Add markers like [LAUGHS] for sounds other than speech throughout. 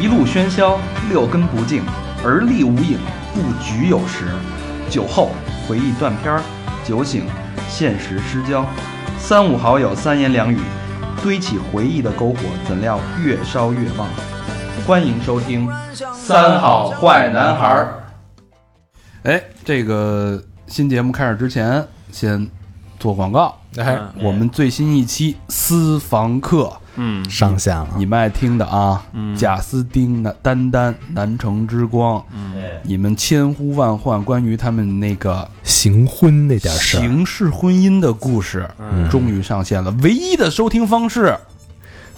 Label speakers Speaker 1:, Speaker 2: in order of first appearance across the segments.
Speaker 1: 一路喧嚣，六根不净，而立无影，不局有时。酒后回忆断片儿，酒醒现实失焦。三五好友三言两语，堆起回忆的篝火，怎料越烧越旺。欢迎收听《三好坏男孩儿》。
Speaker 2: 哎，这个新节目开始之前，先做广告。
Speaker 3: 哎，
Speaker 2: 我们最新一期私房课，
Speaker 4: 上线了
Speaker 2: 你，们爱听的啊，
Speaker 3: 嗯
Speaker 2: 贾斯汀的丹丹，南城之光，
Speaker 3: 嗯
Speaker 2: 你们千呼万唤关于他们那个
Speaker 4: 行婚那点事儿，
Speaker 2: 形式婚姻的故事，
Speaker 3: 嗯
Speaker 2: 终于上线了。唯一的收听方式，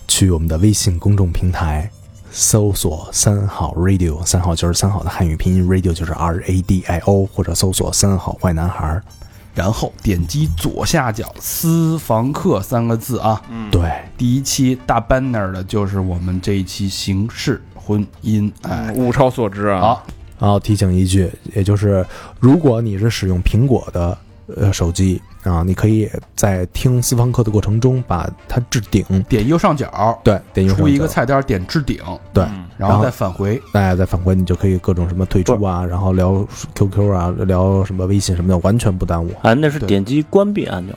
Speaker 4: 去我们的微信公众平台搜索“三好 radio”，三好就是三好的汉语拼音，radio 就是 R A D I O，或者搜索“三好坏男孩儿
Speaker 2: 然后点击左下角“私房课”三个字啊。”。
Speaker 3: 嗯
Speaker 4: 对，
Speaker 2: 第一期大 banner 的就是我们这一期形式婚姻，哎，
Speaker 3: 嗯物超所值啊！
Speaker 2: 好，
Speaker 4: 然后提醒一句，也就是如果你是使用苹果的呃手机啊，你可以在听私房课的过程中把它置顶，
Speaker 2: 点右上角
Speaker 4: 对，点右上
Speaker 2: 出
Speaker 4: 角嗯
Speaker 2: 一个，菜单，点置顶，
Speaker 4: 对，
Speaker 2: 然后再返回。
Speaker 4: 大家再返回，你就可以各种什么退出啊，然后聊 QQ 啊，聊什么微信什么的，完全不耽误。
Speaker 5: 啊，那是
Speaker 2: 对
Speaker 5: 点击关闭按钮，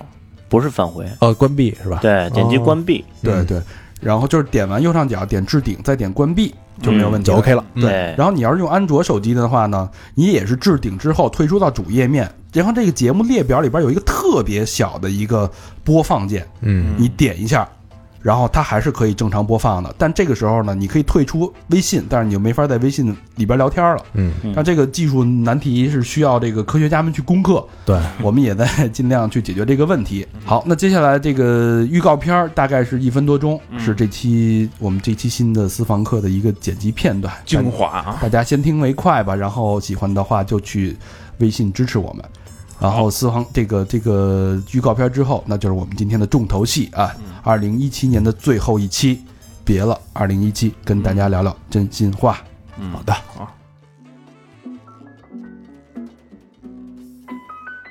Speaker 5: 不是返回。
Speaker 4: 呃，关闭是吧？
Speaker 5: 对，点击
Speaker 4: 哦
Speaker 5: 关闭。
Speaker 2: 对对，然后就是点完右上角，点置顶，再点关闭就没有问题
Speaker 4: 嗯就
Speaker 2: 了。
Speaker 4: OK 了。
Speaker 5: 对，
Speaker 2: 然后你要是用安卓手机的话呢，你也是置顶之后退出到主页面，然后这个节目列表里边有一个特别小的一个播放键，
Speaker 4: 嗯，
Speaker 2: 你点一下，然后它还是可以正常播放的。但这个时候呢，你可以退出微信，但是你就没法在微信里边聊天了。
Speaker 4: 嗯，
Speaker 5: 嗯
Speaker 2: 那这个技术难题是需要这个科学家们去攻克，
Speaker 4: 嗯对，
Speaker 2: 我们也在 [LAUGHS] 尽量去解决这个问题。好，那接下来这个预告片儿大概是一分多钟，
Speaker 3: 嗯
Speaker 2: 是这期我们这期新的私房课的一个剪辑片段，
Speaker 3: 精华啊！
Speaker 2: 大家先听为快吧，然后喜欢的话就去微信支持我们。然后私房这个这个预告片之后，那就是我们今天的重头戏啊，
Speaker 3: 嗯
Speaker 2: 二零一七年的最后一期，别了，二零一七跟大家聊聊真心话。
Speaker 3: 好
Speaker 4: 的，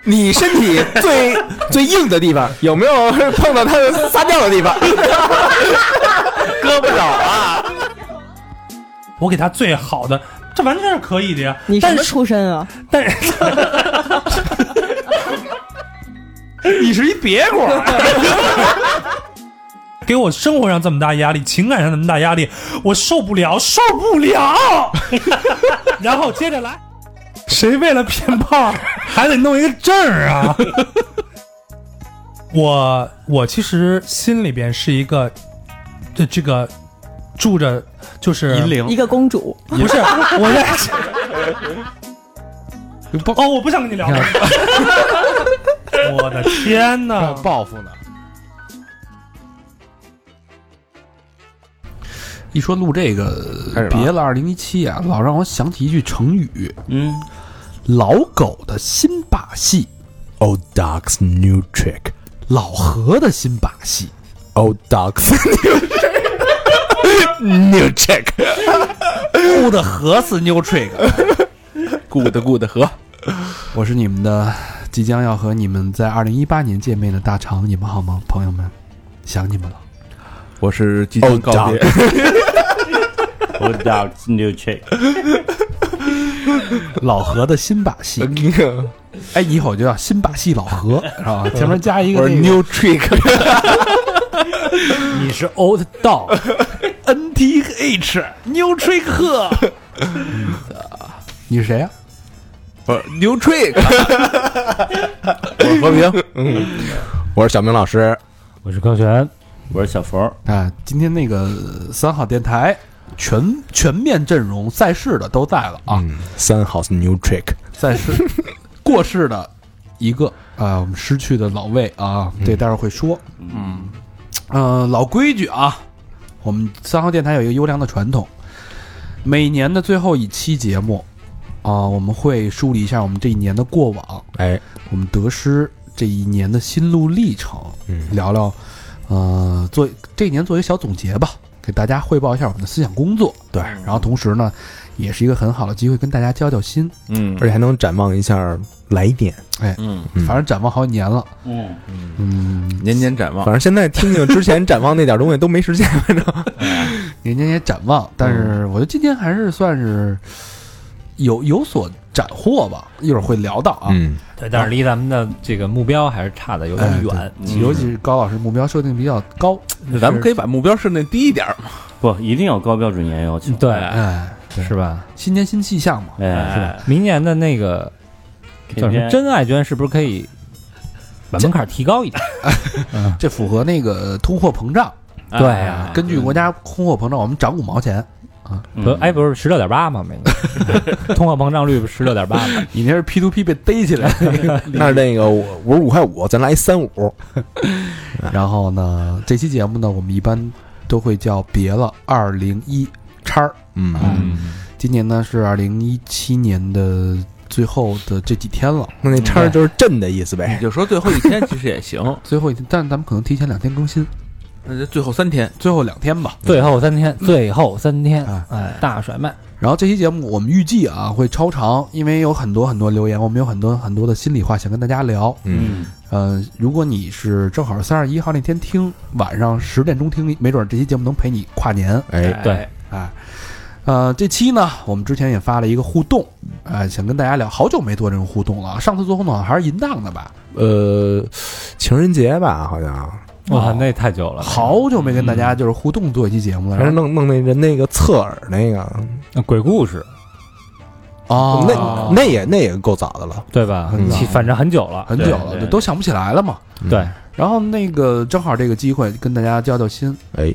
Speaker 6: 你身体
Speaker 4: [LAUGHS]
Speaker 6: 最最硬的地方有没有碰到它撒尿的地方？
Speaker 7: 我给他最好的，这完全是可以的呀。
Speaker 8: 你什么出身啊？
Speaker 7: 但是，
Speaker 3: 你是一别果，
Speaker 7: [LAUGHS] 给我生活上这么大压力，情感上这么大压力，我受不了，受不了。 [LAUGHS] 然后接着来，谁为了骗炮还得弄一个证儿啊？ [LAUGHS] 我我其实心里边是一个，这这个住着就是
Speaker 2: 银铃
Speaker 8: 一个公主， [LAUGHS]
Speaker 7: 不是我这哦，我不想跟你
Speaker 8: [LAUGHS]
Speaker 7: 聊了。我的天哪！
Speaker 2: 报复呢？一说录这
Speaker 3: 开
Speaker 2: 个
Speaker 3: 始了啊
Speaker 2: 别了二零一七啊，老让我想起一句成语
Speaker 5: 嗯，
Speaker 2: “老狗的新把戏，Oh,
Speaker 4: Old Dogs New Trick，”，
Speaker 2: 老何的新把戏。
Speaker 4: Old Dogs [LAUGHS] New Trick，
Speaker 2: 酷的何是 New [LAUGHS] Trick？
Speaker 3: good good 和
Speaker 2: 我是你们的即将要和你们在二零一八年见面的大肠，你们好吗，朋友们？想你们了。Oh,
Speaker 3: 我是即将告别。
Speaker 5: 我 dogs new check。
Speaker 2: 老何的新把 [LAUGHS] 戏，哎，以后就叫新把戏老何，是 [LAUGHS] 吧？前面加一个
Speaker 3: 我是
Speaker 2: 那个 [LAUGHS]
Speaker 3: new trick，
Speaker 7: 你是 old dog。
Speaker 2: [LAUGHS] N T H New Trick。你是谁啊呀、
Speaker 3: 不是 new trick。我和平，
Speaker 4: 我是小明老师，
Speaker 7: 我是高璇，
Speaker 5: 我是小冯，
Speaker 2: 啊，今天那个呃三好电台全全面阵容，在世的都在了啊，
Speaker 4: 嗯，三 House New Trick，
Speaker 2: 在世过世的一个啊，我们失去的老魏啊，这待会儿会说。嗯，呃，老规矩啊，我们三号电台有一个优良的传统，每年的最后一期节目啊，我们会梳理一下我们这一年的过往，
Speaker 4: 哎，
Speaker 2: 我们得失这一年的心路历程，
Speaker 4: 嗯，
Speaker 2: 聊聊，呃，做这一年做一个小总结吧，给大家汇报一下我们的思想工作。
Speaker 4: 对
Speaker 2: 然后同时呢，也是一个很好的机会跟大家交交心。
Speaker 3: 嗯
Speaker 4: 而且还能展望一下来年。
Speaker 3: 嗯，
Speaker 4: 嗯
Speaker 2: 反正展望好几年了，
Speaker 1: 嗯，
Speaker 2: 嗯，
Speaker 3: 年年展望
Speaker 4: 反，正现在听听之前展望那点东西都没实现，反正
Speaker 2: 年年也展望，但是我觉得今天还是算是有有所斩获吧，一会儿会聊到啊。
Speaker 4: 嗯，
Speaker 8: 对，但是离咱们的这个目标还是差的有
Speaker 2: 哎
Speaker 8: 点
Speaker 2: 对
Speaker 8: 远。嗯
Speaker 2: 尤其是高老师目标设定比较高，
Speaker 3: 咱们可以把目标设定低一点嘛。
Speaker 5: 不一定有高标准严要求。
Speaker 8: 对，
Speaker 2: 哎，
Speaker 8: 是吧？
Speaker 2: 新年新气象嘛，
Speaker 5: 哎，
Speaker 8: 明年的那个叫什么
Speaker 5: KPI
Speaker 8: 真爱捐是不是可 [LAUGHS] 以把门槛提高一点？
Speaker 2: 这符合那个通货膨胀。哎
Speaker 8: 对啊呀，
Speaker 2: 根据国家通货膨胀，我们涨五毛钱。
Speaker 5: 嗯
Speaker 8: 不是，哎，不是十六点八吗？每 [LAUGHS] 年通货膨胀率不是十六点八吗？
Speaker 2: 你那是 P to P 被逮起来，
Speaker 4: 那是那个我我是五块五，咱来一三五，
Speaker 2: 然后呢，这期节目呢，我们一般都会叫“别了二零一叉儿啊
Speaker 4: 嗯，
Speaker 8: 嗯，”。
Speaker 2: 今年呢是二零一七年的最后的这几天了，
Speaker 4: 那那叉儿就是朕的意思
Speaker 3: 你
Speaker 4: 呗，
Speaker 3: 就说最后一天其实也行，
Speaker 2: 最后一天，但是咱们可能提前两天更新，
Speaker 3: 那呃就最后三天，
Speaker 2: 最后两天吧。
Speaker 8: 最后三天，最后三天
Speaker 2: 哎，
Speaker 8: 哎，大甩卖，
Speaker 2: 然后这期节目我们预计啊会超长，因为有很多很多留言，我们有很多很多的心里话想跟大家聊。
Speaker 5: 嗯，
Speaker 2: 呃，如果你是正好三十一号那天听，晚上十点钟听，没准这期节目能陪你跨年。
Speaker 4: 哎，
Speaker 8: 对，
Speaker 2: 哎，呃，这期呢，我们之前也发了一个互动，呃，想跟大家聊，好久没做这种互动了啊。上次做互动好像还是淫荡的吧？
Speaker 4: 呃，情人节吧，好像
Speaker 8: 我操，那太久了，
Speaker 2: 好久没跟大家就是互动做一期节目了。
Speaker 4: 嗯还是
Speaker 2: 然后
Speaker 4: 弄弄那人那个侧耳那个，
Speaker 8: 那鬼故事
Speaker 2: 哦，
Speaker 4: 那那也那也够早的了，
Speaker 8: 对吧
Speaker 4: 很？早
Speaker 8: 其反正很久嗯了，
Speaker 2: 很久了，
Speaker 5: 对
Speaker 2: 就
Speaker 5: 对
Speaker 2: 都想不起来了嘛。
Speaker 8: 对，
Speaker 2: 然后那个正好这个机会跟大家交交心，
Speaker 4: 哎，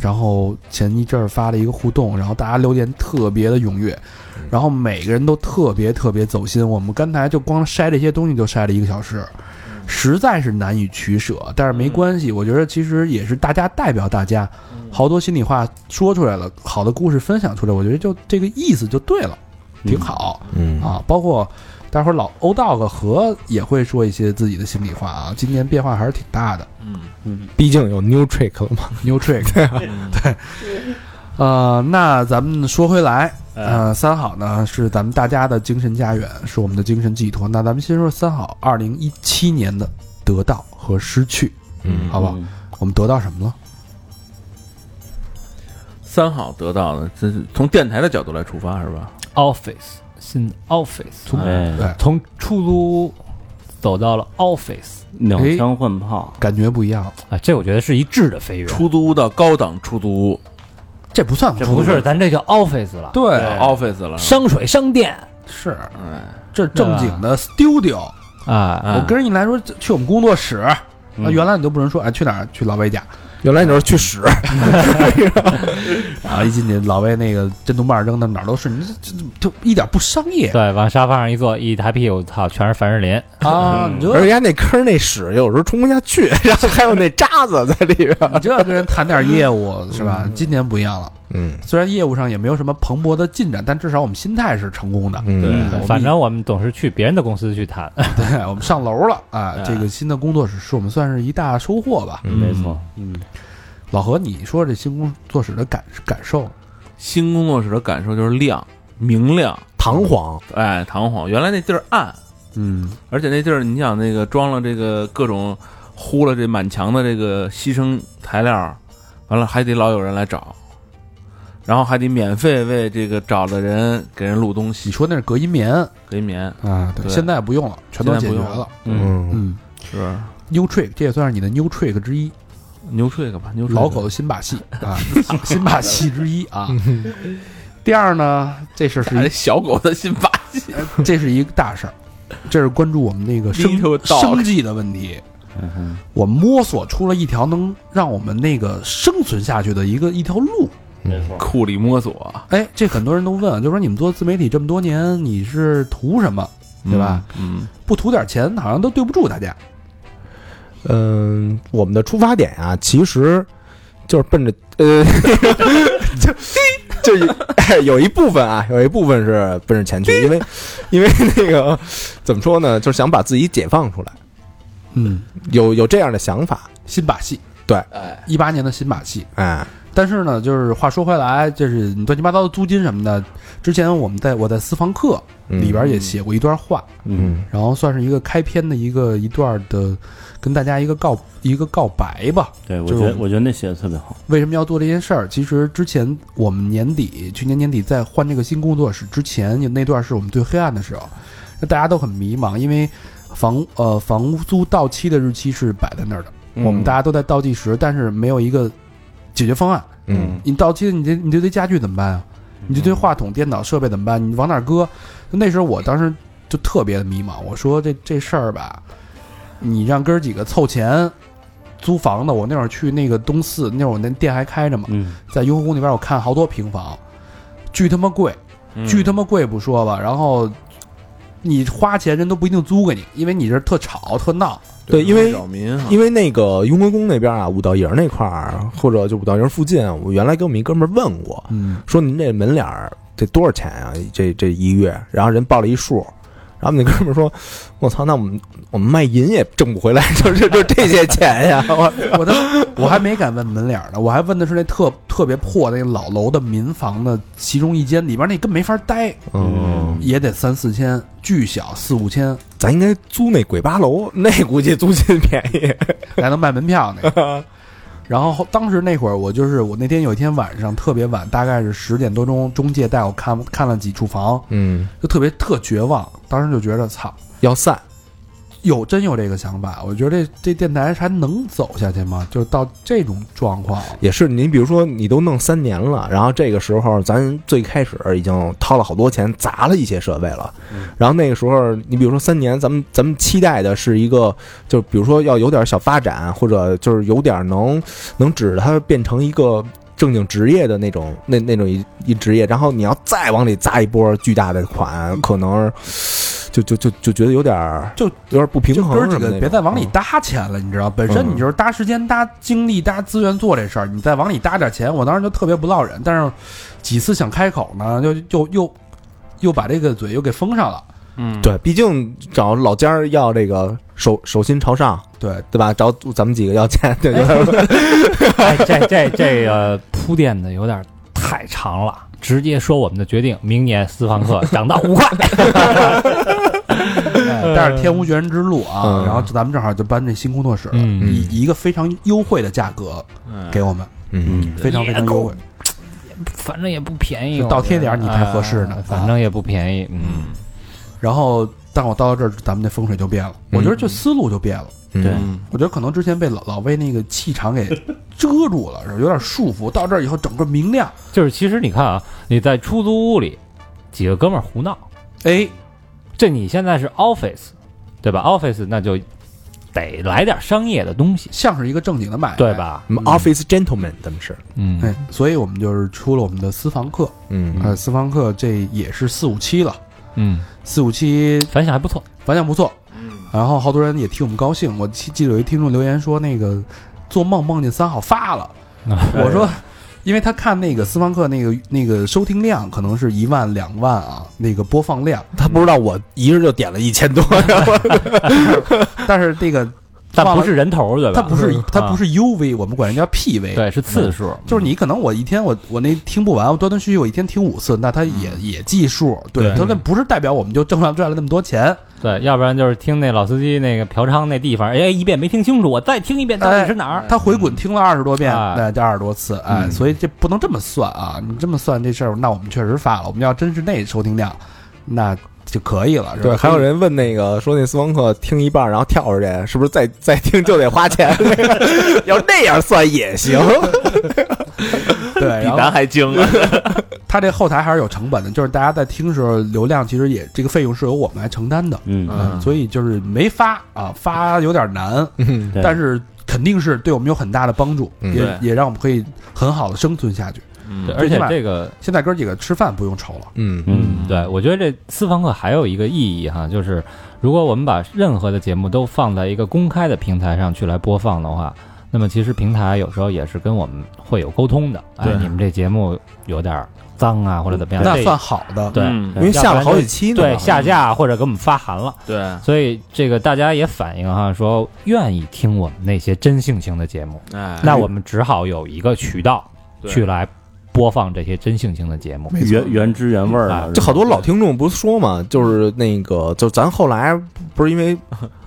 Speaker 2: 然后前一阵儿发了一个互动，然后大家留言特别的踊跃，然后每个人都特别特别走心。我们刚才就光筛这些东西就筛了一个小时，实在是难以取舍。但是没关系，我觉得其实也是大家代表大家，好多心里话说出来了，好的故事分享出来，我觉得就这个意思就对了，挺好
Speaker 4: 嗯，
Speaker 2: 啊。包括待会儿老欧 dog 和也会说一些自己的心里话啊，今年变化还是挺大的。
Speaker 4: 毕竟有 new trick 了嘛，
Speaker 2: New Trick，对、呃，那咱们说回来，呃，三好呢是咱们大家的精神家园，是我们的精神寄托。那咱们先说三好二零一七年的得到和失去，
Speaker 4: 嗯
Speaker 2: 好不好？
Speaker 5: 嗯
Speaker 2: 我们得到什么了？
Speaker 3: 三好得到的，这是从电台的角度来出发是吧？
Speaker 8: Office 新 Office，从
Speaker 5: 哎，
Speaker 2: 对
Speaker 8: 从出租走到了 Office
Speaker 5: 两
Speaker 3: 哎
Speaker 5: 枪换炮，
Speaker 2: 感觉不一样，
Speaker 8: 啊，这我觉得是一质的飞跃，
Speaker 3: 出租屋到高档出租屋，
Speaker 2: 这不算
Speaker 8: 不是咱这叫 Office 了，
Speaker 2: 对，哦
Speaker 3: ，office 了，
Speaker 8: 商水商店
Speaker 2: 是
Speaker 3: 哎，
Speaker 2: 这正经的 studio。
Speaker 8: 啊，
Speaker 3: 哎
Speaker 2: 我跟人一来说去我们工作室，那、原来你都不能说哎去哪儿去老魏家
Speaker 4: 原来你说去屎，
Speaker 2: 啊，一进去老魏那个震动棒扔的哪儿都是，你这这就一点不商业
Speaker 8: 对，往沙发上一坐，一抬屁股，操，全是凡士林，
Speaker 2: 啊，你
Speaker 4: 而
Speaker 2: 这
Speaker 4: 且家那坑儿那屎有时候冲不下去，然后还有那渣子在里边，
Speaker 2: 你这要跟人谈点业务是吧？今年不一样了，
Speaker 4: 嗯
Speaker 2: 虽然业务上也没有什么蓬勃的进展，但至少我们心态是成功的。
Speaker 4: 嗯，
Speaker 2: 我们
Speaker 8: 反正我们总是去别人的公司去谈，
Speaker 2: 对我们上楼了啊，这个新的工作室是我们算是一大收获吧。
Speaker 5: 没错，
Speaker 2: 老何，你说这新工作室的感感受？
Speaker 3: 新工作室的感受就是亮，明亮，
Speaker 4: 堂皇，
Speaker 3: 哎，堂皇。原来那地儿暗，
Speaker 2: 嗯，
Speaker 3: 而且那地儿你想那个装了这个各种糊了这满墙的这个牺牲材料，完了还得老有人来找，然后还得免费为这个找的人给人录东
Speaker 2: 你
Speaker 3: 西，
Speaker 2: 说那是隔音棉
Speaker 3: 给免
Speaker 2: 啊？对，
Speaker 3: 对
Speaker 2: 现在不用了，全都解决
Speaker 3: 现在不用
Speaker 2: 了。
Speaker 5: 嗯，
Speaker 4: 嗯，
Speaker 2: 嗯
Speaker 3: 是吧
Speaker 2: ，New Trick，这也算是你的 New Trick 之一，
Speaker 3: 嗯牛吹个吧，牛吹
Speaker 2: 老狗的新把戏
Speaker 3: [LAUGHS]
Speaker 2: 啊，新把戏之一啊。第二呢，这事儿是一
Speaker 3: 嗯
Speaker 2: 呃
Speaker 3: 还小狗的新把戏，
Speaker 2: 这是一个大事儿，这是关注我们那个生
Speaker 3: Little dog 嗯
Speaker 2: 生计的问题。我摸索出了一条能让我们那个生存下去的一个一条路。
Speaker 3: 嗯库里摸索，
Speaker 2: 哎，这很多人都问，就说你们做自媒体这么多年，你是图什么？对吧？
Speaker 3: 嗯？
Speaker 2: 不图点钱，好像都对不住大家。
Speaker 4: 嗯，我们的出发点啊，其实就是奔着呃， [LAUGHS] 就就有、哎、有一部分啊，有一部分是奔着钱去，因为因为那个怎么说呢，就是想把自己解放出来，
Speaker 2: 嗯，
Speaker 4: 有有这样的想法。
Speaker 2: 新把戏，
Speaker 4: 对，
Speaker 3: 哎，
Speaker 2: 一八年的新马戏。
Speaker 4: 哎，
Speaker 2: 但是呢，就是话说回来，就是你乱七八糟的租金什么的，之前我们在我在私房课
Speaker 4: 嗯
Speaker 2: 里边也写过一段话，
Speaker 4: 嗯
Speaker 2: 然后算是一个开篇的一个一段的，跟大家一个告一个告白吧。
Speaker 5: 对，我
Speaker 2: 就
Speaker 5: 觉
Speaker 2: 是
Speaker 5: 得
Speaker 2: 我
Speaker 5: 我觉得那写的特别好，
Speaker 2: 为什么要做这件事儿？其实之前我们年底，去年年底在换这个新工作室之前，有那段是我们最黑暗的时候，那大家都很迷茫，因为房呃房租到期的日期是摆在那儿的，嗯我
Speaker 4: 嗯
Speaker 2: 们大家都在倒计时，但是没有一个解决方案。
Speaker 4: 嗯
Speaker 2: 你到期了，你这你这堆家具怎么办啊？你这堆话筒、电脑设备怎么办？你往哪儿搁？那时候我当时就特别的迷茫，我说这这事儿吧，你让哥儿几个凑钱租房子，我那会儿去那个东四，那会儿我那店还开着嘛，
Speaker 5: 嗯，
Speaker 2: 在雍和宫那边我看好多平房，巨他妈贵，巨他妈贵不说吧，然后你花钱人都不一定租给你，因为你这儿特吵特闹，
Speaker 4: 对，因为
Speaker 3: 扰民啊，
Speaker 4: 因为那个雍和宫那边啊，五道营那块儿，或者就五道营附近，我原来跟我们一哥们儿问过，
Speaker 2: 嗯，
Speaker 4: 说您这门脸儿这多少钱啊？这这一月，然后人报了一数，然后我们那哥们儿说：“我操，那我们我们卖淫也挣不回来，就是就这些钱呀！”我
Speaker 2: [LAUGHS] 我当时我还没敢问门脸儿呢，我还问的是那特特别破的那老楼的民房的其中一间，里边那根本没法待，
Speaker 4: 嗯，
Speaker 2: 也得三四千，巨小四五千，
Speaker 4: 咱应该租那鬼八楼，那估计租金便宜。
Speaker 2: 还能卖门票那个。然后后当时那会儿，我就是我那天有一天晚上特别晚，大概是十点多钟，中介带我看看了几处房，
Speaker 4: 嗯，
Speaker 2: 就特别特绝望，当时就觉得操，
Speaker 4: 要散，
Speaker 2: 有真有这个想法，我觉得这这电台还能走下去吗？就到这种状况了，
Speaker 4: 也是你比如说你都弄三年了，然后这个时候咱最开始已经掏了好多钱砸了一些设备了，
Speaker 2: 嗯
Speaker 4: 然后那个时候你比如说三年，咱们咱们期待的是一个，就比如说要有点小发展，或者就是有点能能指着它变成一个。正经职业的那种，那那种一一职业，然后你要再往里砸一波巨大的款，可能就就就就觉得有点儿
Speaker 2: 就
Speaker 4: 有点不平
Speaker 2: 就
Speaker 4: 衡
Speaker 2: 哥儿几
Speaker 4: 什么
Speaker 2: 个
Speaker 4: 那
Speaker 2: 别
Speaker 4: 种
Speaker 2: 再往里
Speaker 4: 嗯
Speaker 2: 搭钱了，你知道，本身
Speaker 4: 嗯
Speaker 2: 你就是搭时间、搭精力、搭资源做这事儿，你再往里搭点钱，我当时就特别不落忍，但是几次想开口呢，又又又又把这个嘴又给封上了。
Speaker 3: 嗯，
Speaker 4: 对，毕竟找老家儿要这个手手心朝上，
Speaker 2: 对，
Speaker 4: [LAUGHS] 对吧？找咱们几个要钱， [LAUGHS] 对对
Speaker 8: 哎， [LAUGHS] 这这这个铺垫的有点太长了，直接说我们的决定，明年私房课涨到五块。
Speaker 2: 哎但是天无绝人之路啊，
Speaker 4: 嗯
Speaker 2: 然后咱们正好就搬这新工作室了，
Speaker 8: [LAUGHS] 嗯
Speaker 2: 以以一个非常优惠的价格给我们，
Speaker 4: 嗯，
Speaker 2: 非常非常优惠。
Speaker 8: 反正也不便宜，
Speaker 2: 就到贴点儿
Speaker 8: 我觉得
Speaker 2: 你才合适呢
Speaker 8: 哎反正也不便宜，嗯，
Speaker 3: 嗯，
Speaker 2: 然后，但我到了这儿，咱们的风水就变了，我觉得
Speaker 4: 嗯
Speaker 2: 就思路就变了。
Speaker 5: 对
Speaker 3: 嗯
Speaker 2: 我觉得可能之前被老老被那个气场给遮住了，是有点束缚。到这儿以后，整个明亮，
Speaker 8: 就是其实你看啊，你在出租屋里几个哥们儿胡闹，
Speaker 2: 哎，
Speaker 8: 这你现在是 office，对吧？office 那就得来点商业的东西，
Speaker 2: 像是一个正经的买卖，
Speaker 8: 对？吧？
Speaker 4: 嗯，office gentleman 咱们是，
Speaker 8: 嗯，
Speaker 2: 哎，所以我们就是出了我们的私房课，
Speaker 4: 嗯
Speaker 2: 呃，私房课这也是四五期了，
Speaker 8: 嗯，
Speaker 2: 四五期
Speaker 8: 反响还不错，
Speaker 2: 反响不错，然后好多人也替我们高兴。我记记得有一听众留言说，那个做梦梦见三好发了，
Speaker 4: 哎
Speaker 2: 我说，因为他看那个私房课那个那个收听量可能是一万两万啊，那个播放量，
Speaker 4: 他不知道我一日就点了一千多，然后
Speaker 2: [LAUGHS] 但是那个
Speaker 8: 但不是人头，对吧？
Speaker 2: 它不是
Speaker 4: 嗯
Speaker 2: 它不嗯
Speaker 8: 是，啊
Speaker 2: 是 UV，我们管人叫 PV，
Speaker 8: 对，是次数，
Speaker 2: 就是你可能我一天我我那听不完，我断断续续我一天听五次，那它也
Speaker 4: 嗯
Speaker 2: 也计数，对，
Speaker 8: 对
Speaker 2: 它那不是代表我们就正常赚了那么多钱，
Speaker 8: 对，要不然就是听那老司机那个嫖娼那地方，哎，一遍没听清楚，我再听一遍到底是哪儿？
Speaker 2: 它回滚听了二十多遍，
Speaker 8: 哎
Speaker 2: 那这二十多次，哎，
Speaker 4: 嗯
Speaker 2: 所以这不能这么算啊，你这么算这事儿，那我们确实发了，我们要真是那收听量，那就可以了，是吧
Speaker 4: 对，还有人问那个说那私房课听一半然后跳出去，是不是再再听就得花 [LAUGHS] 钱？要那样算也行，
Speaker 2: 对，然后
Speaker 3: 还精
Speaker 2: [LAUGHS]
Speaker 3: 啊，
Speaker 2: 它这后台还是有成本的，就是大家在听时候流量其实也这个费用是由我们来承担的，
Speaker 5: 嗯，
Speaker 3: 啊
Speaker 2: 嗯，所以就是没发啊，发有点难，
Speaker 5: 对
Speaker 2: 但是肯定是对我们有很大的帮助，
Speaker 4: 嗯
Speaker 2: 也
Speaker 3: 对
Speaker 2: 也让我们可以很好的生存下去。
Speaker 3: 嗯
Speaker 8: 对，
Speaker 2: 最
Speaker 8: 而
Speaker 2: 起
Speaker 8: 且
Speaker 2: 码
Speaker 8: 这个
Speaker 2: 现在哥几个吃饭不用愁了，
Speaker 4: 嗯
Speaker 5: 嗯，
Speaker 8: 对，我觉得这私房课还有一个意义哈，就是如果我们把任何的节目都放在一个公开的平台上去来播放的话，那么其实平台有时候也是跟我们会有沟通的。哎，
Speaker 3: 对
Speaker 8: 你们这节目有点儿脏啊，或者怎么样，
Speaker 2: 那
Speaker 8: 这
Speaker 2: 算好的。
Speaker 8: 对，
Speaker 3: 嗯
Speaker 5: 哎
Speaker 4: 因为下了好几期呢，
Speaker 8: 对下架或者给我们发函了。
Speaker 3: 对，
Speaker 8: 所以这个大家也反映哈，说愿意听我们那些真性情的节目，
Speaker 3: 哎，
Speaker 8: 那我们只好有一个渠道
Speaker 3: 对
Speaker 8: 去来播放这些真性情的节目。
Speaker 5: 原原汁原味儿
Speaker 8: 啊
Speaker 5: 的，
Speaker 4: 就好多老听众不是说嘛，就是那个，就咱后来不是因为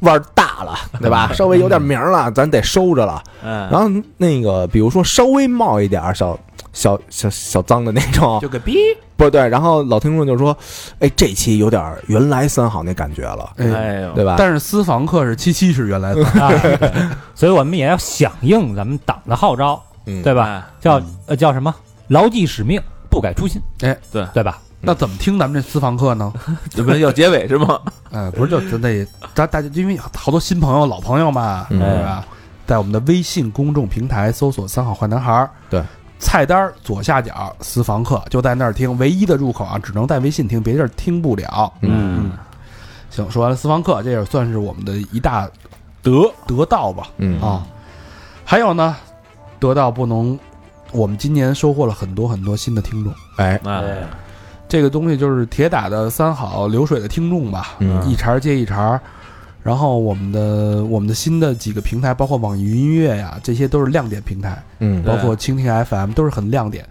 Speaker 4: 腕儿大了，对 [LAUGHS] 吧？稍微有点名儿了，咱得收着了。
Speaker 2: 嗯
Speaker 3: 然
Speaker 5: 嗯
Speaker 4: 然后那个，比如说稍微冒一点儿小小小小脏的那种，
Speaker 2: 就给逼，
Speaker 4: 不对。然后老听众就说：“哎，这期有点儿原来三好那感觉了，
Speaker 2: 哎，
Speaker 3: 哎呦，
Speaker 4: 对吧？”
Speaker 2: 但是私房课是七七是原来
Speaker 4: 嗯
Speaker 2: 的，
Speaker 8: 啊，对所以我们也要响应咱们党的号召，
Speaker 4: 嗯
Speaker 8: 对吧？
Speaker 3: 吧？
Speaker 8: 叫呃叫什么？牢记使命，不改初心。
Speaker 2: 哎，
Speaker 3: 对
Speaker 8: 对吧？
Speaker 2: 那怎么听咱们这私房课
Speaker 4: 嗯
Speaker 2: 呢？
Speaker 3: 这不是要结尾是吗？
Speaker 2: 哎，不是就咱得大大家，因为好多新朋友、老朋友嘛，
Speaker 4: 嗯
Speaker 2: 对吧？在我们的微信公众平台搜索“三好坏男孩儿”，
Speaker 4: 对，
Speaker 2: 菜单儿左下角私房课就在那儿听，唯一的入口啊，只能在微信听，别地儿听不了。
Speaker 5: 嗯，
Speaker 2: 行，说完了私房课，这也算是我们的一大得得到吧
Speaker 4: 嗯
Speaker 2: 啊。还有呢，得到不能，我们今年收获了很多很多新的听众。
Speaker 4: 哎，
Speaker 3: 哎，
Speaker 2: 这个东西就是铁打的三好流水的听众吧，
Speaker 4: 嗯
Speaker 2: 一茬接一茬。然后我们的我们的新的几个平台，包括网易云音乐呀，这些都是亮点平台，
Speaker 4: 嗯
Speaker 2: 包括蜻蜓 FM 都是很亮点。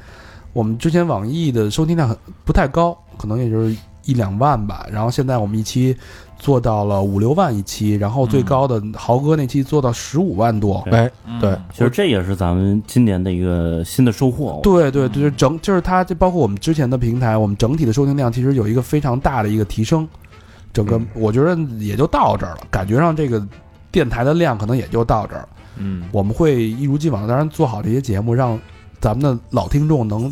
Speaker 2: 我们之前网易的收听量很不太高，可能也就是一两万吧。然后现在我们一期做到了五六万一期，然后最高的豪哥那期做到十五万多。
Speaker 4: 哎，
Speaker 3: 嗯
Speaker 4: 对，
Speaker 5: 其实这也是咱们今年的一个新的收获。
Speaker 2: 对对，就是整就是它，这包括我们之前的平台，我们整体的收听量其实有一个非常大的一个提升。整个我觉得也就到这儿了，感觉上这个电台的量可能也就到这儿了。
Speaker 3: 嗯，
Speaker 2: 我们会一如既往地，当然做好这些节目，让咱们的老听众能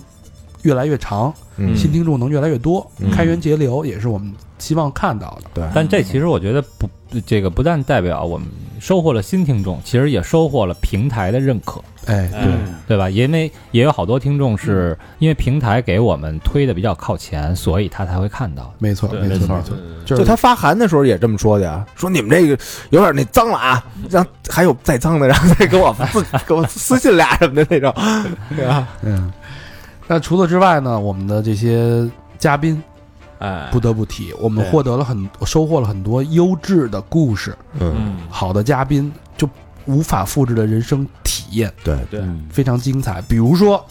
Speaker 2: 越来越长，
Speaker 4: 嗯
Speaker 2: 新听众能越来越多，
Speaker 4: 嗯
Speaker 2: 开源节流也是我们希望看到的。
Speaker 8: 但这其实我觉得不，这个不但代表我们收获了新听众，其实也收获了平台的认可，
Speaker 2: 哎，
Speaker 3: 嗯
Speaker 8: 对吧？因为也有好多听众是
Speaker 4: 嗯
Speaker 8: 因为平台给我们推的比较靠前，所以他才会看到。
Speaker 2: 没错，
Speaker 3: 对
Speaker 2: 没错，
Speaker 3: 对
Speaker 2: 没错，
Speaker 3: 对
Speaker 2: 就
Speaker 4: 就是他发函的时候也这么说的呀，说你们这个有点那脏了啊，让还有再脏的，然后再给我自
Speaker 2: [LAUGHS]
Speaker 4: 给我私信俩什么的那种，对吧？
Speaker 2: 嗯。那除此之外呢，我们的这些嘉宾
Speaker 3: 哎，
Speaker 2: 不得不提，我们
Speaker 5: 对
Speaker 2: 获得了很收获了很多优质的故事，
Speaker 3: 嗯，
Speaker 2: 好的嘉宾就无法复制的人生体验，
Speaker 4: 对，
Speaker 3: 对，
Speaker 5: 嗯，
Speaker 2: 非常精彩。比如说，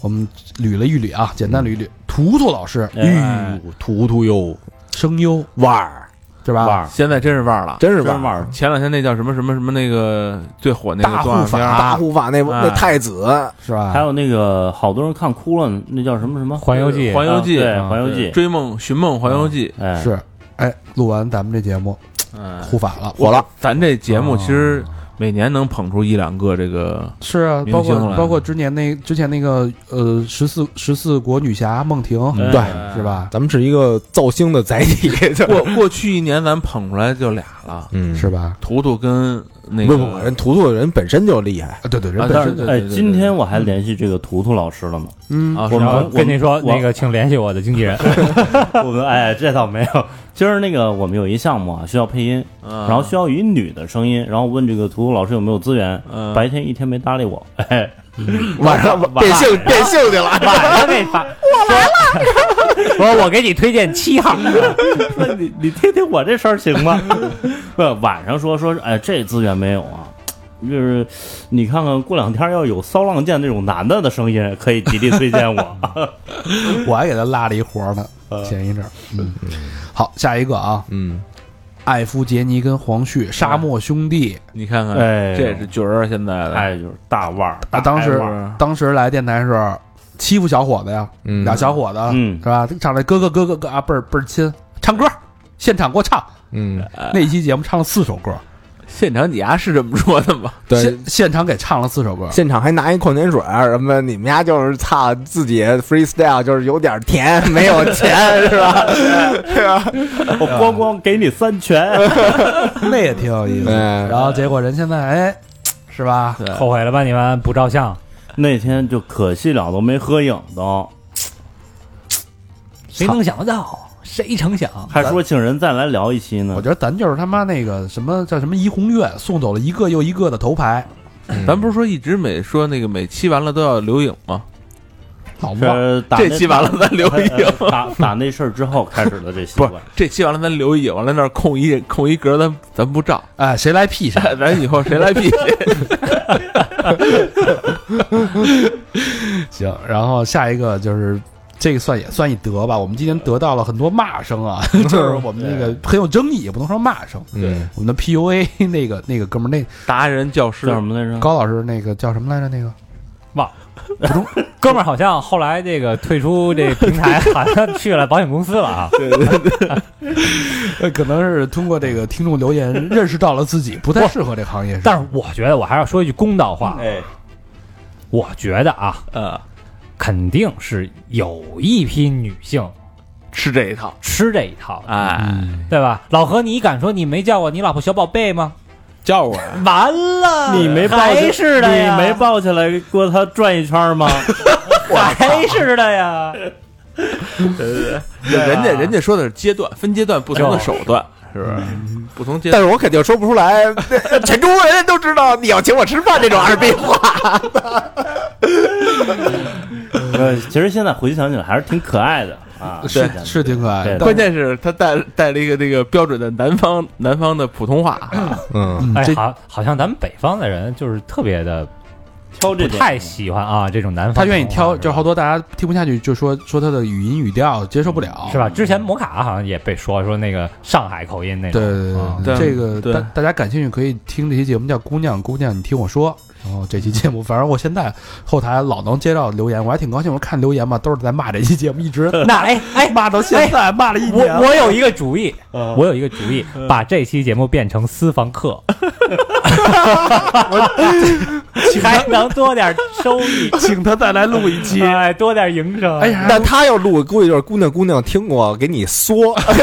Speaker 2: 我们捋了一捋啊，简单捋一捋，图图老师
Speaker 5: 嗯哎，
Speaker 4: 图图哟，
Speaker 2: 声优
Speaker 4: 腕儿，
Speaker 2: 是吧？
Speaker 5: 腕儿
Speaker 3: 啊现在真是腕儿了。
Speaker 4: 真是
Speaker 5: 真
Speaker 4: 腕
Speaker 5: 腕
Speaker 4: 儿，
Speaker 5: 儿，
Speaker 3: 前两天那叫什么什么什么那个最火那
Speaker 4: 大
Speaker 3: 个动画
Speaker 4: 护法，
Speaker 2: 啊
Speaker 3: 片儿
Speaker 4: 大护法
Speaker 2: 嗯
Speaker 4: 那
Speaker 3: 哎
Speaker 4: 那太子，
Speaker 2: 是吧？
Speaker 5: 还有那个好多人看哭了，那叫什么什么
Speaker 8: 《环游记》
Speaker 3: 环游记
Speaker 5: 啊对，
Speaker 8: 嗯
Speaker 5: 环游记，
Speaker 3: 追梦寻梦环游记，
Speaker 5: 哎，
Speaker 2: 是，哎，录完咱们这节目
Speaker 3: 嗯，
Speaker 2: 护法了，
Speaker 4: 火了，
Speaker 3: 咱这节
Speaker 4: 哦
Speaker 3: 目其实每年能捧出一两个这个，
Speaker 2: 是啊，
Speaker 3: 明
Speaker 2: 包
Speaker 3: 星
Speaker 2: 括
Speaker 3: 了
Speaker 2: 包括之前那之前那个呃十四十四国女侠孟婷
Speaker 5: 嗯
Speaker 4: 对，
Speaker 3: 哎
Speaker 2: 是？吧？
Speaker 4: 咱们是一个造星的载体，
Speaker 3: 过
Speaker 4: [LAUGHS]
Speaker 3: 过去一年咱捧出来就俩了，
Speaker 4: 嗯
Speaker 2: 是吧？
Speaker 3: 图图跟那
Speaker 4: 不
Speaker 3: 个
Speaker 4: 不不，人图图人本身就厉害，
Speaker 2: 啊，对对，人
Speaker 3: 啊
Speaker 2: 本
Speaker 3: 但
Speaker 2: 身就
Speaker 3: 是
Speaker 5: 哎
Speaker 3: 对对，对
Speaker 5: 今天我还联系这个图图老师了呢。
Speaker 2: 嗯
Speaker 3: 啊，
Speaker 5: 我
Speaker 3: 是
Speaker 8: 然
Speaker 3: 吧
Speaker 8: 后呃跟你说，
Speaker 5: 我
Speaker 8: 那个请联系我的经
Speaker 5: [LAUGHS]
Speaker 8: 纪人。
Speaker 5: 我们哎，这倒没有。今儿那个我们有一项目啊，需要配音，
Speaker 3: 嗯
Speaker 5: 然后需要一女的声音，然后问这个图图老师有没有资源。
Speaker 3: 嗯
Speaker 5: 白天一天没搭理我， [LAUGHS] 哎，
Speaker 4: 晚上变性变性去了，
Speaker 8: 晚上给发，我来了。我我给你推荐七号， [LAUGHS]
Speaker 5: 说你你听听我这事儿行吗？ [LAUGHS] 不，晚上说说，哎，这资源没有啊。就是你看看，过两天要有骚浪剑那种男的的声音，可以极力推荐我。
Speaker 2: 我还给他拉了一活呢，前一阵儿。嗯，好，下一个啊，
Speaker 4: 嗯，
Speaker 2: 艾夫杰尼跟黄旭《沙漠兄弟
Speaker 3: 你看看，
Speaker 5: 哎
Speaker 3: 这是角儿现在的，
Speaker 5: 哎，就是大腕儿，》
Speaker 2: 啊，当时
Speaker 5: 大腕儿
Speaker 2: 当时来电台的时候欺负小伙子呀，
Speaker 4: 嗯
Speaker 2: 俩小伙子
Speaker 5: 嗯
Speaker 2: 是吧？唱的哥哥哥哥哥啊，倍儿倍儿亲，唱歌，现场给我唱。
Speaker 4: 嗯，
Speaker 2: 那一期节目唱了四首歌，
Speaker 3: 现场你丫是这么说的吗？
Speaker 4: 对
Speaker 2: 现，现场给唱了四
Speaker 4: [LAUGHS]
Speaker 2: 首歌。
Speaker 4: 现场还拿一矿泉水儿什么，你们家就是操自己 freestyle，就是有点甜，没有钱是吧？ [LAUGHS] 对吧？
Speaker 5: 我咣咣给你三拳。
Speaker 2: 那也挺有意思。
Speaker 4: 嗯
Speaker 2: 然后结果人现在哎，是吧？
Speaker 3: 对，
Speaker 8: 嗯后悔了吧？你们不照相，
Speaker 5: 那天就可惜了，都没合影都，
Speaker 8: 谁能想得到？谁成想？
Speaker 5: 还说请人再来聊一期呢
Speaker 2: 我。觉得咱就是他妈那个什么叫什么怡红院，送走了一个又一个的头牌。
Speaker 4: 嗯
Speaker 3: 咱不是说一直每说那个每期完了都要留影吗？
Speaker 2: 老忘。
Speaker 5: 是打
Speaker 3: 这期完了咱留一影，
Speaker 5: 影， [LAUGHS] 打打那事儿之后开始的这习
Speaker 3: 不
Speaker 5: 惯
Speaker 3: 是。这期完了咱留一影，完了那儿空一空一格，咱咱不照，
Speaker 2: 哎，谁来 P 谁？
Speaker 3: 咱以后谁
Speaker 5: [LAUGHS]
Speaker 3: 来 P 谁。
Speaker 2: 行，然后下一个就是这个算也算一得吧。我们今天得到了很多骂声 [LAUGHS] 啊，就是我们那个很有争议，也不能说骂声。啊
Speaker 4: [LAUGHS] 嗯，
Speaker 2: 我们的 PUA 那个那个哥们儿，
Speaker 3: 达人教师
Speaker 5: 叫什么来
Speaker 2: 那
Speaker 5: 着？
Speaker 2: 高老师那个叫什么来着？那个
Speaker 8: 哥们儿好像后来这个退出这平台，好像去了保险公司了
Speaker 5: [LAUGHS]
Speaker 8: 啊。
Speaker 2: 呃，可能是通过这个听众留言认识到了自己不太适合这个行业。
Speaker 8: 但是我觉得我还要说一句公道话，
Speaker 5: 哎，
Speaker 8: 我觉得啊，
Speaker 5: 嗯
Speaker 3: 呃
Speaker 8: 肯定是有一批女性
Speaker 3: 吃这一套，
Speaker 8: 吃这一套的，
Speaker 3: 哎，
Speaker 8: 对吧？老何，你敢说你没叫过你老婆小宝贝吗？
Speaker 3: 叫我
Speaker 8: 完了，
Speaker 5: 你没抱起
Speaker 8: 还是的呀，
Speaker 5: 你没抱起来过他转一圈吗？
Speaker 8: 还是的 [LAUGHS] 呀。
Speaker 3: 人家人家说的是阶段，分阶段不同的手段，是不是？不同阶
Speaker 4: 但
Speaker 3: 段
Speaker 4: 是我肯定说不出来，全中国人都知道你要请我吃饭这种二逼话。
Speaker 5: 呃，其实现在回想起来还是挺可爱的啊，
Speaker 2: 是是挺可爱的，
Speaker 5: 对
Speaker 2: 但
Speaker 3: 关键是他带带了一个那个标准的南方南方的普通话啊，
Speaker 4: 嗯，
Speaker 2: 嗯
Speaker 8: 哎
Speaker 2: 这，
Speaker 8: 好，好像咱们北方的人就是特别的
Speaker 5: 挑这
Speaker 8: 不
Speaker 5: 点
Speaker 8: 太喜欢啊这种南方
Speaker 2: 他
Speaker 8: 文化，
Speaker 2: 愿意挑，就是是
Speaker 8: 吧
Speaker 2: 好多大家听不下去，就说说他的语音语调接受不了，
Speaker 8: 是吧？之前摩卡好像也被说说那个上海口音那
Speaker 2: 对？
Speaker 8: 种，
Speaker 2: 对对对，
Speaker 3: 嗯
Speaker 2: 这个
Speaker 3: 对
Speaker 2: 大大家感兴趣可以听这期节目，叫《姑娘姑娘，你听我说》。然后这期节目，反正我现在后台老能接到留言，我还挺高兴。我看留言嘛，都是在骂这期节目，一直
Speaker 8: 那哎
Speaker 2: [LAUGHS]
Speaker 8: 哎，
Speaker 2: 骂到现在，骂了一
Speaker 8: 我
Speaker 2: 年。
Speaker 8: [LAUGHS] 我有一个主意，
Speaker 5: 嗯
Speaker 8: 我有一个主意，把这期节目变成私房课， [LAUGHS] 还能多点收益， [LAUGHS]
Speaker 2: 请他再来录一期
Speaker 8: 哎，多点营生。
Speaker 2: 哎呀，
Speaker 4: [LAUGHS] 但他要录，估计就是姑娘姑娘听过给你 [LAUGHS] 说，
Speaker 2: 来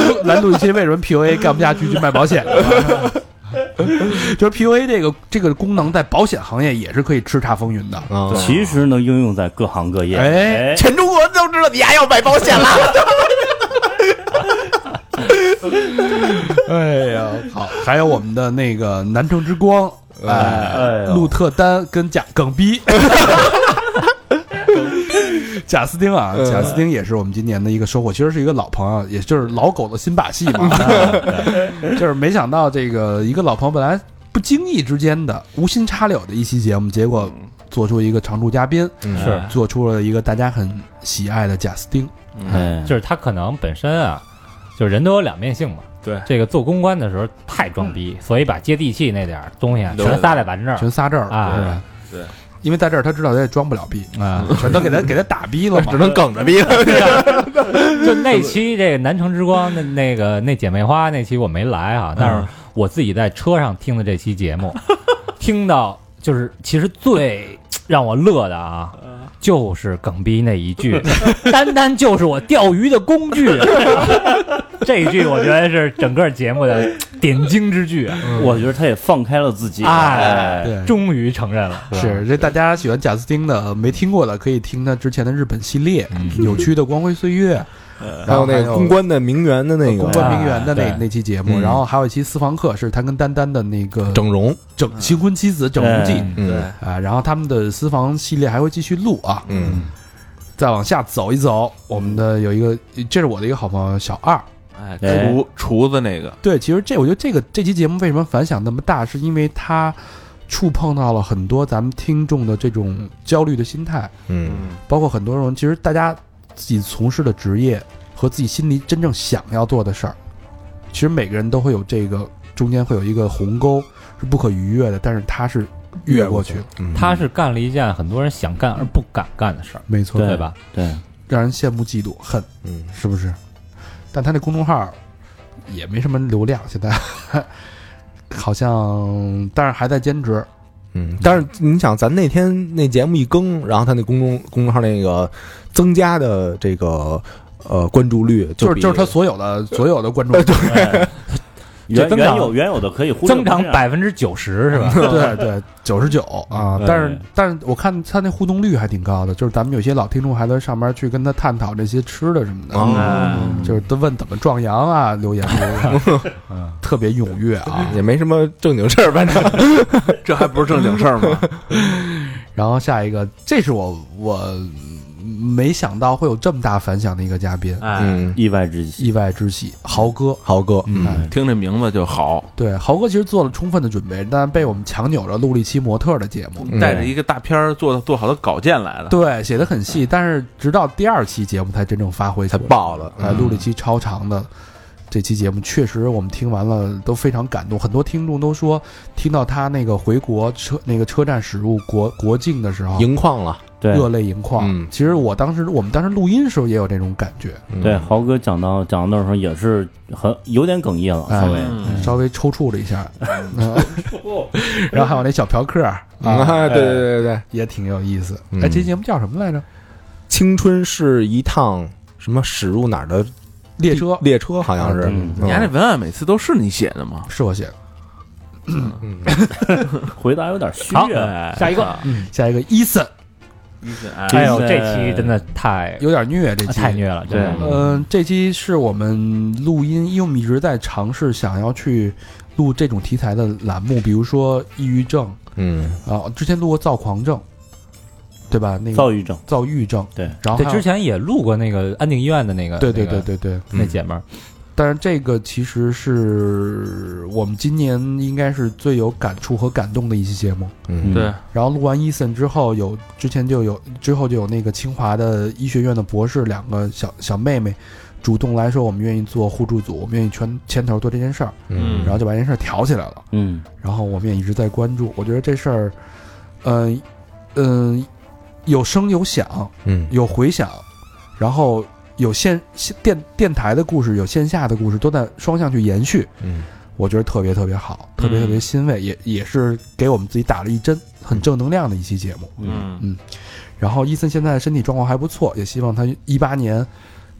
Speaker 2: 录来录一期，为什么 PUA 干不下去去卖保险？ [LAUGHS] 就是 PUA 这个这个功能在保险行业也是可以叱咤风云的。
Speaker 4: 嗯
Speaker 5: 其实能应用在各行各业。
Speaker 2: 哎
Speaker 5: 哎，
Speaker 4: 全中国都知道你还要买保险了。
Speaker 2: [LAUGHS] 哎呀，好，还有我们的那个南城之光，哎
Speaker 5: 哎，呦
Speaker 2: 鹿特丹跟贾耿 [LAUGHS] 逼。贾斯汀啊，贾斯汀也是我们今年的一个收获，其实是一个老朋友，也就是老狗的新把戏嘛， [LAUGHS] 就是没想到这个一个老朋友本来不经意之间的无心插柳的一期节目，结果做出一个常驻嘉宾，
Speaker 4: 嗯
Speaker 8: 是
Speaker 2: 做出了一个大家很喜爱的贾斯汀。
Speaker 5: 哎，
Speaker 8: 就是他可能本身啊，就是人都有两面性嘛。
Speaker 3: 对
Speaker 8: 这个做公关的时候太装逼，所以把接地气那点儿东西啊
Speaker 3: 对
Speaker 8: 全撒在咱这儿
Speaker 2: 全仨这儿
Speaker 8: 啊
Speaker 2: 对吧
Speaker 3: 对，
Speaker 2: 因为在这儿他知道他也装不了逼，
Speaker 8: 啊。
Speaker 2: 全 [LAUGHS] 都给他给他打逼了嘛，
Speaker 4: 只能梗着逼。
Speaker 8: [LAUGHS] 就那期这个南城之光那那个那姐妹花那期我没来啊，但是我自己在车上听的这期节目， [LAUGHS] 听到就是其实最让我乐的啊，就是耿逼那一句，单单就是我钓鱼的工具， [LAUGHS] 这一句我觉得是整个节目的点睛之句啊，
Speaker 5: [LAUGHS] 我觉得他也放开了自己。
Speaker 8: 哎
Speaker 2: 对
Speaker 8: 终于承认了，
Speaker 2: 是这大家喜欢贾斯汀的没听过的，可以听他之前的日本系列
Speaker 8: 嗯
Speaker 2: 《扭曲的光辉岁月》，
Speaker 4: 还
Speaker 2: 然后
Speaker 4: 有那个公关的名媛的那
Speaker 2: 呃嗯公
Speaker 4: 个
Speaker 2: 关名媛的
Speaker 8: 啊
Speaker 2: 那那期节目，
Speaker 4: 嗯
Speaker 2: 然后还有一期私房课是他跟丹丹的那个
Speaker 4: 整容，
Speaker 2: 整新婚妻子整容记
Speaker 8: 嗯
Speaker 4: 嗯
Speaker 2: 啊，然后他们的私房系列还会继续录啊，
Speaker 4: 嗯，
Speaker 2: 再往下走一走，我们的有一个，这是我的一个好朋友小二。
Speaker 3: 哎，
Speaker 5: 哎
Speaker 3: 厨厨子那个，
Speaker 2: 对，其实这我觉得这个这期节目为什么反响那么大，是因为它触碰到了很多咱们听众的这种焦虑的心态，
Speaker 4: 嗯，
Speaker 2: 包括很多人其实大家自己从事的职业和自己心里真正想要做的事儿，其实每个人都会有这个中间会有一个鸿沟是不可逾越的，但是它是越过去了，
Speaker 4: 嗯
Speaker 8: 他是干了一件很多人想干而不敢干的事儿，
Speaker 2: 没错，
Speaker 8: 对吧？
Speaker 5: 对，
Speaker 2: 让人羡慕嫉妒恨，
Speaker 4: 嗯
Speaker 2: 是不是？但他那公众号也没什么流量，现在 [LAUGHS] 好像，但是还在兼职。
Speaker 4: 嗯，但是你想，咱那天那节目一更，然后他那公众公众号那个增加的这个呃关注率，
Speaker 2: 就是
Speaker 4: 比
Speaker 2: 就是他所有的所有的观众，对
Speaker 5: 原
Speaker 8: 增
Speaker 5: 原
Speaker 8: 长
Speaker 5: 有原有的可以忽略
Speaker 8: 增长
Speaker 5: 不计
Speaker 8: 百分之九十是吧？
Speaker 2: [LAUGHS]
Speaker 4: 呃
Speaker 2: 对对，九十九啊！
Speaker 4: 嗯
Speaker 5: 对
Speaker 2: 但是但是我看他那互动率还挺高的，就是咱们有些老听众还在上面去跟他探讨这些吃的什么的，
Speaker 4: 啊，
Speaker 5: 嗯
Speaker 2: 就是都问怎么壮阳啊，留
Speaker 4: [LAUGHS]
Speaker 2: 言留言特别踊
Speaker 4: 嗯
Speaker 2: 跃啊。
Speaker 4: 也没什么正经事儿，反正
Speaker 3: 这还不是正经事儿吗？
Speaker 2: 然后下一个，这是我我没想到会有这么大反响的一个嘉宾，
Speaker 3: [LAUGHS] 哎，
Speaker 4: 嗯，
Speaker 5: 意外之喜。
Speaker 2: 意外之喜，豪哥。
Speaker 4: 豪哥，
Speaker 3: 嗯，听这名字就好，
Speaker 2: 对，豪哥其实做了充分的准备，但被我们强扭着录了一期模特的节目。
Speaker 4: 嗯
Speaker 3: 带着一个大片儿做做好的稿件来了。
Speaker 2: 对，写的很细，但是直到第二期节目才真正发挥才
Speaker 4: 太爆了，
Speaker 2: 来哎录了一期超长的。这期节目确实，我们听完了都非常感动，很多听众都说，听到他那个回国车那个车站驶入国国境的时候，
Speaker 4: 盈眶了，
Speaker 5: 对
Speaker 2: 热泪盈眶。
Speaker 4: 嗯
Speaker 2: 其实我当时，我们当时录音的时候也有这种感觉，
Speaker 4: 嗯
Speaker 5: 对，，豪哥讲到讲到那时候也是很有点哽咽了，
Speaker 2: 哎
Speaker 5: 哦稍微。
Speaker 3: 嗯，
Speaker 2: 稍微抽搐了一下。嗯然后还有那小嫖客啊，
Speaker 4: 啊，对对对对对，
Speaker 2: 也挺有意思。
Speaker 4: 嗯
Speaker 2: 哎，这期节目叫什么来着？
Speaker 4: 青春是一趟什么驶入哪儿的
Speaker 2: 列车
Speaker 4: 列车好像是，
Speaker 5: 嗯
Speaker 3: 你看这文案每次都是你写的吗？
Speaker 2: 是我写的。
Speaker 4: 嗯
Speaker 5: 回答有点虚
Speaker 8: 好
Speaker 5: 啊，
Speaker 9: 哎
Speaker 8: 下一个，
Speaker 2: 下一个伊森，
Speaker 3: 一是哎
Speaker 8: 哎呦，这期真的太
Speaker 2: 有点虐这期，
Speaker 9: 啊
Speaker 8: 太虐了，真的
Speaker 5: 对
Speaker 2: 嗯、这期是我们录音，因为我们一直在尝试想要去录这种题材的栏目，比如说抑郁症
Speaker 4: 嗯，
Speaker 2: 啊、之前录过躁狂症，对吧？那个
Speaker 5: 躁郁症。
Speaker 2: 躁郁症，
Speaker 5: 对，
Speaker 2: 然后
Speaker 8: 对
Speaker 2: 还有
Speaker 8: 之前也录过那个安定医院的那个，
Speaker 2: 对对
Speaker 8: 那个
Speaker 2: 对对对，
Speaker 8: 那姐们儿，
Speaker 2: 但是这个其实是我们今年应该是最有感触和感动的一期节目。
Speaker 4: 嗯
Speaker 3: 对，
Speaker 2: 然后录完 Eason 之后，有之前就有之后就有那个清华的医学院的博士两个小小妹妹，主动来说我们愿意做互助组，我们愿意牵牵头做这件事儿，
Speaker 3: 嗯
Speaker 2: 然后就把这件事儿挑起来了。
Speaker 5: 嗯，
Speaker 2: 然后我们也一直在关注，我觉得这事儿，嗯、嗯、有声有响，
Speaker 4: 嗯
Speaker 2: 有回响，然后有线线电电台的故事，有线下的故事，都在双向去延续。
Speaker 4: 嗯
Speaker 2: 我觉得特别特别好，特别特别欣慰，也也是给我们自己打了一针很正能量的一期节目。
Speaker 3: 嗯
Speaker 2: 然后伊森现在身体状况还不错，也希望他一八年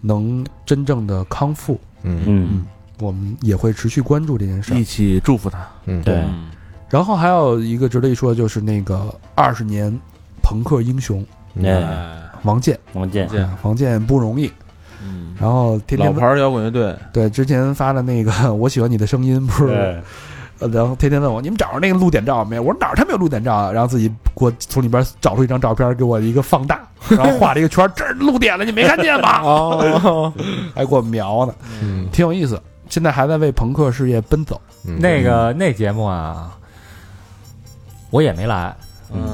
Speaker 2: 能真正的康复。
Speaker 4: 嗯
Speaker 5: 嗯，
Speaker 2: 我们也会持续关注这件事
Speaker 3: 一
Speaker 2: 儿。
Speaker 3: 起祝福他。
Speaker 4: 嗯，
Speaker 5: 对
Speaker 3: 嗯
Speaker 2: 然后还有一个值得一说的就是那个二十年朋克英雄
Speaker 5: 哎，
Speaker 3: 哎，
Speaker 2: 王健，
Speaker 5: 王健，
Speaker 3: 对
Speaker 2: 啊王健不容易。
Speaker 3: 嗯，
Speaker 2: 然后天
Speaker 3: 老
Speaker 2: 天
Speaker 3: 牌摇滚乐队，
Speaker 2: 对之前发的那个我喜欢你的声音不是，
Speaker 5: 对，
Speaker 2: 呃然后天天问我你们找着那个路点照没有？我说哪儿他没有路点照啊？然后自己给我从里边找出一张照片给我一个放大，然后画了一个圈儿，这儿路点了你没看见吗？
Speaker 4: 哦，
Speaker 2: [LAUGHS] 还给我描呢，
Speaker 4: 嗯
Speaker 2: 挺有意思。现在还在为朋克事业奔走，
Speaker 8: 那个那节目啊，我也没来，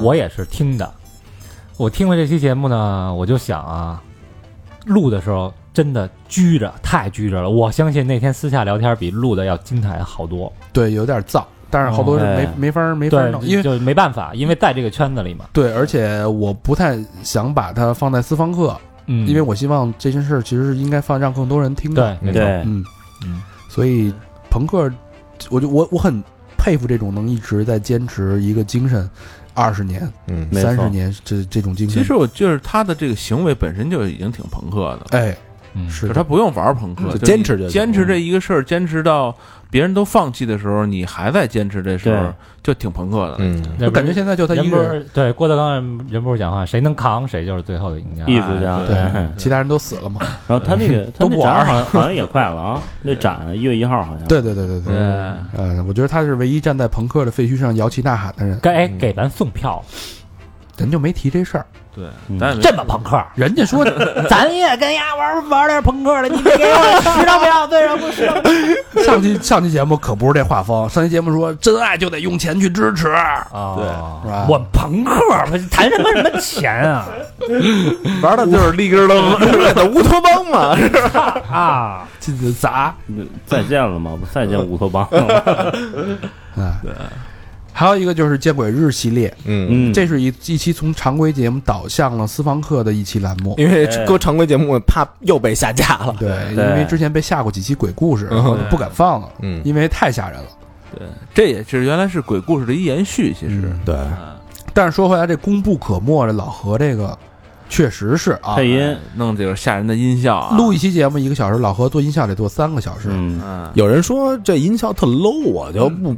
Speaker 8: 我也是听的。我听了这期节目呢，我就想啊，录的时候真的拘着，太拘着了。我相信那天私下聊天比录的要精彩好多。
Speaker 2: 对，有点燥，但是好多
Speaker 5: 哦
Speaker 2: 是没、
Speaker 5: 哎
Speaker 2: 没法儿没法儿
Speaker 8: 对
Speaker 2: 弄，，因为
Speaker 8: 就没办法，因为在这个圈子里嘛。
Speaker 2: 对，而且我不太想把它放在私房课，
Speaker 8: 嗯，
Speaker 2: 因为我希望这件事儿其实是应该放让更多人听的。
Speaker 8: 对没错
Speaker 5: 对，
Speaker 2: 嗯
Speaker 8: 嗯，
Speaker 2: 所以朋克，我就我我很佩服这种能一直在坚持一个精神二十年、
Speaker 4: 嗯
Speaker 5: 没错
Speaker 2: 三十年这这种精神。
Speaker 3: 其实我就是他的这个行为本身就已经挺朋克的，
Speaker 2: 哎，
Speaker 8: 嗯
Speaker 2: 是
Speaker 3: 就是
Speaker 2: 的
Speaker 3: 他不用玩朋克，
Speaker 4: 就是坚持就行
Speaker 3: 坚持这一个事儿，坚持到别人都放弃的时候，你还在坚持这事
Speaker 5: 对
Speaker 3: 儿，就挺朋克的。
Speaker 4: 嗯
Speaker 2: 我感觉现在就他一
Speaker 8: 人
Speaker 2: 个
Speaker 8: 不
Speaker 2: 人，
Speaker 8: 是对郭德纲人不是讲话，谁能扛谁就是最后的赢家。
Speaker 5: 艺术家。
Speaker 3: 对
Speaker 2: 对
Speaker 5: 哎，
Speaker 2: 其他人都死了嘛。
Speaker 8: 嗯
Speaker 5: 然后他那个他
Speaker 2: 都
Speaker 5: 那
Speaker 2: 不玩儿
Speaker 5: 展好像好像也快了啊，那展一月一号好像。
Speaker 2: 对对对对对。
Speaker 8: 嗯
Speaker 3: 对，
Speaker 2: 呃，我觉得他是唯一站在朋克的废墟上摇旗呐喊的人，
Speaker 8: 该哎给咱送票，
Speaker 2: 人就没提这事儿。
Speaker 3: 对
Speaker 5: 嗯，
Speaker 3: 咱也没
Speaker 8: 这么朋克，
Speaker 2: 人家说
Speaker 8: [LAUGHS] 咱也跟丫玩玩点朋克了， [LAUGHS] 你给我十张票，对，让我十张。
Speaker 2: 上期上期节目可不是这画风，上期节目说真爱就得用钱去支持，
Speaker 8: 啊，
Speaker 2: 是吧？
Speaker 8: 我朋克谈什么什么钱啊
Speaker 4: 玩的就是立根 [LAUGHS] 灯，日本乌托邦嘛，
Speaker 8: 啊！
Speaker 2: 进去砸。
Speaker 5: 再见了吗？再见乌托邦。
Speaker 8: 嗯
Speaker 2: 啊，还有一个就是见鬼日系列，
Speaker 4: 嗯，
Speaker 5: 嗯，
Speaker 2: 这是一一期从常规节目导向了私房课的一期栏目。
Speaker 4: 因为搁常规节目怕又被下架了，
Speaker 2: 对，因
Speaker 5: 对
Speaker 2: 为之前被吓过几期鬼故事，
Speaker 4: 嗯
Speaker 2: 我就不敢放了，
Speaker 4: 嗯
Speaker 2: 因为太吓人了。
Speaker 3: 这也是原来是鬼故事的一延续，其实
Speaker 2: 嗯。
Speaker 4: 对，
Speaker 3: 啊
Speaker 2: 但是说回来，这功不可没，这老何这个确实是啊
Speaker 5: 配，音，
Speaker 3: 弄这个吓人的音效啊，
Speaker 2: 录一期节目一个小时，老何做音效得做三个小时。
Speaker 5: 嗯，
Speaker 3: 嗯，
Speaker 4: 有人说这音效特 low，我就不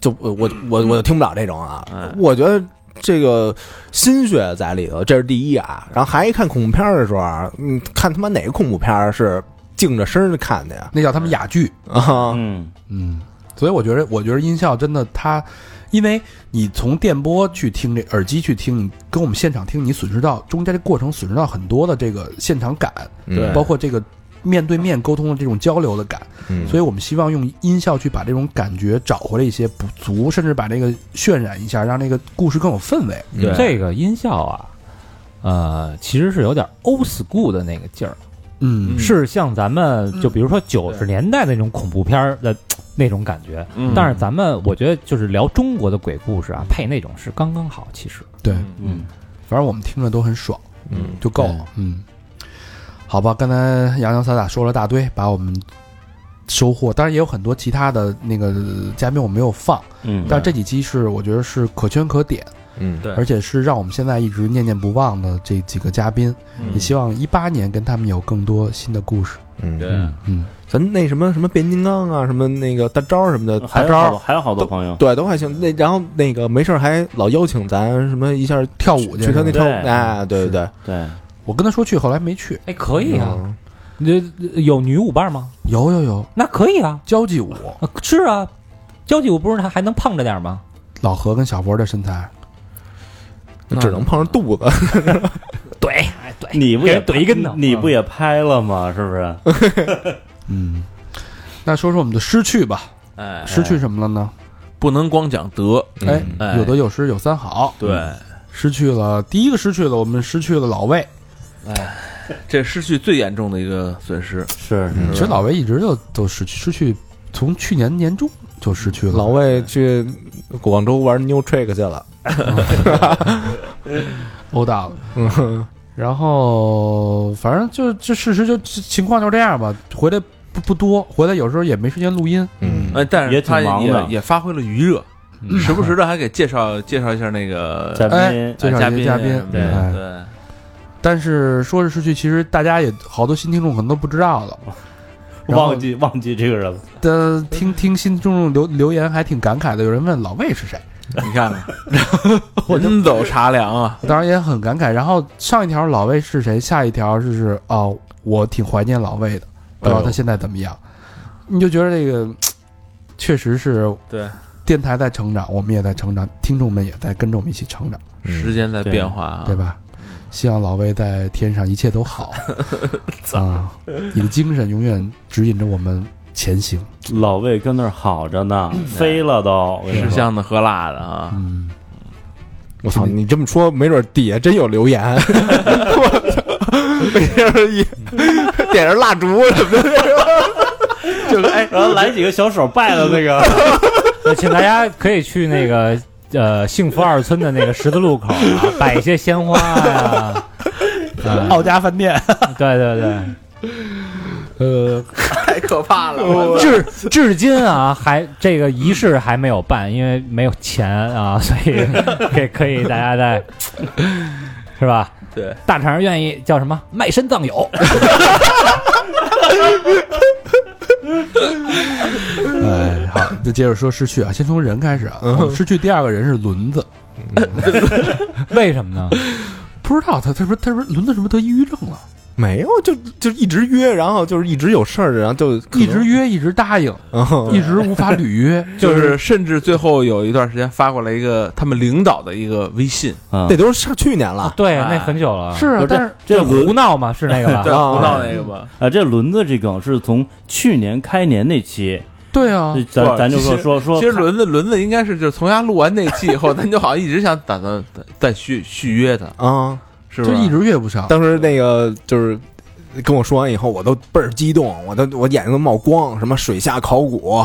Speaker 4: 就我我我我就听不了这种啊
Speaker 3: 哎，
Speaker 4: 我觉得。这个心血在里头，这是第一啊。然后还一看恐怖片儿的时候啊，嗯，看他妈哪个恐怖片儿是静着声儿看的呀？
Speaker 2: 那叫他们哑剧，
Speaker 4: 啊，
Speaker 5: 嗯，
Speaker 2: 嗯，所以我觉得，我觉得音效真的，它因为你从电波去听这耳机去听，你跟我们现场听，你损失到中间这过程损失到很多的这个现场感，
Speaker 4: 对
Speaker 2: 包括这个面对面沟通的这种交流的感。
Speaker 4: 嗯
Speaker 2: 所以我们希望用音效去把这种感觉找回来一些不足，甚至把这个渲染一下，让那个故事更有氛围。
Speaker 4: 对
Speaker 8: 这个音效啊，呃，其实是有点 old school 的那个劲儿，
Speaker 2: 嗯
Speaker 8: 是像咱们就比如说九十年代那种恐怖片儿的那种感觉。
Speaker 3: 嗯
Speaker 8: 但是咱们我觉得就是聊中国的鬼故事啊，配那种是刚刚好。其实
Speaker 2: 对，
Speaker 3: 嗯
Speaker 2: 反正我们听着都很爽，
Speaker 4: 嗯，
Speaker 2: 就够了。嗯，好吧，刚才洋洋洒洒说了大堆，把我们收获，当然也有很多其他的那个嘉宾我没有放，
Speaker 5: 嗯
Speaker 2: 但这几期是我觉得是可圈可点，
Speaker 4: 嗯，
Speaker 3: 对
Speaker 2: 而且是让我们现在一直念念不忘的这几个嘉宾，也希望一八年跟他们有更多新的故事。
Speaker 4: 嗯，
Speaker 3: 对
Speaker 8: 嗯
Speaker 2: 嗯，
Speaker 4: 咱那什么什么变形金刚啊，什么那个大招什么的，
Speaker 5: 嗯还有好
Speaker 4: 招
Speaker 5: 多还有好多朋友，
Speaker 4: 对，都还行。那然后那个没事儿还老邀请咱什么一下
Speaker 2: 跳舞去
Speaker 4: 去他
Speaker 2: 是吧
Speaker 4: 那跳舞，
Speaker 5: 对
Speaker 4: 哎，对对对，
Speaker 5: 对，
Speaker 2: 我跟他说去，后来没去。
Speaker 8: 哎，可以啊，
Speaker 4: 嗯
Speaker 8: 你这呃有女舞伴吗？
Speaker 2: 有有有，
Speaker 8: 那可以啊，
Speaker 2: 交际舞，
Speaker 8: 啊是啊，交际舞不是还还能胖着点儿吗？
Speaker 2: 老何跟小博的身材，
Speaker 4: 只能碰上肚子。
Speaker 8: 怼，哎怼，
Speaker 5: 你不也
Speaker 8: 给人怼一跟头
Speaker 5: 你不也拍了吗？是不是？
Speaker 2: 嗯，那说说我们的失去吧，
Speaker 3: 哎，
Speaker 2: 失去什么了呢？
Speaker 3: 不能光讲德，
Speaker 2: 哎，
Speaker 3: 哎
Speaker 2: 有得有失，有三好。
Speaker 3: 对，
Speaker 2: 失去了第一个失去了，我们失去了老魏。
Speaker 3: 这失去最严重的一个损失。
Speaker 5: 是
Speaker 2: 其实老魏一直就都失去，失去从去年年中就失去了。
Speaker 4: 老魏去广州玩 New Trick 去了，
Speaker 2: 殴打了，嗯然后反正就这事实就这情况就这样吧。回来不不多，回来有时候也没时间录音。
Speaker 4: 嗯，
Speaker 3: 哎，但是
Speaker 5: 也挺
Speaker 3: 他
Speaker 5: 忙的
Speaker 3: 也也发挥了余热，时不时的还给介绍介绍一下那个
Speaker 5: 嘉
Speaker 2: 哎
Speaker 5: 宾，
Speaker 2: 介绍一
Speaker 3: 嘉
Speaker 2: 些
Speaker 3: 宾
Speaker 2: 嘉宾
Speaker 3: 什么的
Speaker 2: 哎
Speaker 3: 对。
Speaker 2: 但是说是失去，其实大家也好多新听众可能都不知道了。然后
Speaker 5: 忘记忘记这个人了，
Speaker 2: 的听听新听众留留言还挺感慨的，有人问老魏是谁，
Speaker 3: 你看 [LAUGHS] 看，人走茶凉啊！
Speaker 2: 当然也很感慨。然后上一条老魏是谁，下一条就是哦，我挺怀念老魏的，不知道他现在怎么样。你就觉得这个确实是
Speaker 3: 对，
Speaker 2: 电台在成长，我们也在成长，听众们也在跟着我们一起成长，
Speaker 3: 时间在变化啊，
Speaker 2: 对吧？希望老魏在天上一切都好啊！你的精神永远指引着我们前行。
Speaker 5: 老魏跟那儿好着呢，飞了都，我跟你
Speaker 3: 吃
Speaker 5: 说
Speaker 3: 香的喝辣的啊，
Speaker 2: 嗯，
Speaker 4: 我操！你这么说，没准底下真有
Speaker 2: [LAUGHS]
Speaker 4: 留言。我操！一点着蜡烛什么的，
Speaker 5: [LAUGHS] 然后来几个小手拜了那个，
Speaker 8: 呃请大家可以去那个呃幸福二村的那个十字路口啊，摆一些鲜花啊呀、
Speaker 2: 奥家饭店。
Speaker 8: [LAUGHS] 对对对，
Speaker 2: 呃，
Speaker 3: [LAUGHS] 太可怕了！
Speaker 8: 至至今啊，还这个仪式还没有办，因为没有钱啊， [LAUGHS] 所以可以可以大
Speaker 2: [LAUGHS]
Speaker 8: 家再是吧？
Speaker 3: 对，
Speaker 8: 大肠儿愿意叫什么卖身葬友，
Speaker 2: 哎，好，就接着说失去啊，先从人开始啊。
Speaker 4: 嗯
Speaker 2: 我们失去第二个人是轮子，
Speaker 8: 为什
Speaker 2: [LAUGHS]
Speaker 8: 么呢？
Speaker 2: 不知道他他说他说轮子是不是得抑郁症了？
Speaker 4: 没有，就就一直约，然后就是一直有事儿，然后就
Speaker 2: 一直约，一直答应，
Speaker 4: 嗯
Speaker 2: 一直无法履
Speaker 4: [LAUGHS]
Speaker 2: 约。
Speaker 3: 就是甚至最后有一段时间发过来一个他们领导的一个微信，
Speaker 4: 那都是上去年了。
Speaker 8: 对啊，
Speaker 3: 哎
Speaker 8: 那很久了，
Speaker 2: 是啊，
Speaker 5: 不是
Speaker 2: 但是
Speaker 5: 这
Speaker 8: 这
Speaker 5: 轮
Speaker 8: 胡闹嘛，是那个
Speaker 3: 对，
Speaker 8: 吧？
Speaker 4: 啊
Speaker 3: 胡闹
Speaker 2: 哎
Speaker 3: 那个吧，
Speaker 5: [LAUGHS] 啊，这轮子这梗是从去年开年那期，
Speaker 2: 对啊，
Speaker 5: 咱咱就说说说，
Speaker 3: 其实轮子轮子应该是就是从他录完那期以 [LAUGHS] 后，咱就好像一直想打算再再续续约他，
Speaker 4: 啊！
Speaker 3: 是
Speaker 2: 就
Speaker 3: 吧？
Speaker 2: 一直约不上。
Speaker 4: 当时那个就是跟我说完以后，我都倍儿激动，我都我眼睛都冒光，什么水下考古，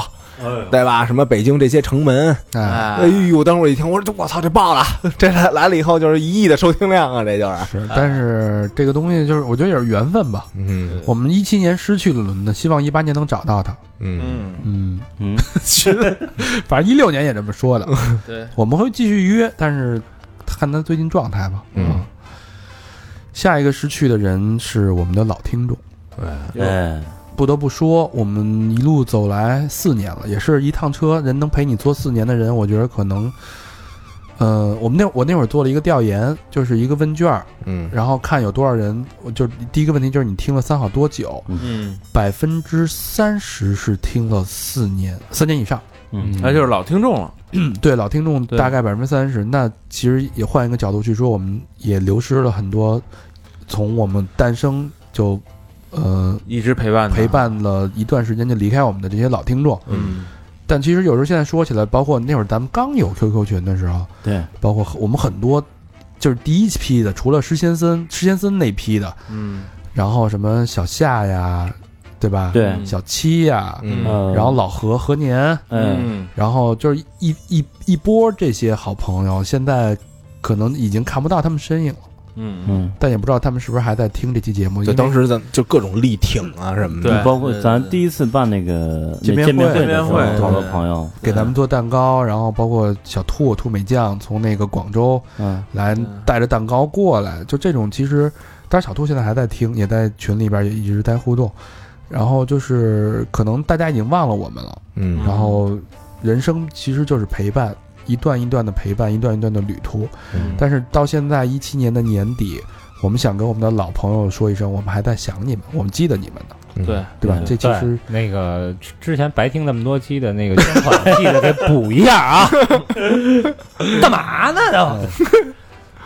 Speaker 4: 对吧？什么北京这些城门，
Speaker 2: 哎，
Speaker 4: 哎
Speaker 3: 哎，
Speaker 4: 呦！当时我一听，我说我操，这爆了！ [LAUGHS] 这来来了以后就是一亿的收听量啊，这就是。
Speaker 2: 是，但是这个东西就是我觉得也是缘分吧。
Speaker 4: 嗯
Speaker 2: 我们一七年失去了轮子，希望一八年能找到他。
Speaker 4: 嗯
Speaker 3: 嗯，
Speaker 2: 嗯， [LAUGHS]
Speaker 5: 嗯，
Speaker 2: 反正一六年也这么说的。
Speaker 3: 对，
Speaker 2: 我们会继续约，但是看他最近状态吧。
Speaker 4: 嗯，
Speaker 2: 下一个失去的人是我们的老听众。
Speaker 5: 哎，
Speaker 2: 不得不说，我们一路走来四年了，也是一趟车，人能陪你坐四年的人，我觉得可能，呃，我们那我那会儿做了一个调研，就是一个问卷儿，
Speaker 4: 嗯
Speaker 2: 然后看有多少人，我就第一个问题就是你听了三好多久，
Speaker 3: 嗯
Speaker 2: 百分之三十是听了四年，三年以上，
Speaker 3: 嗯，那就是老听众了，
Speaker 2: 对老听众
Speaker 3: 对
Speaker 2: 大概百分之三十，那其实也换一个角度去说，我们也流失了很多从我们诞生就呃
Speaker 3: 一直陪伴他
Speaker 2: 陪，伴了一段时间就离开我们的这些老听众。
Speaker 3: 嗯，
Speaker 2: 但其实有时候现在说起来，包括那会儿咱们刚有 QQ 群的时候，
Speaker 5: 对，
Speaker 2: 包括我们很多就是第一批的，除了施先森、施先森那批的，
Speaker 3: 嗯，
Speaker 2: 然后什么小夏呀，对吧？
Speaker 5: 对
Speaker 2: 哎小七呀，
Speaker 4: 嗯
Speaker 5: 嗯，
Speaker 2: 然后老何、何年，
Speaker 5: 嗯，
Speaker 2: 然后就是一一一波这些好朋友，现在可能已经看不到他们身影了，
Speaker 3: 嗯嗯，
Speaker 5: 嗯，
Speaker 2: 但也不知道他们是不是还在听这期节目。因
Speaker 4: 就
Speaker 2: 为
Speaker 4: 当时咱就各种力挺啊什么
Speaker 3: 对
Speaker 4: 的，
Speaker 5: 包括咱第一次办那个
Speaker 2: 见面
Speaker 5: 那见面
Speaker 2: 会
Speaker 5: 会的时候，
Speaker 3: 见面会
Speaker 5: 好多朋友，
Speaker 2: 给咱们
Speaker 4: 嗯
Speaker 2: 做蛋糕，然后包括小兔兔美酱从那个广州
Speaker 5: 嗯，
Speaker 2: 来
Speaker 3: 对
Speaker 2: 带着蛋糕过来，就这种其实，当然小兔现在还在听，也在群里边也一直在互动，然后就是可能大家已经忘了我们了，
Speaker 4: 嗯
Speaker 2: 然后人生其实就是陪伴，一段一段的陪伴，一段一段的旅途，
Speaker 4: 嗯
Speaker 2: 但是到现在一七年的年底。我们想跟我们的老朋友说一声，我们还在想你们，我们记得你们呢，
Speaker 4: 嗯
Speaker 3: 对，
Speaker 2: 对吧？
Speaker 5: 嗯
Speaker 2: 这其实
Speaker 8: 那个之之前白听那么多期的那个捐款，记得给补一
Speaker 2: [LAUGHS]
Speaker 8: 下啊！干嘛呢？都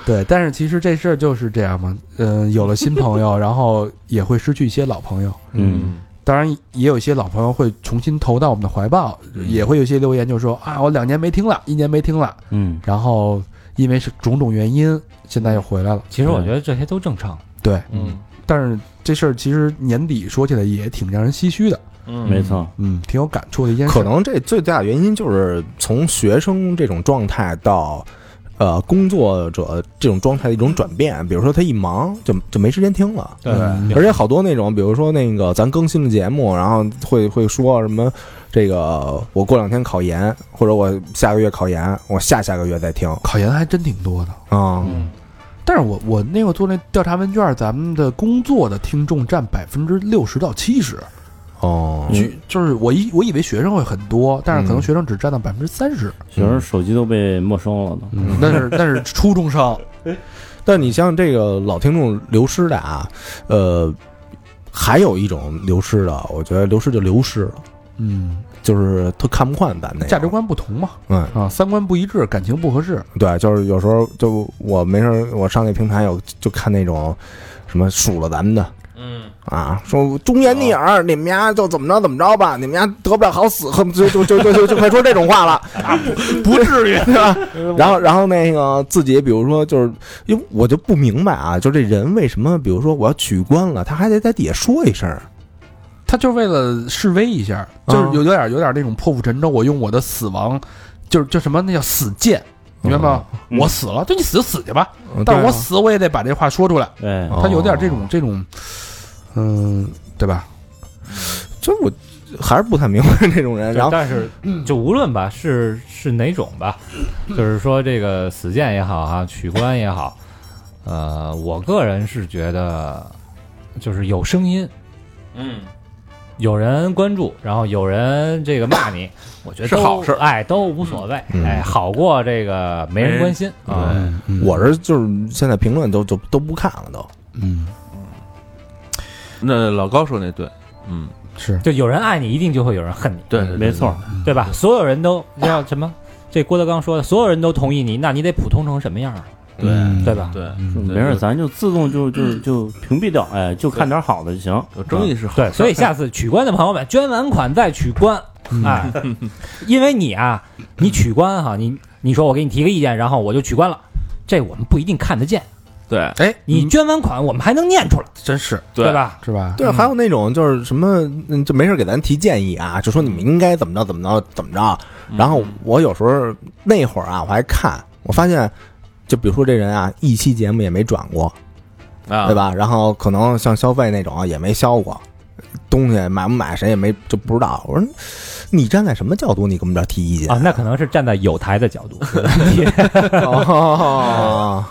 Speaker 2: 对，但是其实这事儿就是这样嘛，嗯、有了新朋 [LAUGHS] 友，然后也会失去一些老朋友，
Speaker 5: 嗯，
Speaker 2: 当然也有一些老朋友会重新投到我们的怀抱，也会有一些留言就说啊，我两年没听了，一年没听了，
Speaker 5: 嗯，
Speaker 2: 然后因为是种种原因，现在又回来了。
Speaker 8: 其实我觉得这些都正常。
Speaker 2: 对，
Speaker 3: 嗯
Speaker 2: 但是这事儿其实年底说起来也挺让人唏嘘的，
Speaker 3: 嗯，
Speaker 5: 没错，
Speaker 2: 嗯，挺有感触的一件事。
Speaker 4: 可能这最大的原因就是从学生这种状态到。呃，工作者这种状态的一种转变，比如说他一忙就就没时间听了，
Speaker 8: 对嗯
Speaker 4: 而且好多那种，比如说那个咱更新的节目，然后会会说什么这个我过两天考研，或者我下个月考研，我下下个月再听
Speaker 2: 考研还真挺多的，
Speaker 4: 啊，
Speaker 2: 但是我我那个做那调查问卷，咱们的工作的听众占百分之六十到七十，
Speaker 4: 哦，
Speaker 2: 据就是我以我以为学生会很多，但是可能学生只占到百分之三十，
Speaker 5: 有时候手机都被没收了都，
Speaker 2: 那是那是初中 [LAUGHS] 生，
Speaker 4: 但你像这个老听众流失的啊，呃，还有一种流失的，我觉得流失就流失了，
Speaker 2: 嗯，
Speaker 4: 就是他看不惯咱那个
Speaker 2: 价值，观不同嘛，
Speaker 4: 嗯，
Speaker 2: 啊，三观不一致，感情不合适，
Speaker 4: 对，就是有时候就我没事儿，我上那平台有就看那种什么数了咱们的，
Speaker 3: 嗯，
Speaker 4: 啊，说忠言逆耳，你们家就怎么着怎么着吧，你们家得不了好死，恨不就就就就就就快说这种话了， [LAUGHS] 啊不不至于对吧？ [LAUGHS] 然后然后那个自己，比如说就是，因为我就不明白啊，就这人为什么，比如说我要取关了，他还得在底下说一声儿，
Speaker 2: 他就是为了示威一下，
Speaker 4: 啊
Speaker 2: 就是有有点有点那种破釜沉舟，我用我的死亡，就是叫什么那叫死谏，你明白吗？我死了，就你死就死去吧，
Speaker 4: 嗯
Speaker 2: 但是我
Speaker 4: 对啊
Speaker 2: 死我也得把这话说出来，
Speaker 5: 对，
Speaker 4: 哦
Speaker 2: 他有点这种这种，嗯，对吧？
Speaker 4: 这我还是不太明白这种人。然后
Speaker 8: 但是就无论吧，是是哪种吧，就是说这个死谏也好哈、啊取关也好，呃，我个人是觉得就是有声音，
Speaker 3: 嗯，
Speaker 8: 有人关注，然后有人这个骂你，我觉得
Speaker 3: 是
Speaker 8: 都
Speaker 3: 好事
Speaker 8: 哎，都无所谓，
Speaker 4: 嗯
Speaker 8: 哎，好过这个没人关心啊。
Speaker 2: 嗯，嗯
Speaker 4: 我是就是现在评论都都都不看了都，
Speaker 2: 嗯
Speaker 3: 那老高说那对，嗯，
Speaker 2: 是
Speaker 8: 就有人爱你，一定就会有人恨你，
Speaker 3: 对，对
Speaker 5: 没，错，
Speaker 8: 对吧？所有人都叫什么？这郭德纲说的，所有人都同意你，那你得普通成什么样啊？
Speaker 3: 对
Speaker 2: 嗯
Speaker 8: 对吧？
Speaker 3: 对对，
Speaker 2: 嗯
Speaker 5: 没事，咱就自动就就就屏蔽掉，哎，就看点好的就行。
Speaker 3: 有争议是好事
Speaker 8: 对，所以下次取关的朋友们，捐完款再取关，
Speaker 2: 嗯 [LAUGHS]
Speaker 8: 哎，因为你啊，你取关哈，你你说我给你提个意见，然后我就取关了，这我们不一定看得见。
Speaker 3: [LAUGHS] 对
Speaker 2: 哎，
Speaker 8: 你
Speaker 2: 嗯
Speaker 8: 捐完款，我们还能念出来，
Speaker 2: 真是
Speaker 8: 对？吧？
Speaker 2: 是吧？
Speaker 4: 对，还有那种就是什么，嗯就没事给咱提建议啊，就说你们应该怎么着怎么着怎么着。
Speaker 3: 嗯
Speaker 4: 然后我有时候那会儿啊，我还看，我发现，就比如说这人啊，一期节目也没转过，
Speaker 3: 啊，
Speaker 4: 对？吧？然后可能像消费那种啊也没消过，东西买不买谁也没就不知道。我说你站在什么角度，你给我们这提意见
Speaker 8: 啊，？那可能是站在有台的角
Speaker 2: [LAUGHS]
Speaker 8: 度，
Speaker 4: [LAUGHS] 哦，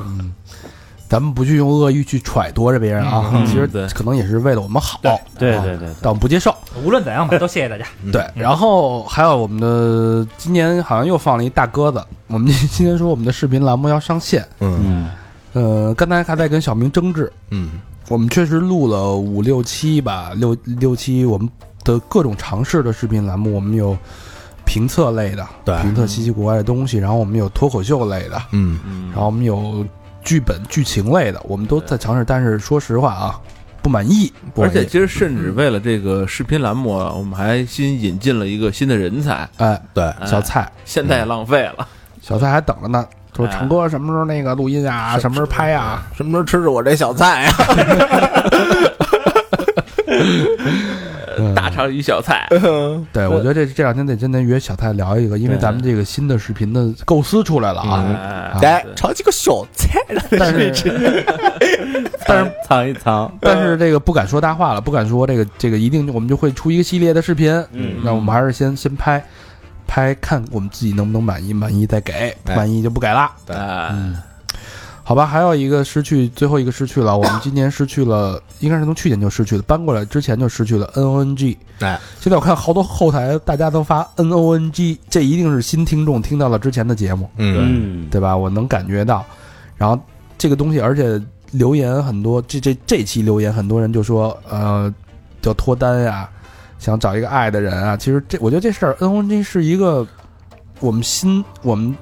Speaker 2: 咱们不去用恶意去揣度着别人啊，
Speaker 3: 嗯
Speaker 2: 其实
Speaker 3: 对
Speaker 2: 可能也是为了我们好，
Speaker 5: 对
Speaker 2: 啊
Speaker 5: 对对，
Speaker 2: 但我们不接受。
Speaker 8: 无论怎样吧，都谢谢大家。
Speaker 2: 对，然后还有我们的今年好像又放了一大鸽子，我们今天说我们的视频栏目要上线，
Speaker 4: 嗯
Speaker 5: 嗯，
Speaker 2: 呃，刚才还在跟小明争执，
Speaker 4: 嗯
Speaker 2: 我们确实录了五六期吧，六六期我们的各种尝试的视频栏目，我们有评测类的，
Speaker 4: 对
Speaker 2: 评测稀奇古怪的东西，然后我们有脱口秀类的，
Speaker 4: 嗯，
Speaker 3: 嗯
Speaker 2: 然后我们有剧本剧情类的，我们都在尝试。但是说实话啊，不满意，不
Speaker 3: 而
Speaker 2: 满意
Speaker 3: 且其实甚至为了这个视频栏目啊，我们还新引进了一个新的人才，
Speaker 2: 哎，
Speaker 4: 对，
Speaker 3: 哎
Speaker 2: 小蔡，
Speaker 3: 现在也浪费了。
Speaker 2: 小蔡还等着呢，说
Speaker 3: 哎
Speaker 2: 成哥什么时候那个录音啊，什么时候拍啊？
Speaker 4: 什么时候吃着我这小菜啊？
Speaker 3: 呃 [LAUGHS] 大肠与小菜，
Speaker 2: 对，我觉得这这两天得真得约小蔡聊一个，因为咱们这个新的视频的构思出来了啊。
Speaker 3: 哎
Speaker 4: 来炒几个小菜，
Speaker 2: 但是
Speaker 5: 但是藏一藏，
Speaker 2: 但是这个不敢说大话了，不敢说这个这个一定我们就会出一个系列的视频。
Speaker 5: 嗯
Speaker 2: 那我们还是先先拍拍看我们自己能不能满意，满意再给，不满意就不给啦。
Speaker 3: 哎，
Speaker 2: 好吧，还有一个失去，最后一个失去了。我们今年失去了，应该是从去年就失去了，搬过来之前就失去了 N O N G。
Speaker 4: 哎，
Speaker 2: 现在我看好多后台大家都发 N O N G，这一定是新听众听到了之前的节目，
Speaker 4: 嗯，
Speaker 5: 嗯，
Speaker 2: 对吧？我能感觉到。然后这个东西，而且留言很多，这这这期留言很多人就说，呃，叫脱单呀、想找一个爱的人啊。其实这我觉得这事儿 N O N G 是一个我们新我们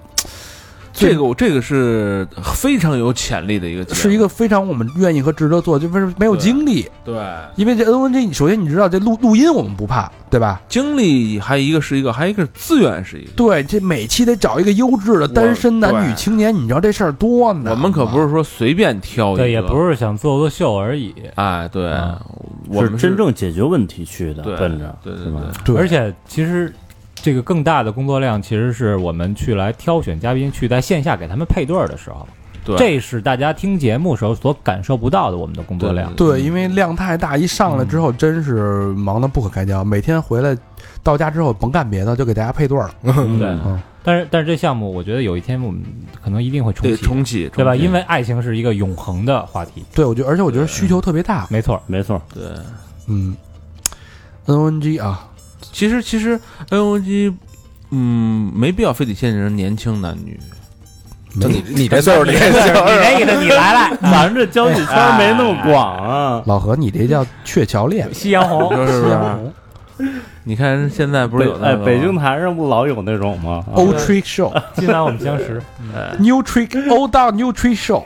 Speaker 3: 这个我这个是非常有潜力的一个节目，
Speaker 2: 是一个非常我们愿意和值得做，就不是没有
Speaker 3: 啊对啊
Speaker 2: 经历。
Speaker 3: 对
Speaker 2: 因为这 N O N G，首先你知道这录录音我们不怕，对吧？
Speaker 3: 经历，还一个是一个，还一个是资源是一个。
Speaker 2: 对，这每期得找一个优质的单身男女
Speaker 3: 对
Speaker 2: 青年，你知道这事儿多难吗。啊
Speaker 3: 我们可不是说随便挑一个，
Speaker 8: 对，也不是想做做秀而已。
Speaker 3: 哎，对
Speaker 8: 啊，
Speaker 3: 我们
Speaker 5: 是
Speaker 3: 是
Speaker 5: 真正解决问题去的，
Speaker 3: 对
Speaker 5: 奔着
Speaker 3: 对对
Speaker 5: 是吧
Speaker 3: 对
Speaker 2: 对，
Speaker 8: 而且其实这个更大的工作量，其实是我们去来挑选嘉宾，去在线下给他们配对儿的时候，
Speaker 3: 对，
Speaker 8: 这是大家听节目时候所感受不到的我们的工作量。
Speaker 3: 嗯
Speaker 2: 对，因为量太大，一上来之后真是忙得不可开交。每天回来到家之后，甭干别的，就给大家配对儿了。
Speaker 3: 对
Speaker 8: 但是但是这项目，我觉得有一天我们可能一定会重
Speaker 3: 得
Speaker 8: 启，
Speaker 3: 重启，
Speaker 8: 对吧？
Speaker 3: 重启
Speaker 8: 因为爱情是一个永恒的话题，
Speaker 2: 对，我觉得，而且我觉得需求特别大。
Speaker 8: 没错。
Speaker 5: 没错，
Speaker 3: 对，
Speaker 2: 嗯，N O N G 啊，
Speaker 3: 其实其实 N O G，嗯，没必要非得限制年轻男女，
Speaker 4: 就你你这岁
Speaker 3: [LAUGHS]
Speaker 4: 数，你这岁数，
Speaker 8: 那个你来来，
Speaker 5: [LAUGHS] 咱这交际圈没那么广啊，
Speaker 2: 老何，你这叫鹊桥恋，
Speaker 8: 夕阳红，
Speaker 2: [LAUGHS]
Speaker 3: 是不
Speaker 2: 夕
Speaker 3: 是
Speaker 2: 阳？红
Speaker 3: 你看现在不是
Speaker 5: 哦北
Speaker 3: 有那
Speaker 5: 哎，
Speaker 3: 个
Speaker 5: 北京台上不老有那种吗？啊
Speaker 2: O Trick Show，New
Speaker 8: [LAUGHS] 今晚我们相识，
Speaker 2: Trick O 到 New Trick Show。